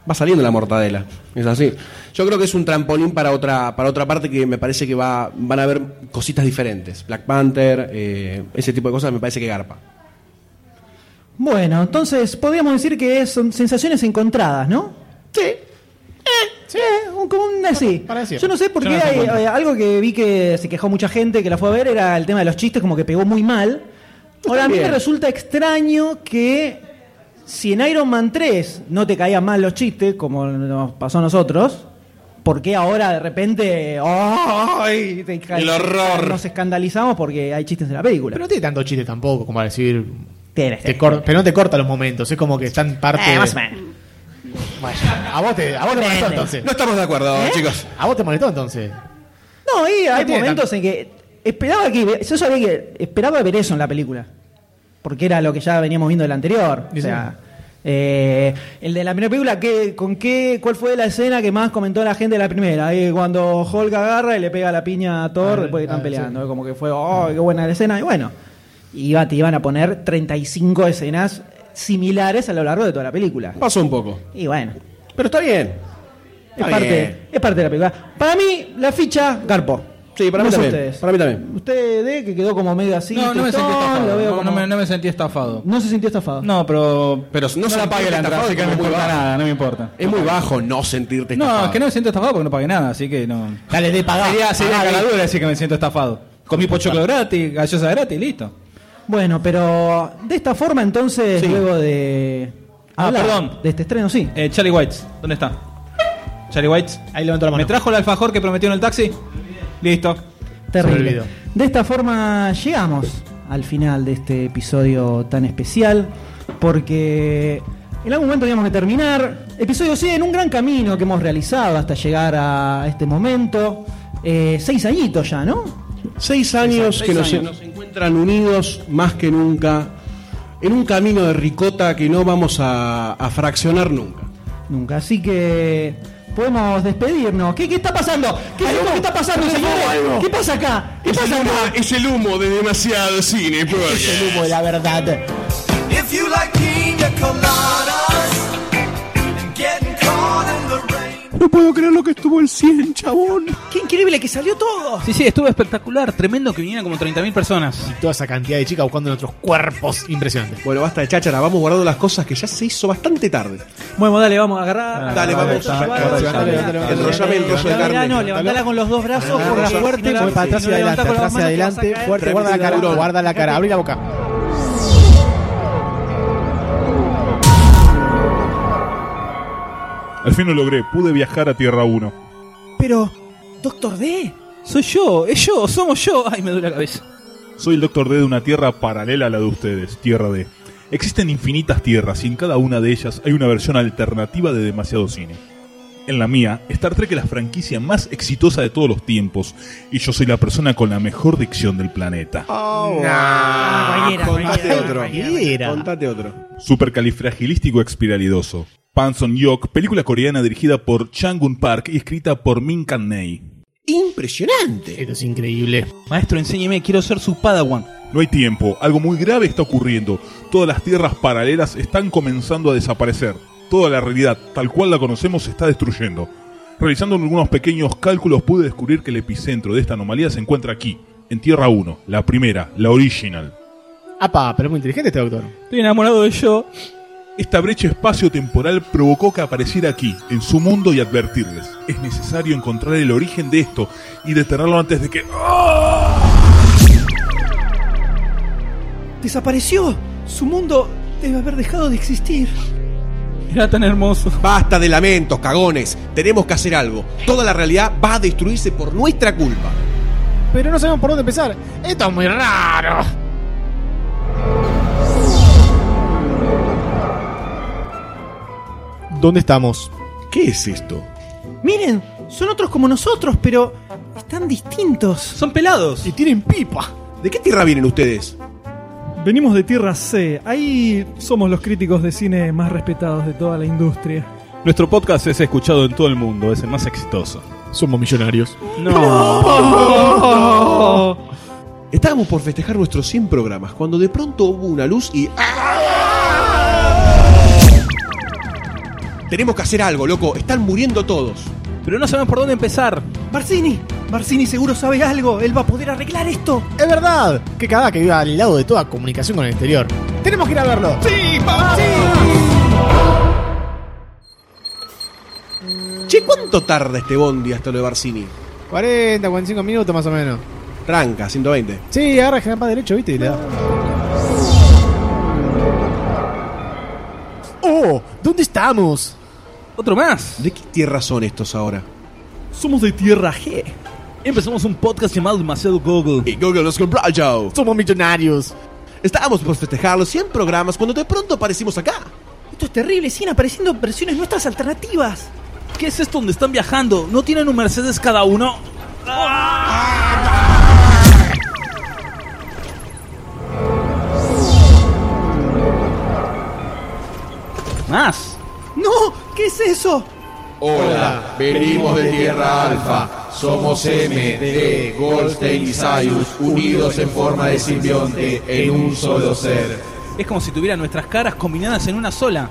Va saliendo la mortadela. Es así. Yo creo que es un trampolín para otra, para otra parte que me parece que va, van a haber cositas diferentes. Black Panther, eh, ese tipo de cosas me parece que garpa.
Bueno, entonces podríamos decir que son sensaciones encontradas, ¿no? Sí.
Eh,
Sí, un- como un así.
decir.
Yo no sé por
Yo
qué
no me
hay-
encuentro.
eh, algo que vi que se quejó mucha gente que la fue a ver era el tema de los chistes, como que pegó muy mal. Ahora, a mí me
bien.
resulta extraño que si en Iron Man 3 no te caían mal los chistes, como nos pasó a nosotros, ¿por qué ahora de repente ¡ay! Te ca-
El horror.
Nos escandalizamos porque hay chistes en la película.
Pero no tiene tanto chiste tampoco, como para decir.
Tienes,
te cor- Pero no te corta los momentos, es como que están parte.
Eh,
de-
más o menos.
Vaya, a vos te, a vos te molestó
Depende.
entonces.
No estamos de acuerdo, chicos.
A vos te molestó entonces.
No, y hay
tiene
momentos en que esperaba que yo sabía que esperaba ver eso en la película, porque era lo que ya veníamos viendo del anterior. O
Y sí.
sea, eh, el de la primera película, ¿qué, con qué, ¿cuál fue la escena que más comentó la gente de la primera? Eh, cuando Hulk agarra y le pega la piña a Thor después que están peleando, eh, como que fue, oh, qué buena la escena. Y bueno, iba, te iban a poner 35 escenas similares a lo largo de toda la película.
Pasó un poco.
Y bueno,
Pero está bien.
es
Está bien.
parte, es parte de la película. Para mí, la ficha, Garpo.
Sí, para
No
mí
sé
también.
ustedes.
Para mí también.
Usted de que quedó como medio así.
No, no me
tristón,
sentí
lo
estafado.
veo
No,
como-
no me, no me sentí estafado.
no se sintió estafado.
No, pero.
Pero no, se
la
la pague
pagué
la entrada,
así que no me
es muy
importa
bajo.
nada, no me importa.
Es muy bajo no sentirte
No,
estafado.
es que no me siento estafado porque no pagué nada, así que no.
Dale, de pagar.
Sería,
Ah,
sería caladura decir que me siento estafado. Comí pochoclo gratis, gallosa gratis, listo.
Bueno, pero de esta forma entonces, luego de.
Ah,
hablar
perdón.
De este estreno, sí.
Eh, Charlie Whites, ¿dónde está? Charlie Whites.
Ahí levantó la
¿Me trajo el alfajor que prometió en el taxi? Listo.
Terrible.
Se me olvidó.
De esta forma llegamos al final de este episodio tan especial, porque en algún momento teníamos que terminar. Episodio 100, un gran camino que hemos realizado hasta llegar a este momento. Eh, seis añitos ya, ¿no?
Seis años que nos, nos encuentran unidos más que nunca en un camino de ricota que no vamos a, a fraccionar nunca.
Nunca, así que podemos despedirnos. ¿Qué, qué está pasando? ¿Qué, es esto que está pasando, señores? ¿Qué pasa acá? ¿Qué pasa acá?
es el humo de demasiado cine,
El humo de la verdad.
If you like pina coladas and getting caught in the rain.
No puedo creer lo que estuvo el 100, chabón.
¡Qué increíble que salió todo!
Sí, sí, estuvo espectacular. Tremendo que vinieran como 30.000 personas.
Toda esa cantidad de chicas buscando nuestros cuerpos. Impresionante.
Bueno, basta de cháchara, vamos guardando las cosas que ya se hizo bastante tarde.
Bueno, dale, vamos a agarrar.
Ah, Dale, vamos. Enrollame el rollo de
No,
carne.
levantala con los dos brazos, por la fuerte,
Voy para atrás y adelante, atrás y adelante. Fuerte, guarda la cara, guarda la cara, abrí la boca.
Al fin lo logré, pude viajar a Tierra 1.
Pero, Doctor D.
Soy yo, es yo, somos yo. Ay, me duele la cabeza.
Soy el Doctor D de una tierra paralela a la de ustedes, Tierra D. Existen infinitas tierras y en cada una de ellas hay una versión alternativa de demasiado cine. En la mía, Star Trek es la franquicia más exitosa de todos los tiempos y yo soy la persona con la mejor dicción del planeta.
Ah.
cualquiera,
Nah, Contate
cualquiera,
otro.
cualquiera.
Contate otro.
Supercalifragilístico expiralidoso. Panson Yok, película coreana dirigida por Changun Park y escrita por Min Kanei.
Impresionante.
Esto es increíble.
Maestro, enséñeme, quiero ser su padawan.
No hay tiempo, algo muy grave está ocurriendo. Todas las tierras paralelas están comenzando a desaparecer. Toda la realidad, tal cual la conocemos, se está destruyendo. Realizando algunos pequeños cálculos pude descubrir que el epicentro de esta anomalía se encuentra aquí, en Tierra 1, la primera, la original.
Apa, pero es muy inteligente este doctor.
Estoy enamorado de yo.
Esta brecha espacio-temporal provocó que apareciera aquí, en su mundo, y advertirles. Es necesario encontrar el origen de esto y detenerlo antes de que... ¡Ah!
Desapareció. Su mundo debe haber dejado de existir.
Era tan hermoso.
Basta de lamentos, cagones. Tenemos que hacer algo. Toda la realidad va a destruirse por nuestra culpa.
Pero no sabemos por dónde empezar. Esto es muy raro. ¿Dónde estamos?
¿Qué es esto?
Miren, son otros como nosotros, pero están distintos.
Son pelados.
Y tienen pipa. ¿De qué tierra vienen ustedes?
Venimos de Tierra C. Ahí somos los críticos de cine más respetados de toda la industria.
Nuestro podcast es escuchado en todo el mundo, es el más exitoso.
Somos millonarios.
No. Oh. Estábamos por festejar nuestros 100 programas cuando de pronto hubo una luz y... ¡Ah! Tenemos que hacer algo, loco. Están muriendo todos.
Pero no sabemos por dónde empezar.
Barcini, Barcini seguro sabe
eh.
algo. Él va a poder arreglar esto.
Es verdad. Qué cagada que viva al lado de toda comunicación con el exterior. Tenemos que ir a verlo.
¡Sí, vamos! Che, ¿cuánto tarda este bondi hasta lo de Barcini?
40, 45 minutos más o menos.
Tranca, 120.
Sí, ahora general para derecho, ¿viste? Y le da. ¡Oh! ¿Dónde estamos?
Otro más.
¿De qué tierra son estos ahora?
Somos de Tierra G.
Empezamos un podcast llamado Demasiado Google.
Y Google nos compró yo.
Somos millonarios.
Estábamos por festejar los 100 programas cuando de pronto aparecimos acá.
Esto es terrible. Siguen apareciendo versiones nuestras alternativas.
¿Qué es esto donde están viajando? ¿No tienen un Mercedes cada uno? Más.
¡No! ¿Qué es eso?
Hola, venimos de Tierra Alfa. Somos MD, Goldstein y Sayus, unidos en forma de simbionte en un solo ser.
Es como si tuvieran nuestras caras combinadas en una sola.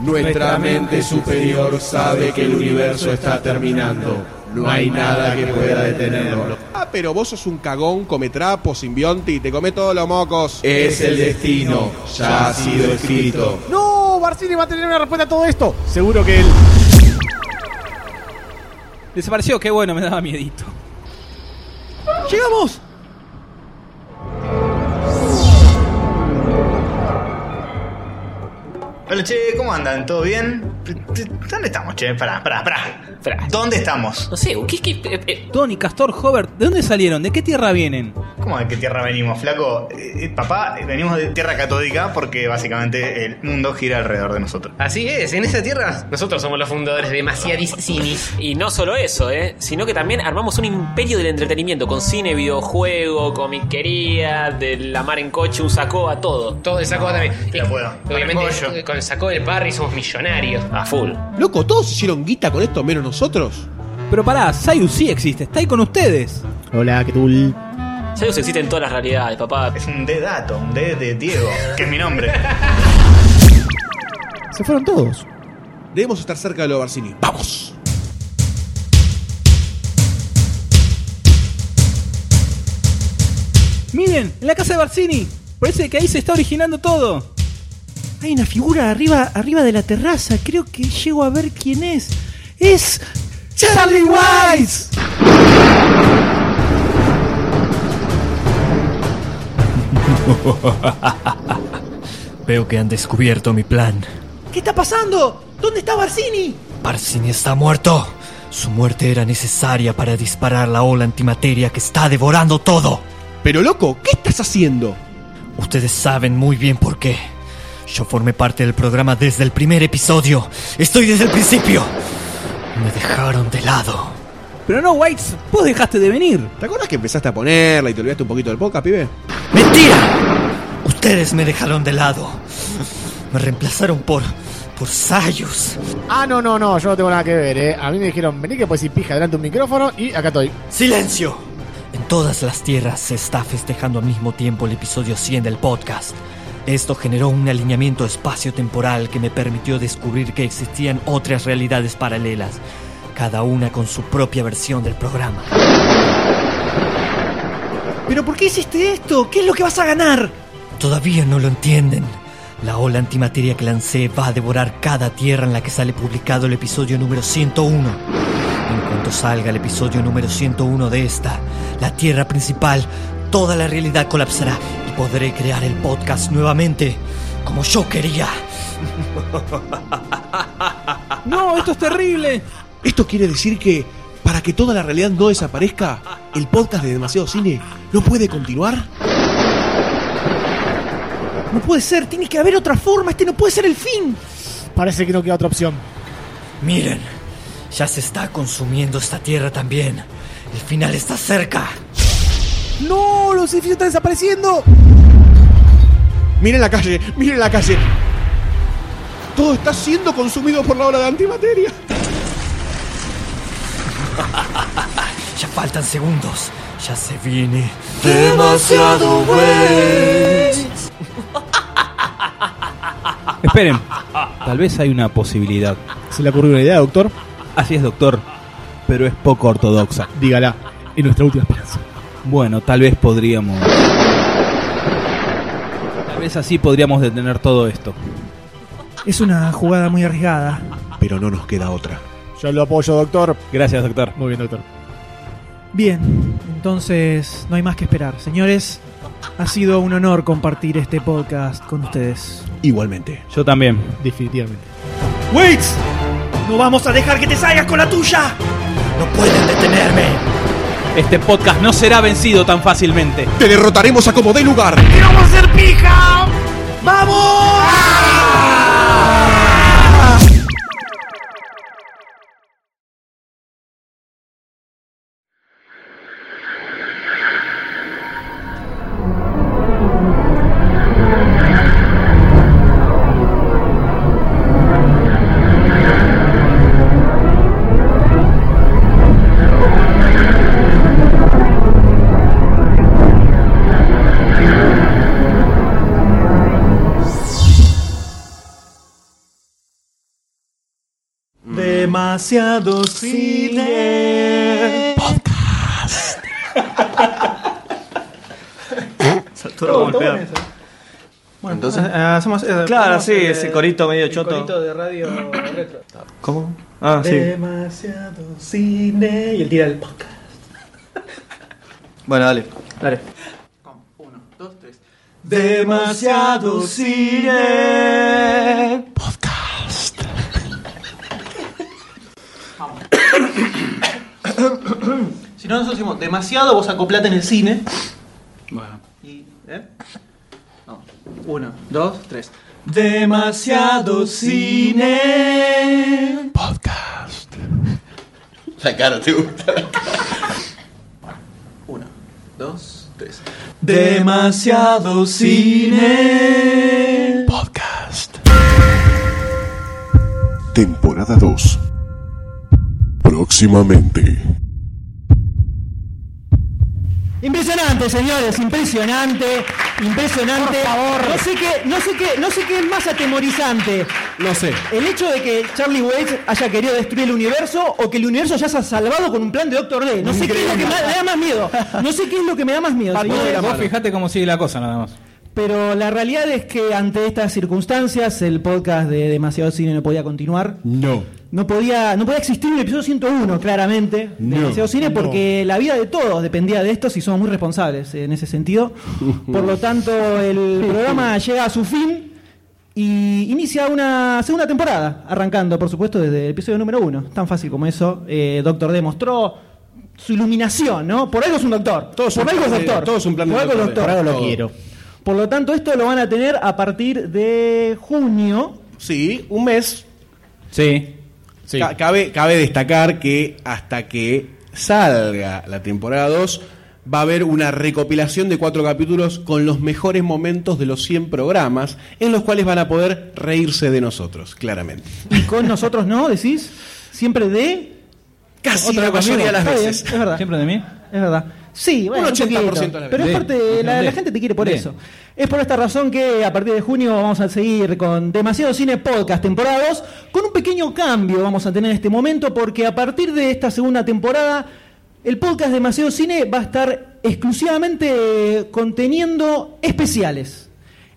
Nuestra mente superior sabe que el universo está terminando. No hay nada que pueda detenerlo.
Ah, pero vos sos un cagón, come trapo, simbionte y te come todos los mocos.
Es el destino, ya ha sido escrito.
¡No! Barcini va a tener una respuesta a todo esto. Seguro que él.
Desapareció, qué bueno, me daba miedito.
¡Llegamos!
Hola, che, ¿cómo andan? ¿Todo bien? ¿Dónde estamos, che? Pará, pará, pará. pará. ¿Dónde estamos?
No sé, ¿qué, qué- eh, eh,
Tony, Castor, Hobart, ¿de dónde salieron? ¿De qué tierra vienen?
¿Cómo de qué tierra venimos, flaco? Eh, eh, papá, eh, venimos de tierra catódica porque básicamente el mundo gira alrededor de nosotros.
Así es, en esa tierra nosotros somos los fundadores de Demasiadis Cinis. Y no solo eso, ¿eh? sino que también armamos un imperio del entretenimiento con cine, videojuego, comiquería, de la mar en coche, un sacoa, todo. Todo de sacoa también.
Te la puedo. Con el
Obviamente,
pollo.
con el sacoa del parry somos millonarios. A full.
Loco, ¿todos hicieron guita con esto menos nosotros?
Pero pará, Sayus sí existe, está ahí con ustedes.
Hola, ¿qué tal?
Zeus existe en todas las realidades, papá.
Es un D dato, un D de Diego, que es mi nombre.
Se fueron todos.
Debemos estar cerca de lo de Barcini. ¡Vamos!
Miren, en la casa de Barcini. Parece que ahí se está originando todo.
Hay una figura arriba, arriba de la terraza. Creo que llego a ver quién es. Es Charlie Wise.
Veo que han descubierto mi plan.
¿Qué está pasando? ¿Dónde está Barcini?
Barcini está muerto. Su muerte era necesaria para disparar la ola antimateria que está devorando todo.
Pero loco, ¿qué estás haciendo?
Ustedes saben muy bien por qué. Yo formé parte del programa desde el primer episodio. Estoy desde el principio. Me dejaron de lado.
Pero no, Whites, vos dejaste de venir.
¿Te acuerdas que empezaste a ponerla y te olvidaste un poquito del podcast, pibe?
¡Mentira! Ustedes me dejaron de lado. Me reemplazaron por por Sayus.
Ah, no, no, no, yo no tengo nada que ver, eh. A mí me dijeron, vení que puedes ir pija delante de un micrófono y acá estoy.
¡Silencio! En todas las tierras se está festejando al mismo tiempo el episodio 100 del podcast. Esto generó un alineamiento espacio-temporal que me permitió descubrir que existían otras realidades paralelas, cada una con su propia versión del programa.
¿Pero por qué hiciste esto? ¿Qué es lo que vas a ganar?
Todavía no lo entienden. La ola antimateria que lancé va a devorar cada tierra en la que sale publicado el episodio número 101. En cuanto salga el episodio número 101 de esta, la tierra principal, toda la realidad colapsará y podré crear el podcast nuevamente, como yo quería.
No, esto es terrible. Esto quiere decir que para que toda la realidad no desaparezca, el podcast de demasiado cine no puede continuar.
No puede ser, tiene que haber otra forma, este no puede ser el fin.
Parece que no queda otra opción.
Miren, ya se está consumiendo esta tierra también. El final está cerca.
¡No! ¡Los edificios están desapareciendo!
Miren la calle, miren la calle. Todo está siendo consumido por la ola de antimateria.
Ya faltan segundos. Ya se viene.
Demasiado güey.
Esperen, tal vez hay una posibilidad.
¿Se le ocurrió una idea, doctor?
Así es, doctor, pero es poco ortodoxa.
Dígala, es nuestra última esperanza.
Bueno, tal vez podríamos... Tal vez así podríamos detener todo esto.
Es una jugada muy arriesgada.
Pero no nos queda otra.
Yo lo apoyo, doctor.
Gracias, doctor.
Muy bien, doctor.
Bien, entonces no hay más que esperar. Señores, ha sido un honor compartir este podcast con ustedes.
Igualmente.
Yo también.
Definitivamente.
¡Waits! ¡No vamos a dejar que te salgas con la tuya!
¡No pueden detenerme!
Este podcast no será vencido tan fácilmente.
Te derrotaremos a como dé lugar.
¡Y vamos a ser pija! ¡Vamos!
Demasiado cine.
Todo golpeado. Entonces,
Ah, hacemos, eh,
claro,
ponemos
sí,
el-
ese corito medio
el
choto.
corito de radio retro.
¿Cómo? Ah, sí.
Demasiado cine. Y el tira del podcast.
Bueno, dale.
Dale.
Demasiado cine.
Si no, nosotros decimos demasiado, vos acoplate en el cine.
Bueno.
Y. ¿Eh? No. Uno, dos, tres.
Demasiado cine.
La cara te gusta.
Dos, tres.
Demasiado cine. Podcast.
Temporada 2. Próximamente.
Impresionante, señores, impresionante, impresionante. Por favor. No sé qué, no sé qué, no sé qué es más atemorizante.
No sé.
El hecho de que Charlie Waits haya querido destruir el universo o que el universo ya se ha salvado con un plan de Doctor D. No sé qué es lo que me da- me da más miedo. No sé qué es lo que me da más miedo. señores.
Vos fijate cómo sigue la cosa nada más.
Pero la realidad es que ante estas circunstancias el podcast de Demasiado Cine no podía continuar.
No.
No podía, no podía existir el episodio 101, claramente, de
No,
Demasiado Cine,
no.
porque la vida de todos dependía de esto y somos muy responsables en ese sentido. Por lo tanto, el programa llega a su fin y inicia una segunda temporada, arrancando, por supuesto, desde el episodio número uno. Tan fácil como eso. Eh, Doctor D mostró su iluminación, ¿no? Por algo es un doctor. por
un
algo es
plan de-
doctor.
todo es un plan de
por algo es
Doctor D.
doctor.
Por algo lo quiero.
Por lo tanto, esto lo van a tener a partir de junio.
Sí, un mes.
Sí.
Ca- Cabe, cabe destacar que hasta que salga la temporada 2, va a haber una recopilación de cuatro capítulos con los mejores momentos de los 100 programas, en los cuales van a poder reírse de nosotros, claramente.
Y con nosotros no, decís, siempre de...
Casi
Otra
la
vez
mayoría de las
conmigo. Está
veces.
bien, es verdad.
¿Siempre de mí?
Es verdad. Sí, bueno,
Un 80%
un poquito,
de las
Pero es
veces.
parte, la,
Bien.
la gente te quiere por
Bien.
eso. Es por esta razón que a partir de junio vamos a seguir con Demasiado Cine Podcast, temporada 2, con un pequeño cambio vamos a tener en este momento, porque a partir de esta segunda temporada, el podcast Demasiado Cine va a estar exclusivamente eh, conteniendo especiales.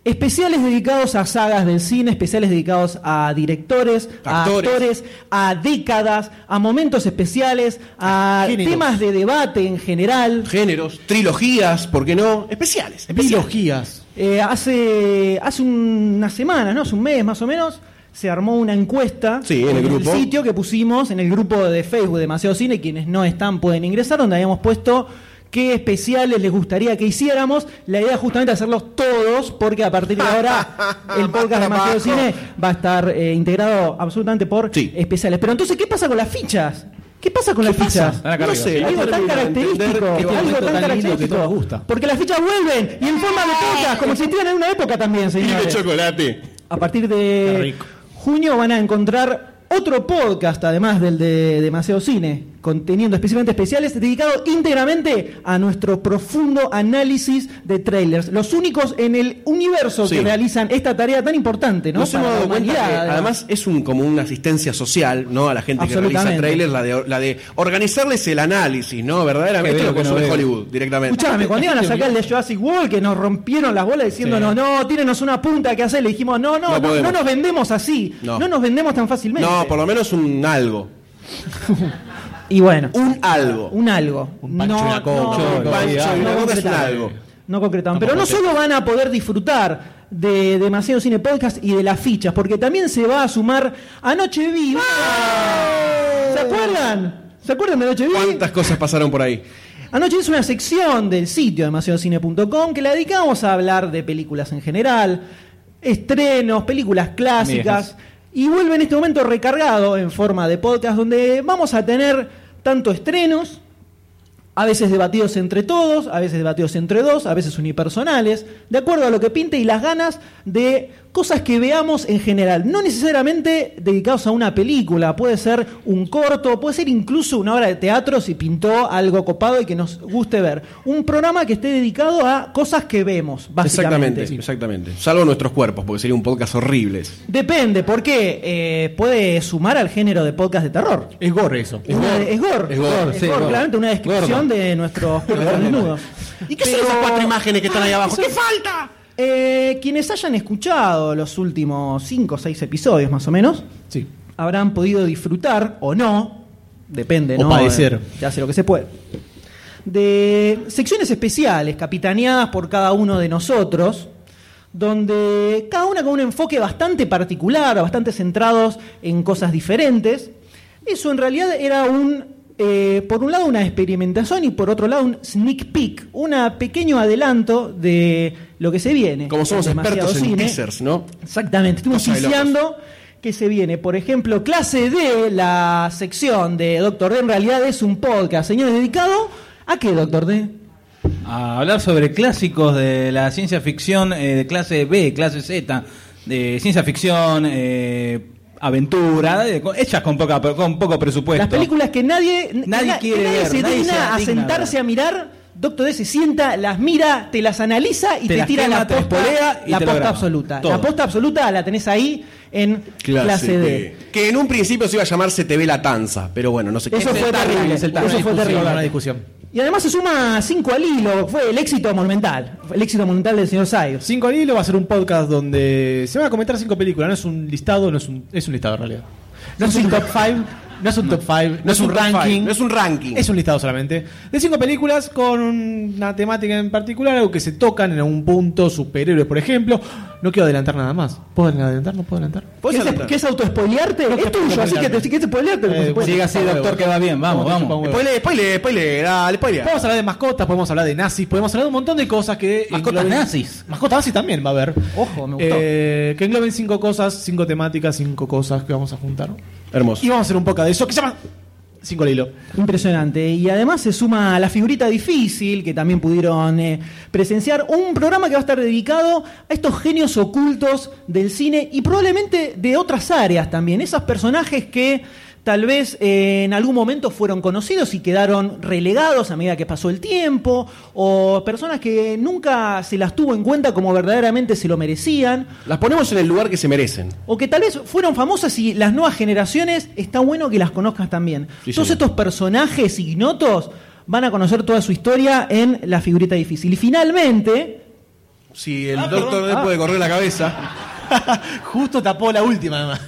Especiales dedicados a sagas del cine, especiales dedicados a directores,
Actores.
a actores, a décadas, a momentos especiales, a
Géneros.
temas de debate en general.
Géneros, trilogías, ¿por qué no? Especiales.
Trilogías. Eh, hace hace unas semanas, ¿no? Hace un mes más o menos, se armó una encuesta
Sí, en el grupo.
sitio que pusimos en el grupo de Facebook Demasiado Cine. Quienes no están pueden ingresar, donde habíamos puesto qué especiales les gustaría que hiciéramos. La idea es justamente hacerlos todos, porque a partir de ahora el podcast Demasiado Cine va a estar eh, integrado absolutamente por especiales. Pero entonces, ¿qué pasa con las fichas? ¿Qué pasa con las fichas?
Están acá
No
arriba.
sé,
Ahí
algo tan
termino de entender
característico.
que este
Algo
momento
tan
tan lindo que
característico.
todos nos gusta.
Porque las fichas vuelven y en forma de podcast, como existían en una época también, señores.
chocolate.
A partir de junio van a encontrar otro podcast, además del de Demasiado Cine, conteniendo especialmente especiales, dedicado íntegramente a nuestro profundo análisis de trailers. Los únicos en el universo
Sí.
que realizan esta tarea tan importante, ¿no?
Nos
Para
hemos dado
la
cuenta que
humanidad,
eh, además es un como una asistencia social, ¿no? A la gente que realiza
Absolutamente.
trailers, la de, la de organizarles el análisis, ¿no? Verdaderamente
Que veo
esto lo
que no
consume
veo.
Hollywood directamente.
Escuchame, cuando iban a sacar el de Jurassic World, que nos rompieron las bolas diciéndonos, no, tírenos una punta que hacer, le dijimos, no,
No
no, no,
podemos.
no nos vendemos así,
No.
no. nos vendemos tan fácilmente.
No, por lo menos un algo.
y bueno.
Un algo.
Un algo.
pancho y una coca,
no,
un
no,
pancho y
no,
una
no
coca es un
concretaron.
algo.
No concretaron. Pero no solo van a poder disfrutar de Demasiado Cine Podcast y de las fichas, porque también se va a sumar a Noche Viva. ¿Se acuerdan? ¿Se acuerdan de Noche Viva?
¿Cuántas cosas pasaron por ahí?
Anoche hice una sección del sitio demasiadocine.com que la dedicamos a hablar de películas en general, estrenos, películas clásicas. Y vuelve en este momento recargado en forma de podcast donde vamos a tener tanto estrenos, a veces debatidos entre todos, a veces debatidos entre dos, a veces unipersonales, de acuerdo a lo que pinte y las ganas de cosas que veamos en general. No necesariamente dedicados a una película, puede ser un corto, puede ser incluso una obra de teatro si pintó algo copado y que nos guste ver. Un programa que esté dedicado a cosas que vemos, básicamente.
Exactamente, exactamente. Salvo nuestros cuerpos, porque sería un podcast horrible. ese.
Depende, porque eh, puede sumar al género de podcast de terror.
Es gore eso.
Es gore. Es gore,
Es gore, sí, gore.
claramente una descripción de nuestros cuerpos desnudos.
¿Y qué son esas cuatro imágenes que están ahí abajo? ¿Qué
falta? Eh, quienes hayan escuchado los últimos 5 o 6 episodios, más o menos, habrán podido disfrutar o no, depende,
O
¿no?
padecer.
Se hace lo que se puede. De secciones especiales, capitaneadas por cada uno de nosotros, donde cada una con un enfoque bastante particular, bastante centrados en cosas diferentes. Eso en realidad era un, eh, por un lado, una experimentación y por otro lado, un sneak peek, un pequeño adelanto de lo que se viene.
Como somos
Demasiado
expertos en
cine.
teasers, ¿no?
Exactamente, estuvimos
Cosa de locos.
iniciando que se viene. Por ejemplo, clase D, la sección de Doctor D, en realidad es un podcast, señores, dedicado a qué, Doctor D?
A hablar sobre clásicos de la ciencia ficción eh, de clase B, clase Z, de ciencia ficción, eh, aventura, de- con- hechas con, poca, con poco presupuesto.
Las películas que nadie, que
Nadie
na-
quiere
que nadie
ver,
se
nadie
digna
se
a
digna
sentarse a mirar. Doctor D se sienta, las mira, te las analiza y
Te
te,
las
tira
quema,
la
te
posta,
las polea y
la
te lo
posta
graba.
absoluta.
Todo.
La posta absoluta la tenés ahí en clase, D.
Que en un principio se iba a llamar Se te ve la tanza, pero bueno, no sé
Eso fue terrible, eso fue terrible.
Una
discusión.
Y además se suma 5 al hilo, fue el éxito monumental, fue el éxito monumental del señor Sayos.
5 al hilo va a ser un podcast donde se van a comentar cinco películas. No es un listado, no es un, es un listado en realidad. No es un top 5, no es un top 5, no, es un
top five,
ranking.
no es un ranking.
Es un listado solamente. De cinco películas con una temática en particular, algo que se tocan en algún punto, superhéroes, por ejemplo. No quiero adelantar nada más. ¿Puedo adelantar? ¿No puedo adelantar?
¿Qué es, ¿Qué es autoespoilearte? es tuyo, así que te, si quieres spoilearte, por
Eh,
supuesto.
Spoile, spoile, spoile, dale, spoile. Podemos hablar de mascotas, podemos hablar de nazis, podemos hablar de un montón de cosas que.
Mascotas
engloben-
nazis.
Mascotas nazis también va a haber.
Ojo,
Eh,
me
gustó. Eh, que engloben cinco cosas, cinco temáticas, cinco cosas que vamos a juntar.
Hermoso.
Y vamos a hacer un poco de eso que se llama Cinco al hilo.
Impresionante. Y además se suma a la figurita difícil que también pudieron eh, presenciar. Un programa que va a estar dedicado a estos genios ocultos del cine y probablemente de otras áreas también. Esos personajes que tal vez eh, en algún momento fueron conocidos y quedaron relegados a medida que pasó el tiempo. O personas que nunca se las tuvo en cuenta como verdaderamente se lo merecían.
Las ponemos en el lugar que se merecen.
O que tal vez fueron famosas y las nuevas generaciones está bueno que las conozcas también.
Sí,
Todos
señor.
estos personajes ignotos van a conocer toda su historia en la figurita difícil. Y finalmente,
Si
Ah,
el doctor D puede correr la cabeza.
Justo tapó la última, además.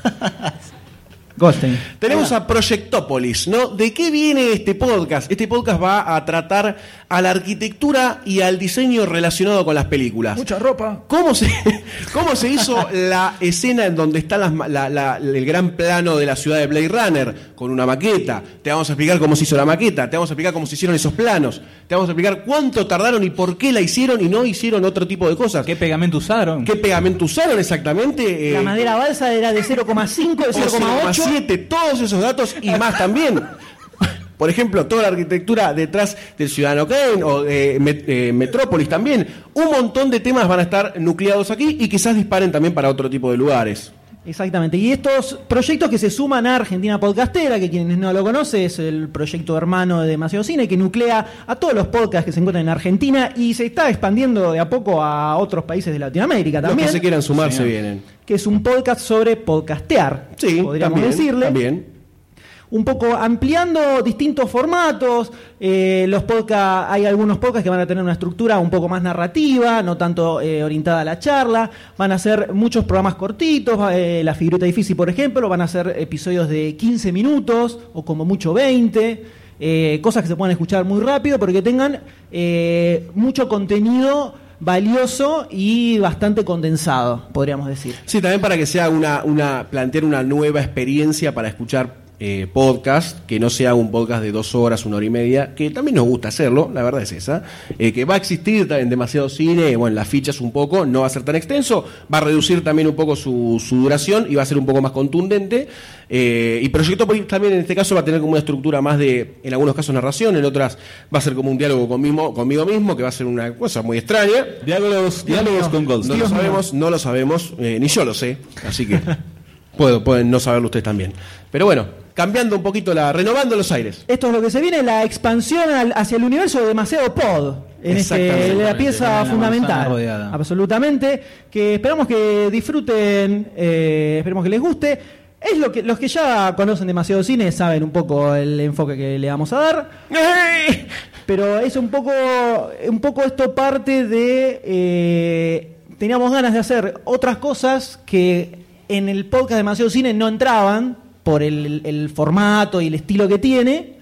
Goldstein.
Tenemos a Proyectópolis, ¿no? ¿De qué viene este podcast? Este podcast va a tratar a la arquitectura y al diseño relacionado con las películas.
Mucha ropa.
¿Cómo se, cómo se hizo la escena en donde está las ma- la- la- el gran plano de la ciudad de Blade Runner? Con una maqueta. Te vamos a explicar cómo se hizo la maqueta. Te vamos a explicar cómo se hicieron esos planos. Te vamos a explicar cuánto tardaron y por qué la hicieron y no hicieron otro tipo de cosas. ¿Qué
pegamento usaron?
¿Qué pegamento usaron exactamente?
la
Eh,
madera balsa era de 0,5, de 0,8.
0,7, todos esos datos y más también. Por ejemplo, toda la arquitectura detrás del Ciudadano Kane o eh, Met- eh, Metrópolis también. Un montón de temas van a estar nucleados aquí y quizás disparen también para otro tipo de lugares.
Exactamente. Y estos proyectos que se suman a Argentina Podcastera, que quienes no lo conocen, es el proyecto hermano de Demasiado Cine, que nuclea a todos los podcasts que se encuentran en Argentina y se está expandiendo de a poco a otros países de Latinoamérica
Los
también.
que se quieran sumar se vienen.
que es un podcast sobre podcastear,
Sí,
podríamos
también,
decirle.
también.
Un poco ampliando distintos formatos. eh, los podcast, hay algunos podcasts que van a tener una estructura un poco más narrativa, no tanto eh, orientada a la charla. Van a ser muchos programas cortitos. va- eh, la figurita difícil, por ejemplo, van a ser episodios de 15 minutos o como mucho 20. eh, cosas que se puedan escuchar muy rápido, pero que tengan eh, mucho contenido valioso y bastante condensado, podríamos decir.
Sí, también para que sea una, una plantear una nueva experiencia para escuchar eh, podcast, que no sea un podcast de dos horas, una hora y media, que también nos gusta hacerlo, la verdad es esa, eh, que va a existir en demasiado cine, bueno, las fichas un poco, no va a ser tan extenso, va a reducir también un poco su, su duración y va a ser un poco más contundente. eh, y Proyecto Poli también en este caso va a tener como una estructura más de, en algunos casos narración, en otras va a ser como un diálogo conmigo, conmigo mismo, que va a ser una cosa muy extraña. Diálogos,
diálogos con Goldstein.
No
Dios
lo
mío.
sabemos, no lo sabemos, eh, ni yo lo sé, así que puedo, pueden no saberlo ustedes también. Pero bueno, cambiando un poquito la, renovando los aires.
Esto es lo que se viene, la expansión al- hacia el universo de demasiado pod. En este,
Exactamente.
la pieza
Una
fundamental.
manzana rodeada.
Absolutamente. Que esperamos que disfruten, eh, esperemos que les guste. Es lo que los que ya conocen demasiado cine saben un poco el enfoque que le vamos a dar. Pero es un poco, un poco esto parte de. eh, teníamos ganas de hacer otras cosas que en el podcast Demasiado Cine no entraban por el, el formato y el estilo que tiene.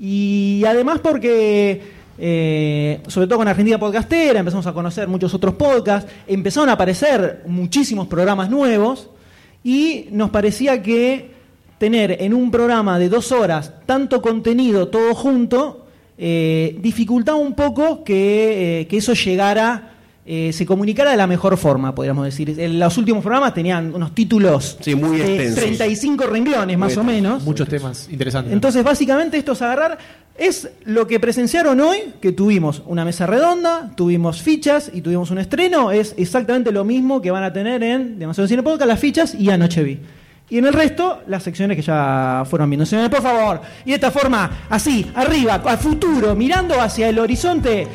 Y además porque, eh, sobre todo con Argentina Podcastera, empezamos a conocer muchos otros podcasts, empezaron a aparecer muchísimos programas nuevos y nos parecía que tener en un programa de dos horas tanto contenido todo junto eh, dificultaba un poco que, eh, que eso llegara, eh, se comunicara de la mejor forma, podríamos decir. En los últimos programas tenían unos títulos
muy
de
extensos.
35 renglones más o menos.
Muchos temas interesantes.
Entonces, básicamente, esto es agarrar. Es lo que presenciaron hoy, que tuvimos una mesa redonda, tuvimos fichas y tuvimos un estreno. Es exactamente lo mismo que van a tener en Demasiado Cine Podcast, las fichas y Anoche Vi. Y en el resto, las secciones que ya fueron viendo. Señores, por favor. Y de esta forma, así, arriba, al futuro, mirando hacia el horizonte,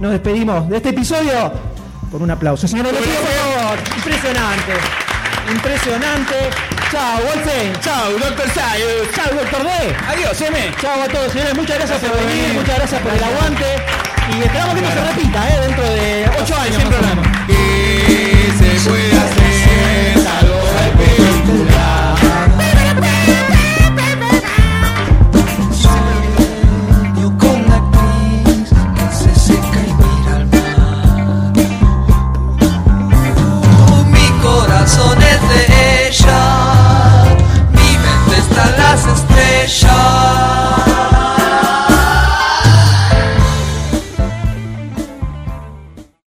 nos despedimos de este episodio con un aplauso. Señores, les pido, por favor. Impresionante. Impresionante. Chao, Wolfen. Chao, Doctor Sayus. Chao, Doctor D. Adiós, M. Chao a todos, señores. Muchas gracias, por venir. Muchas gracias por el aguante. Y esperamos que esto se repita, ¿eh? Dentro de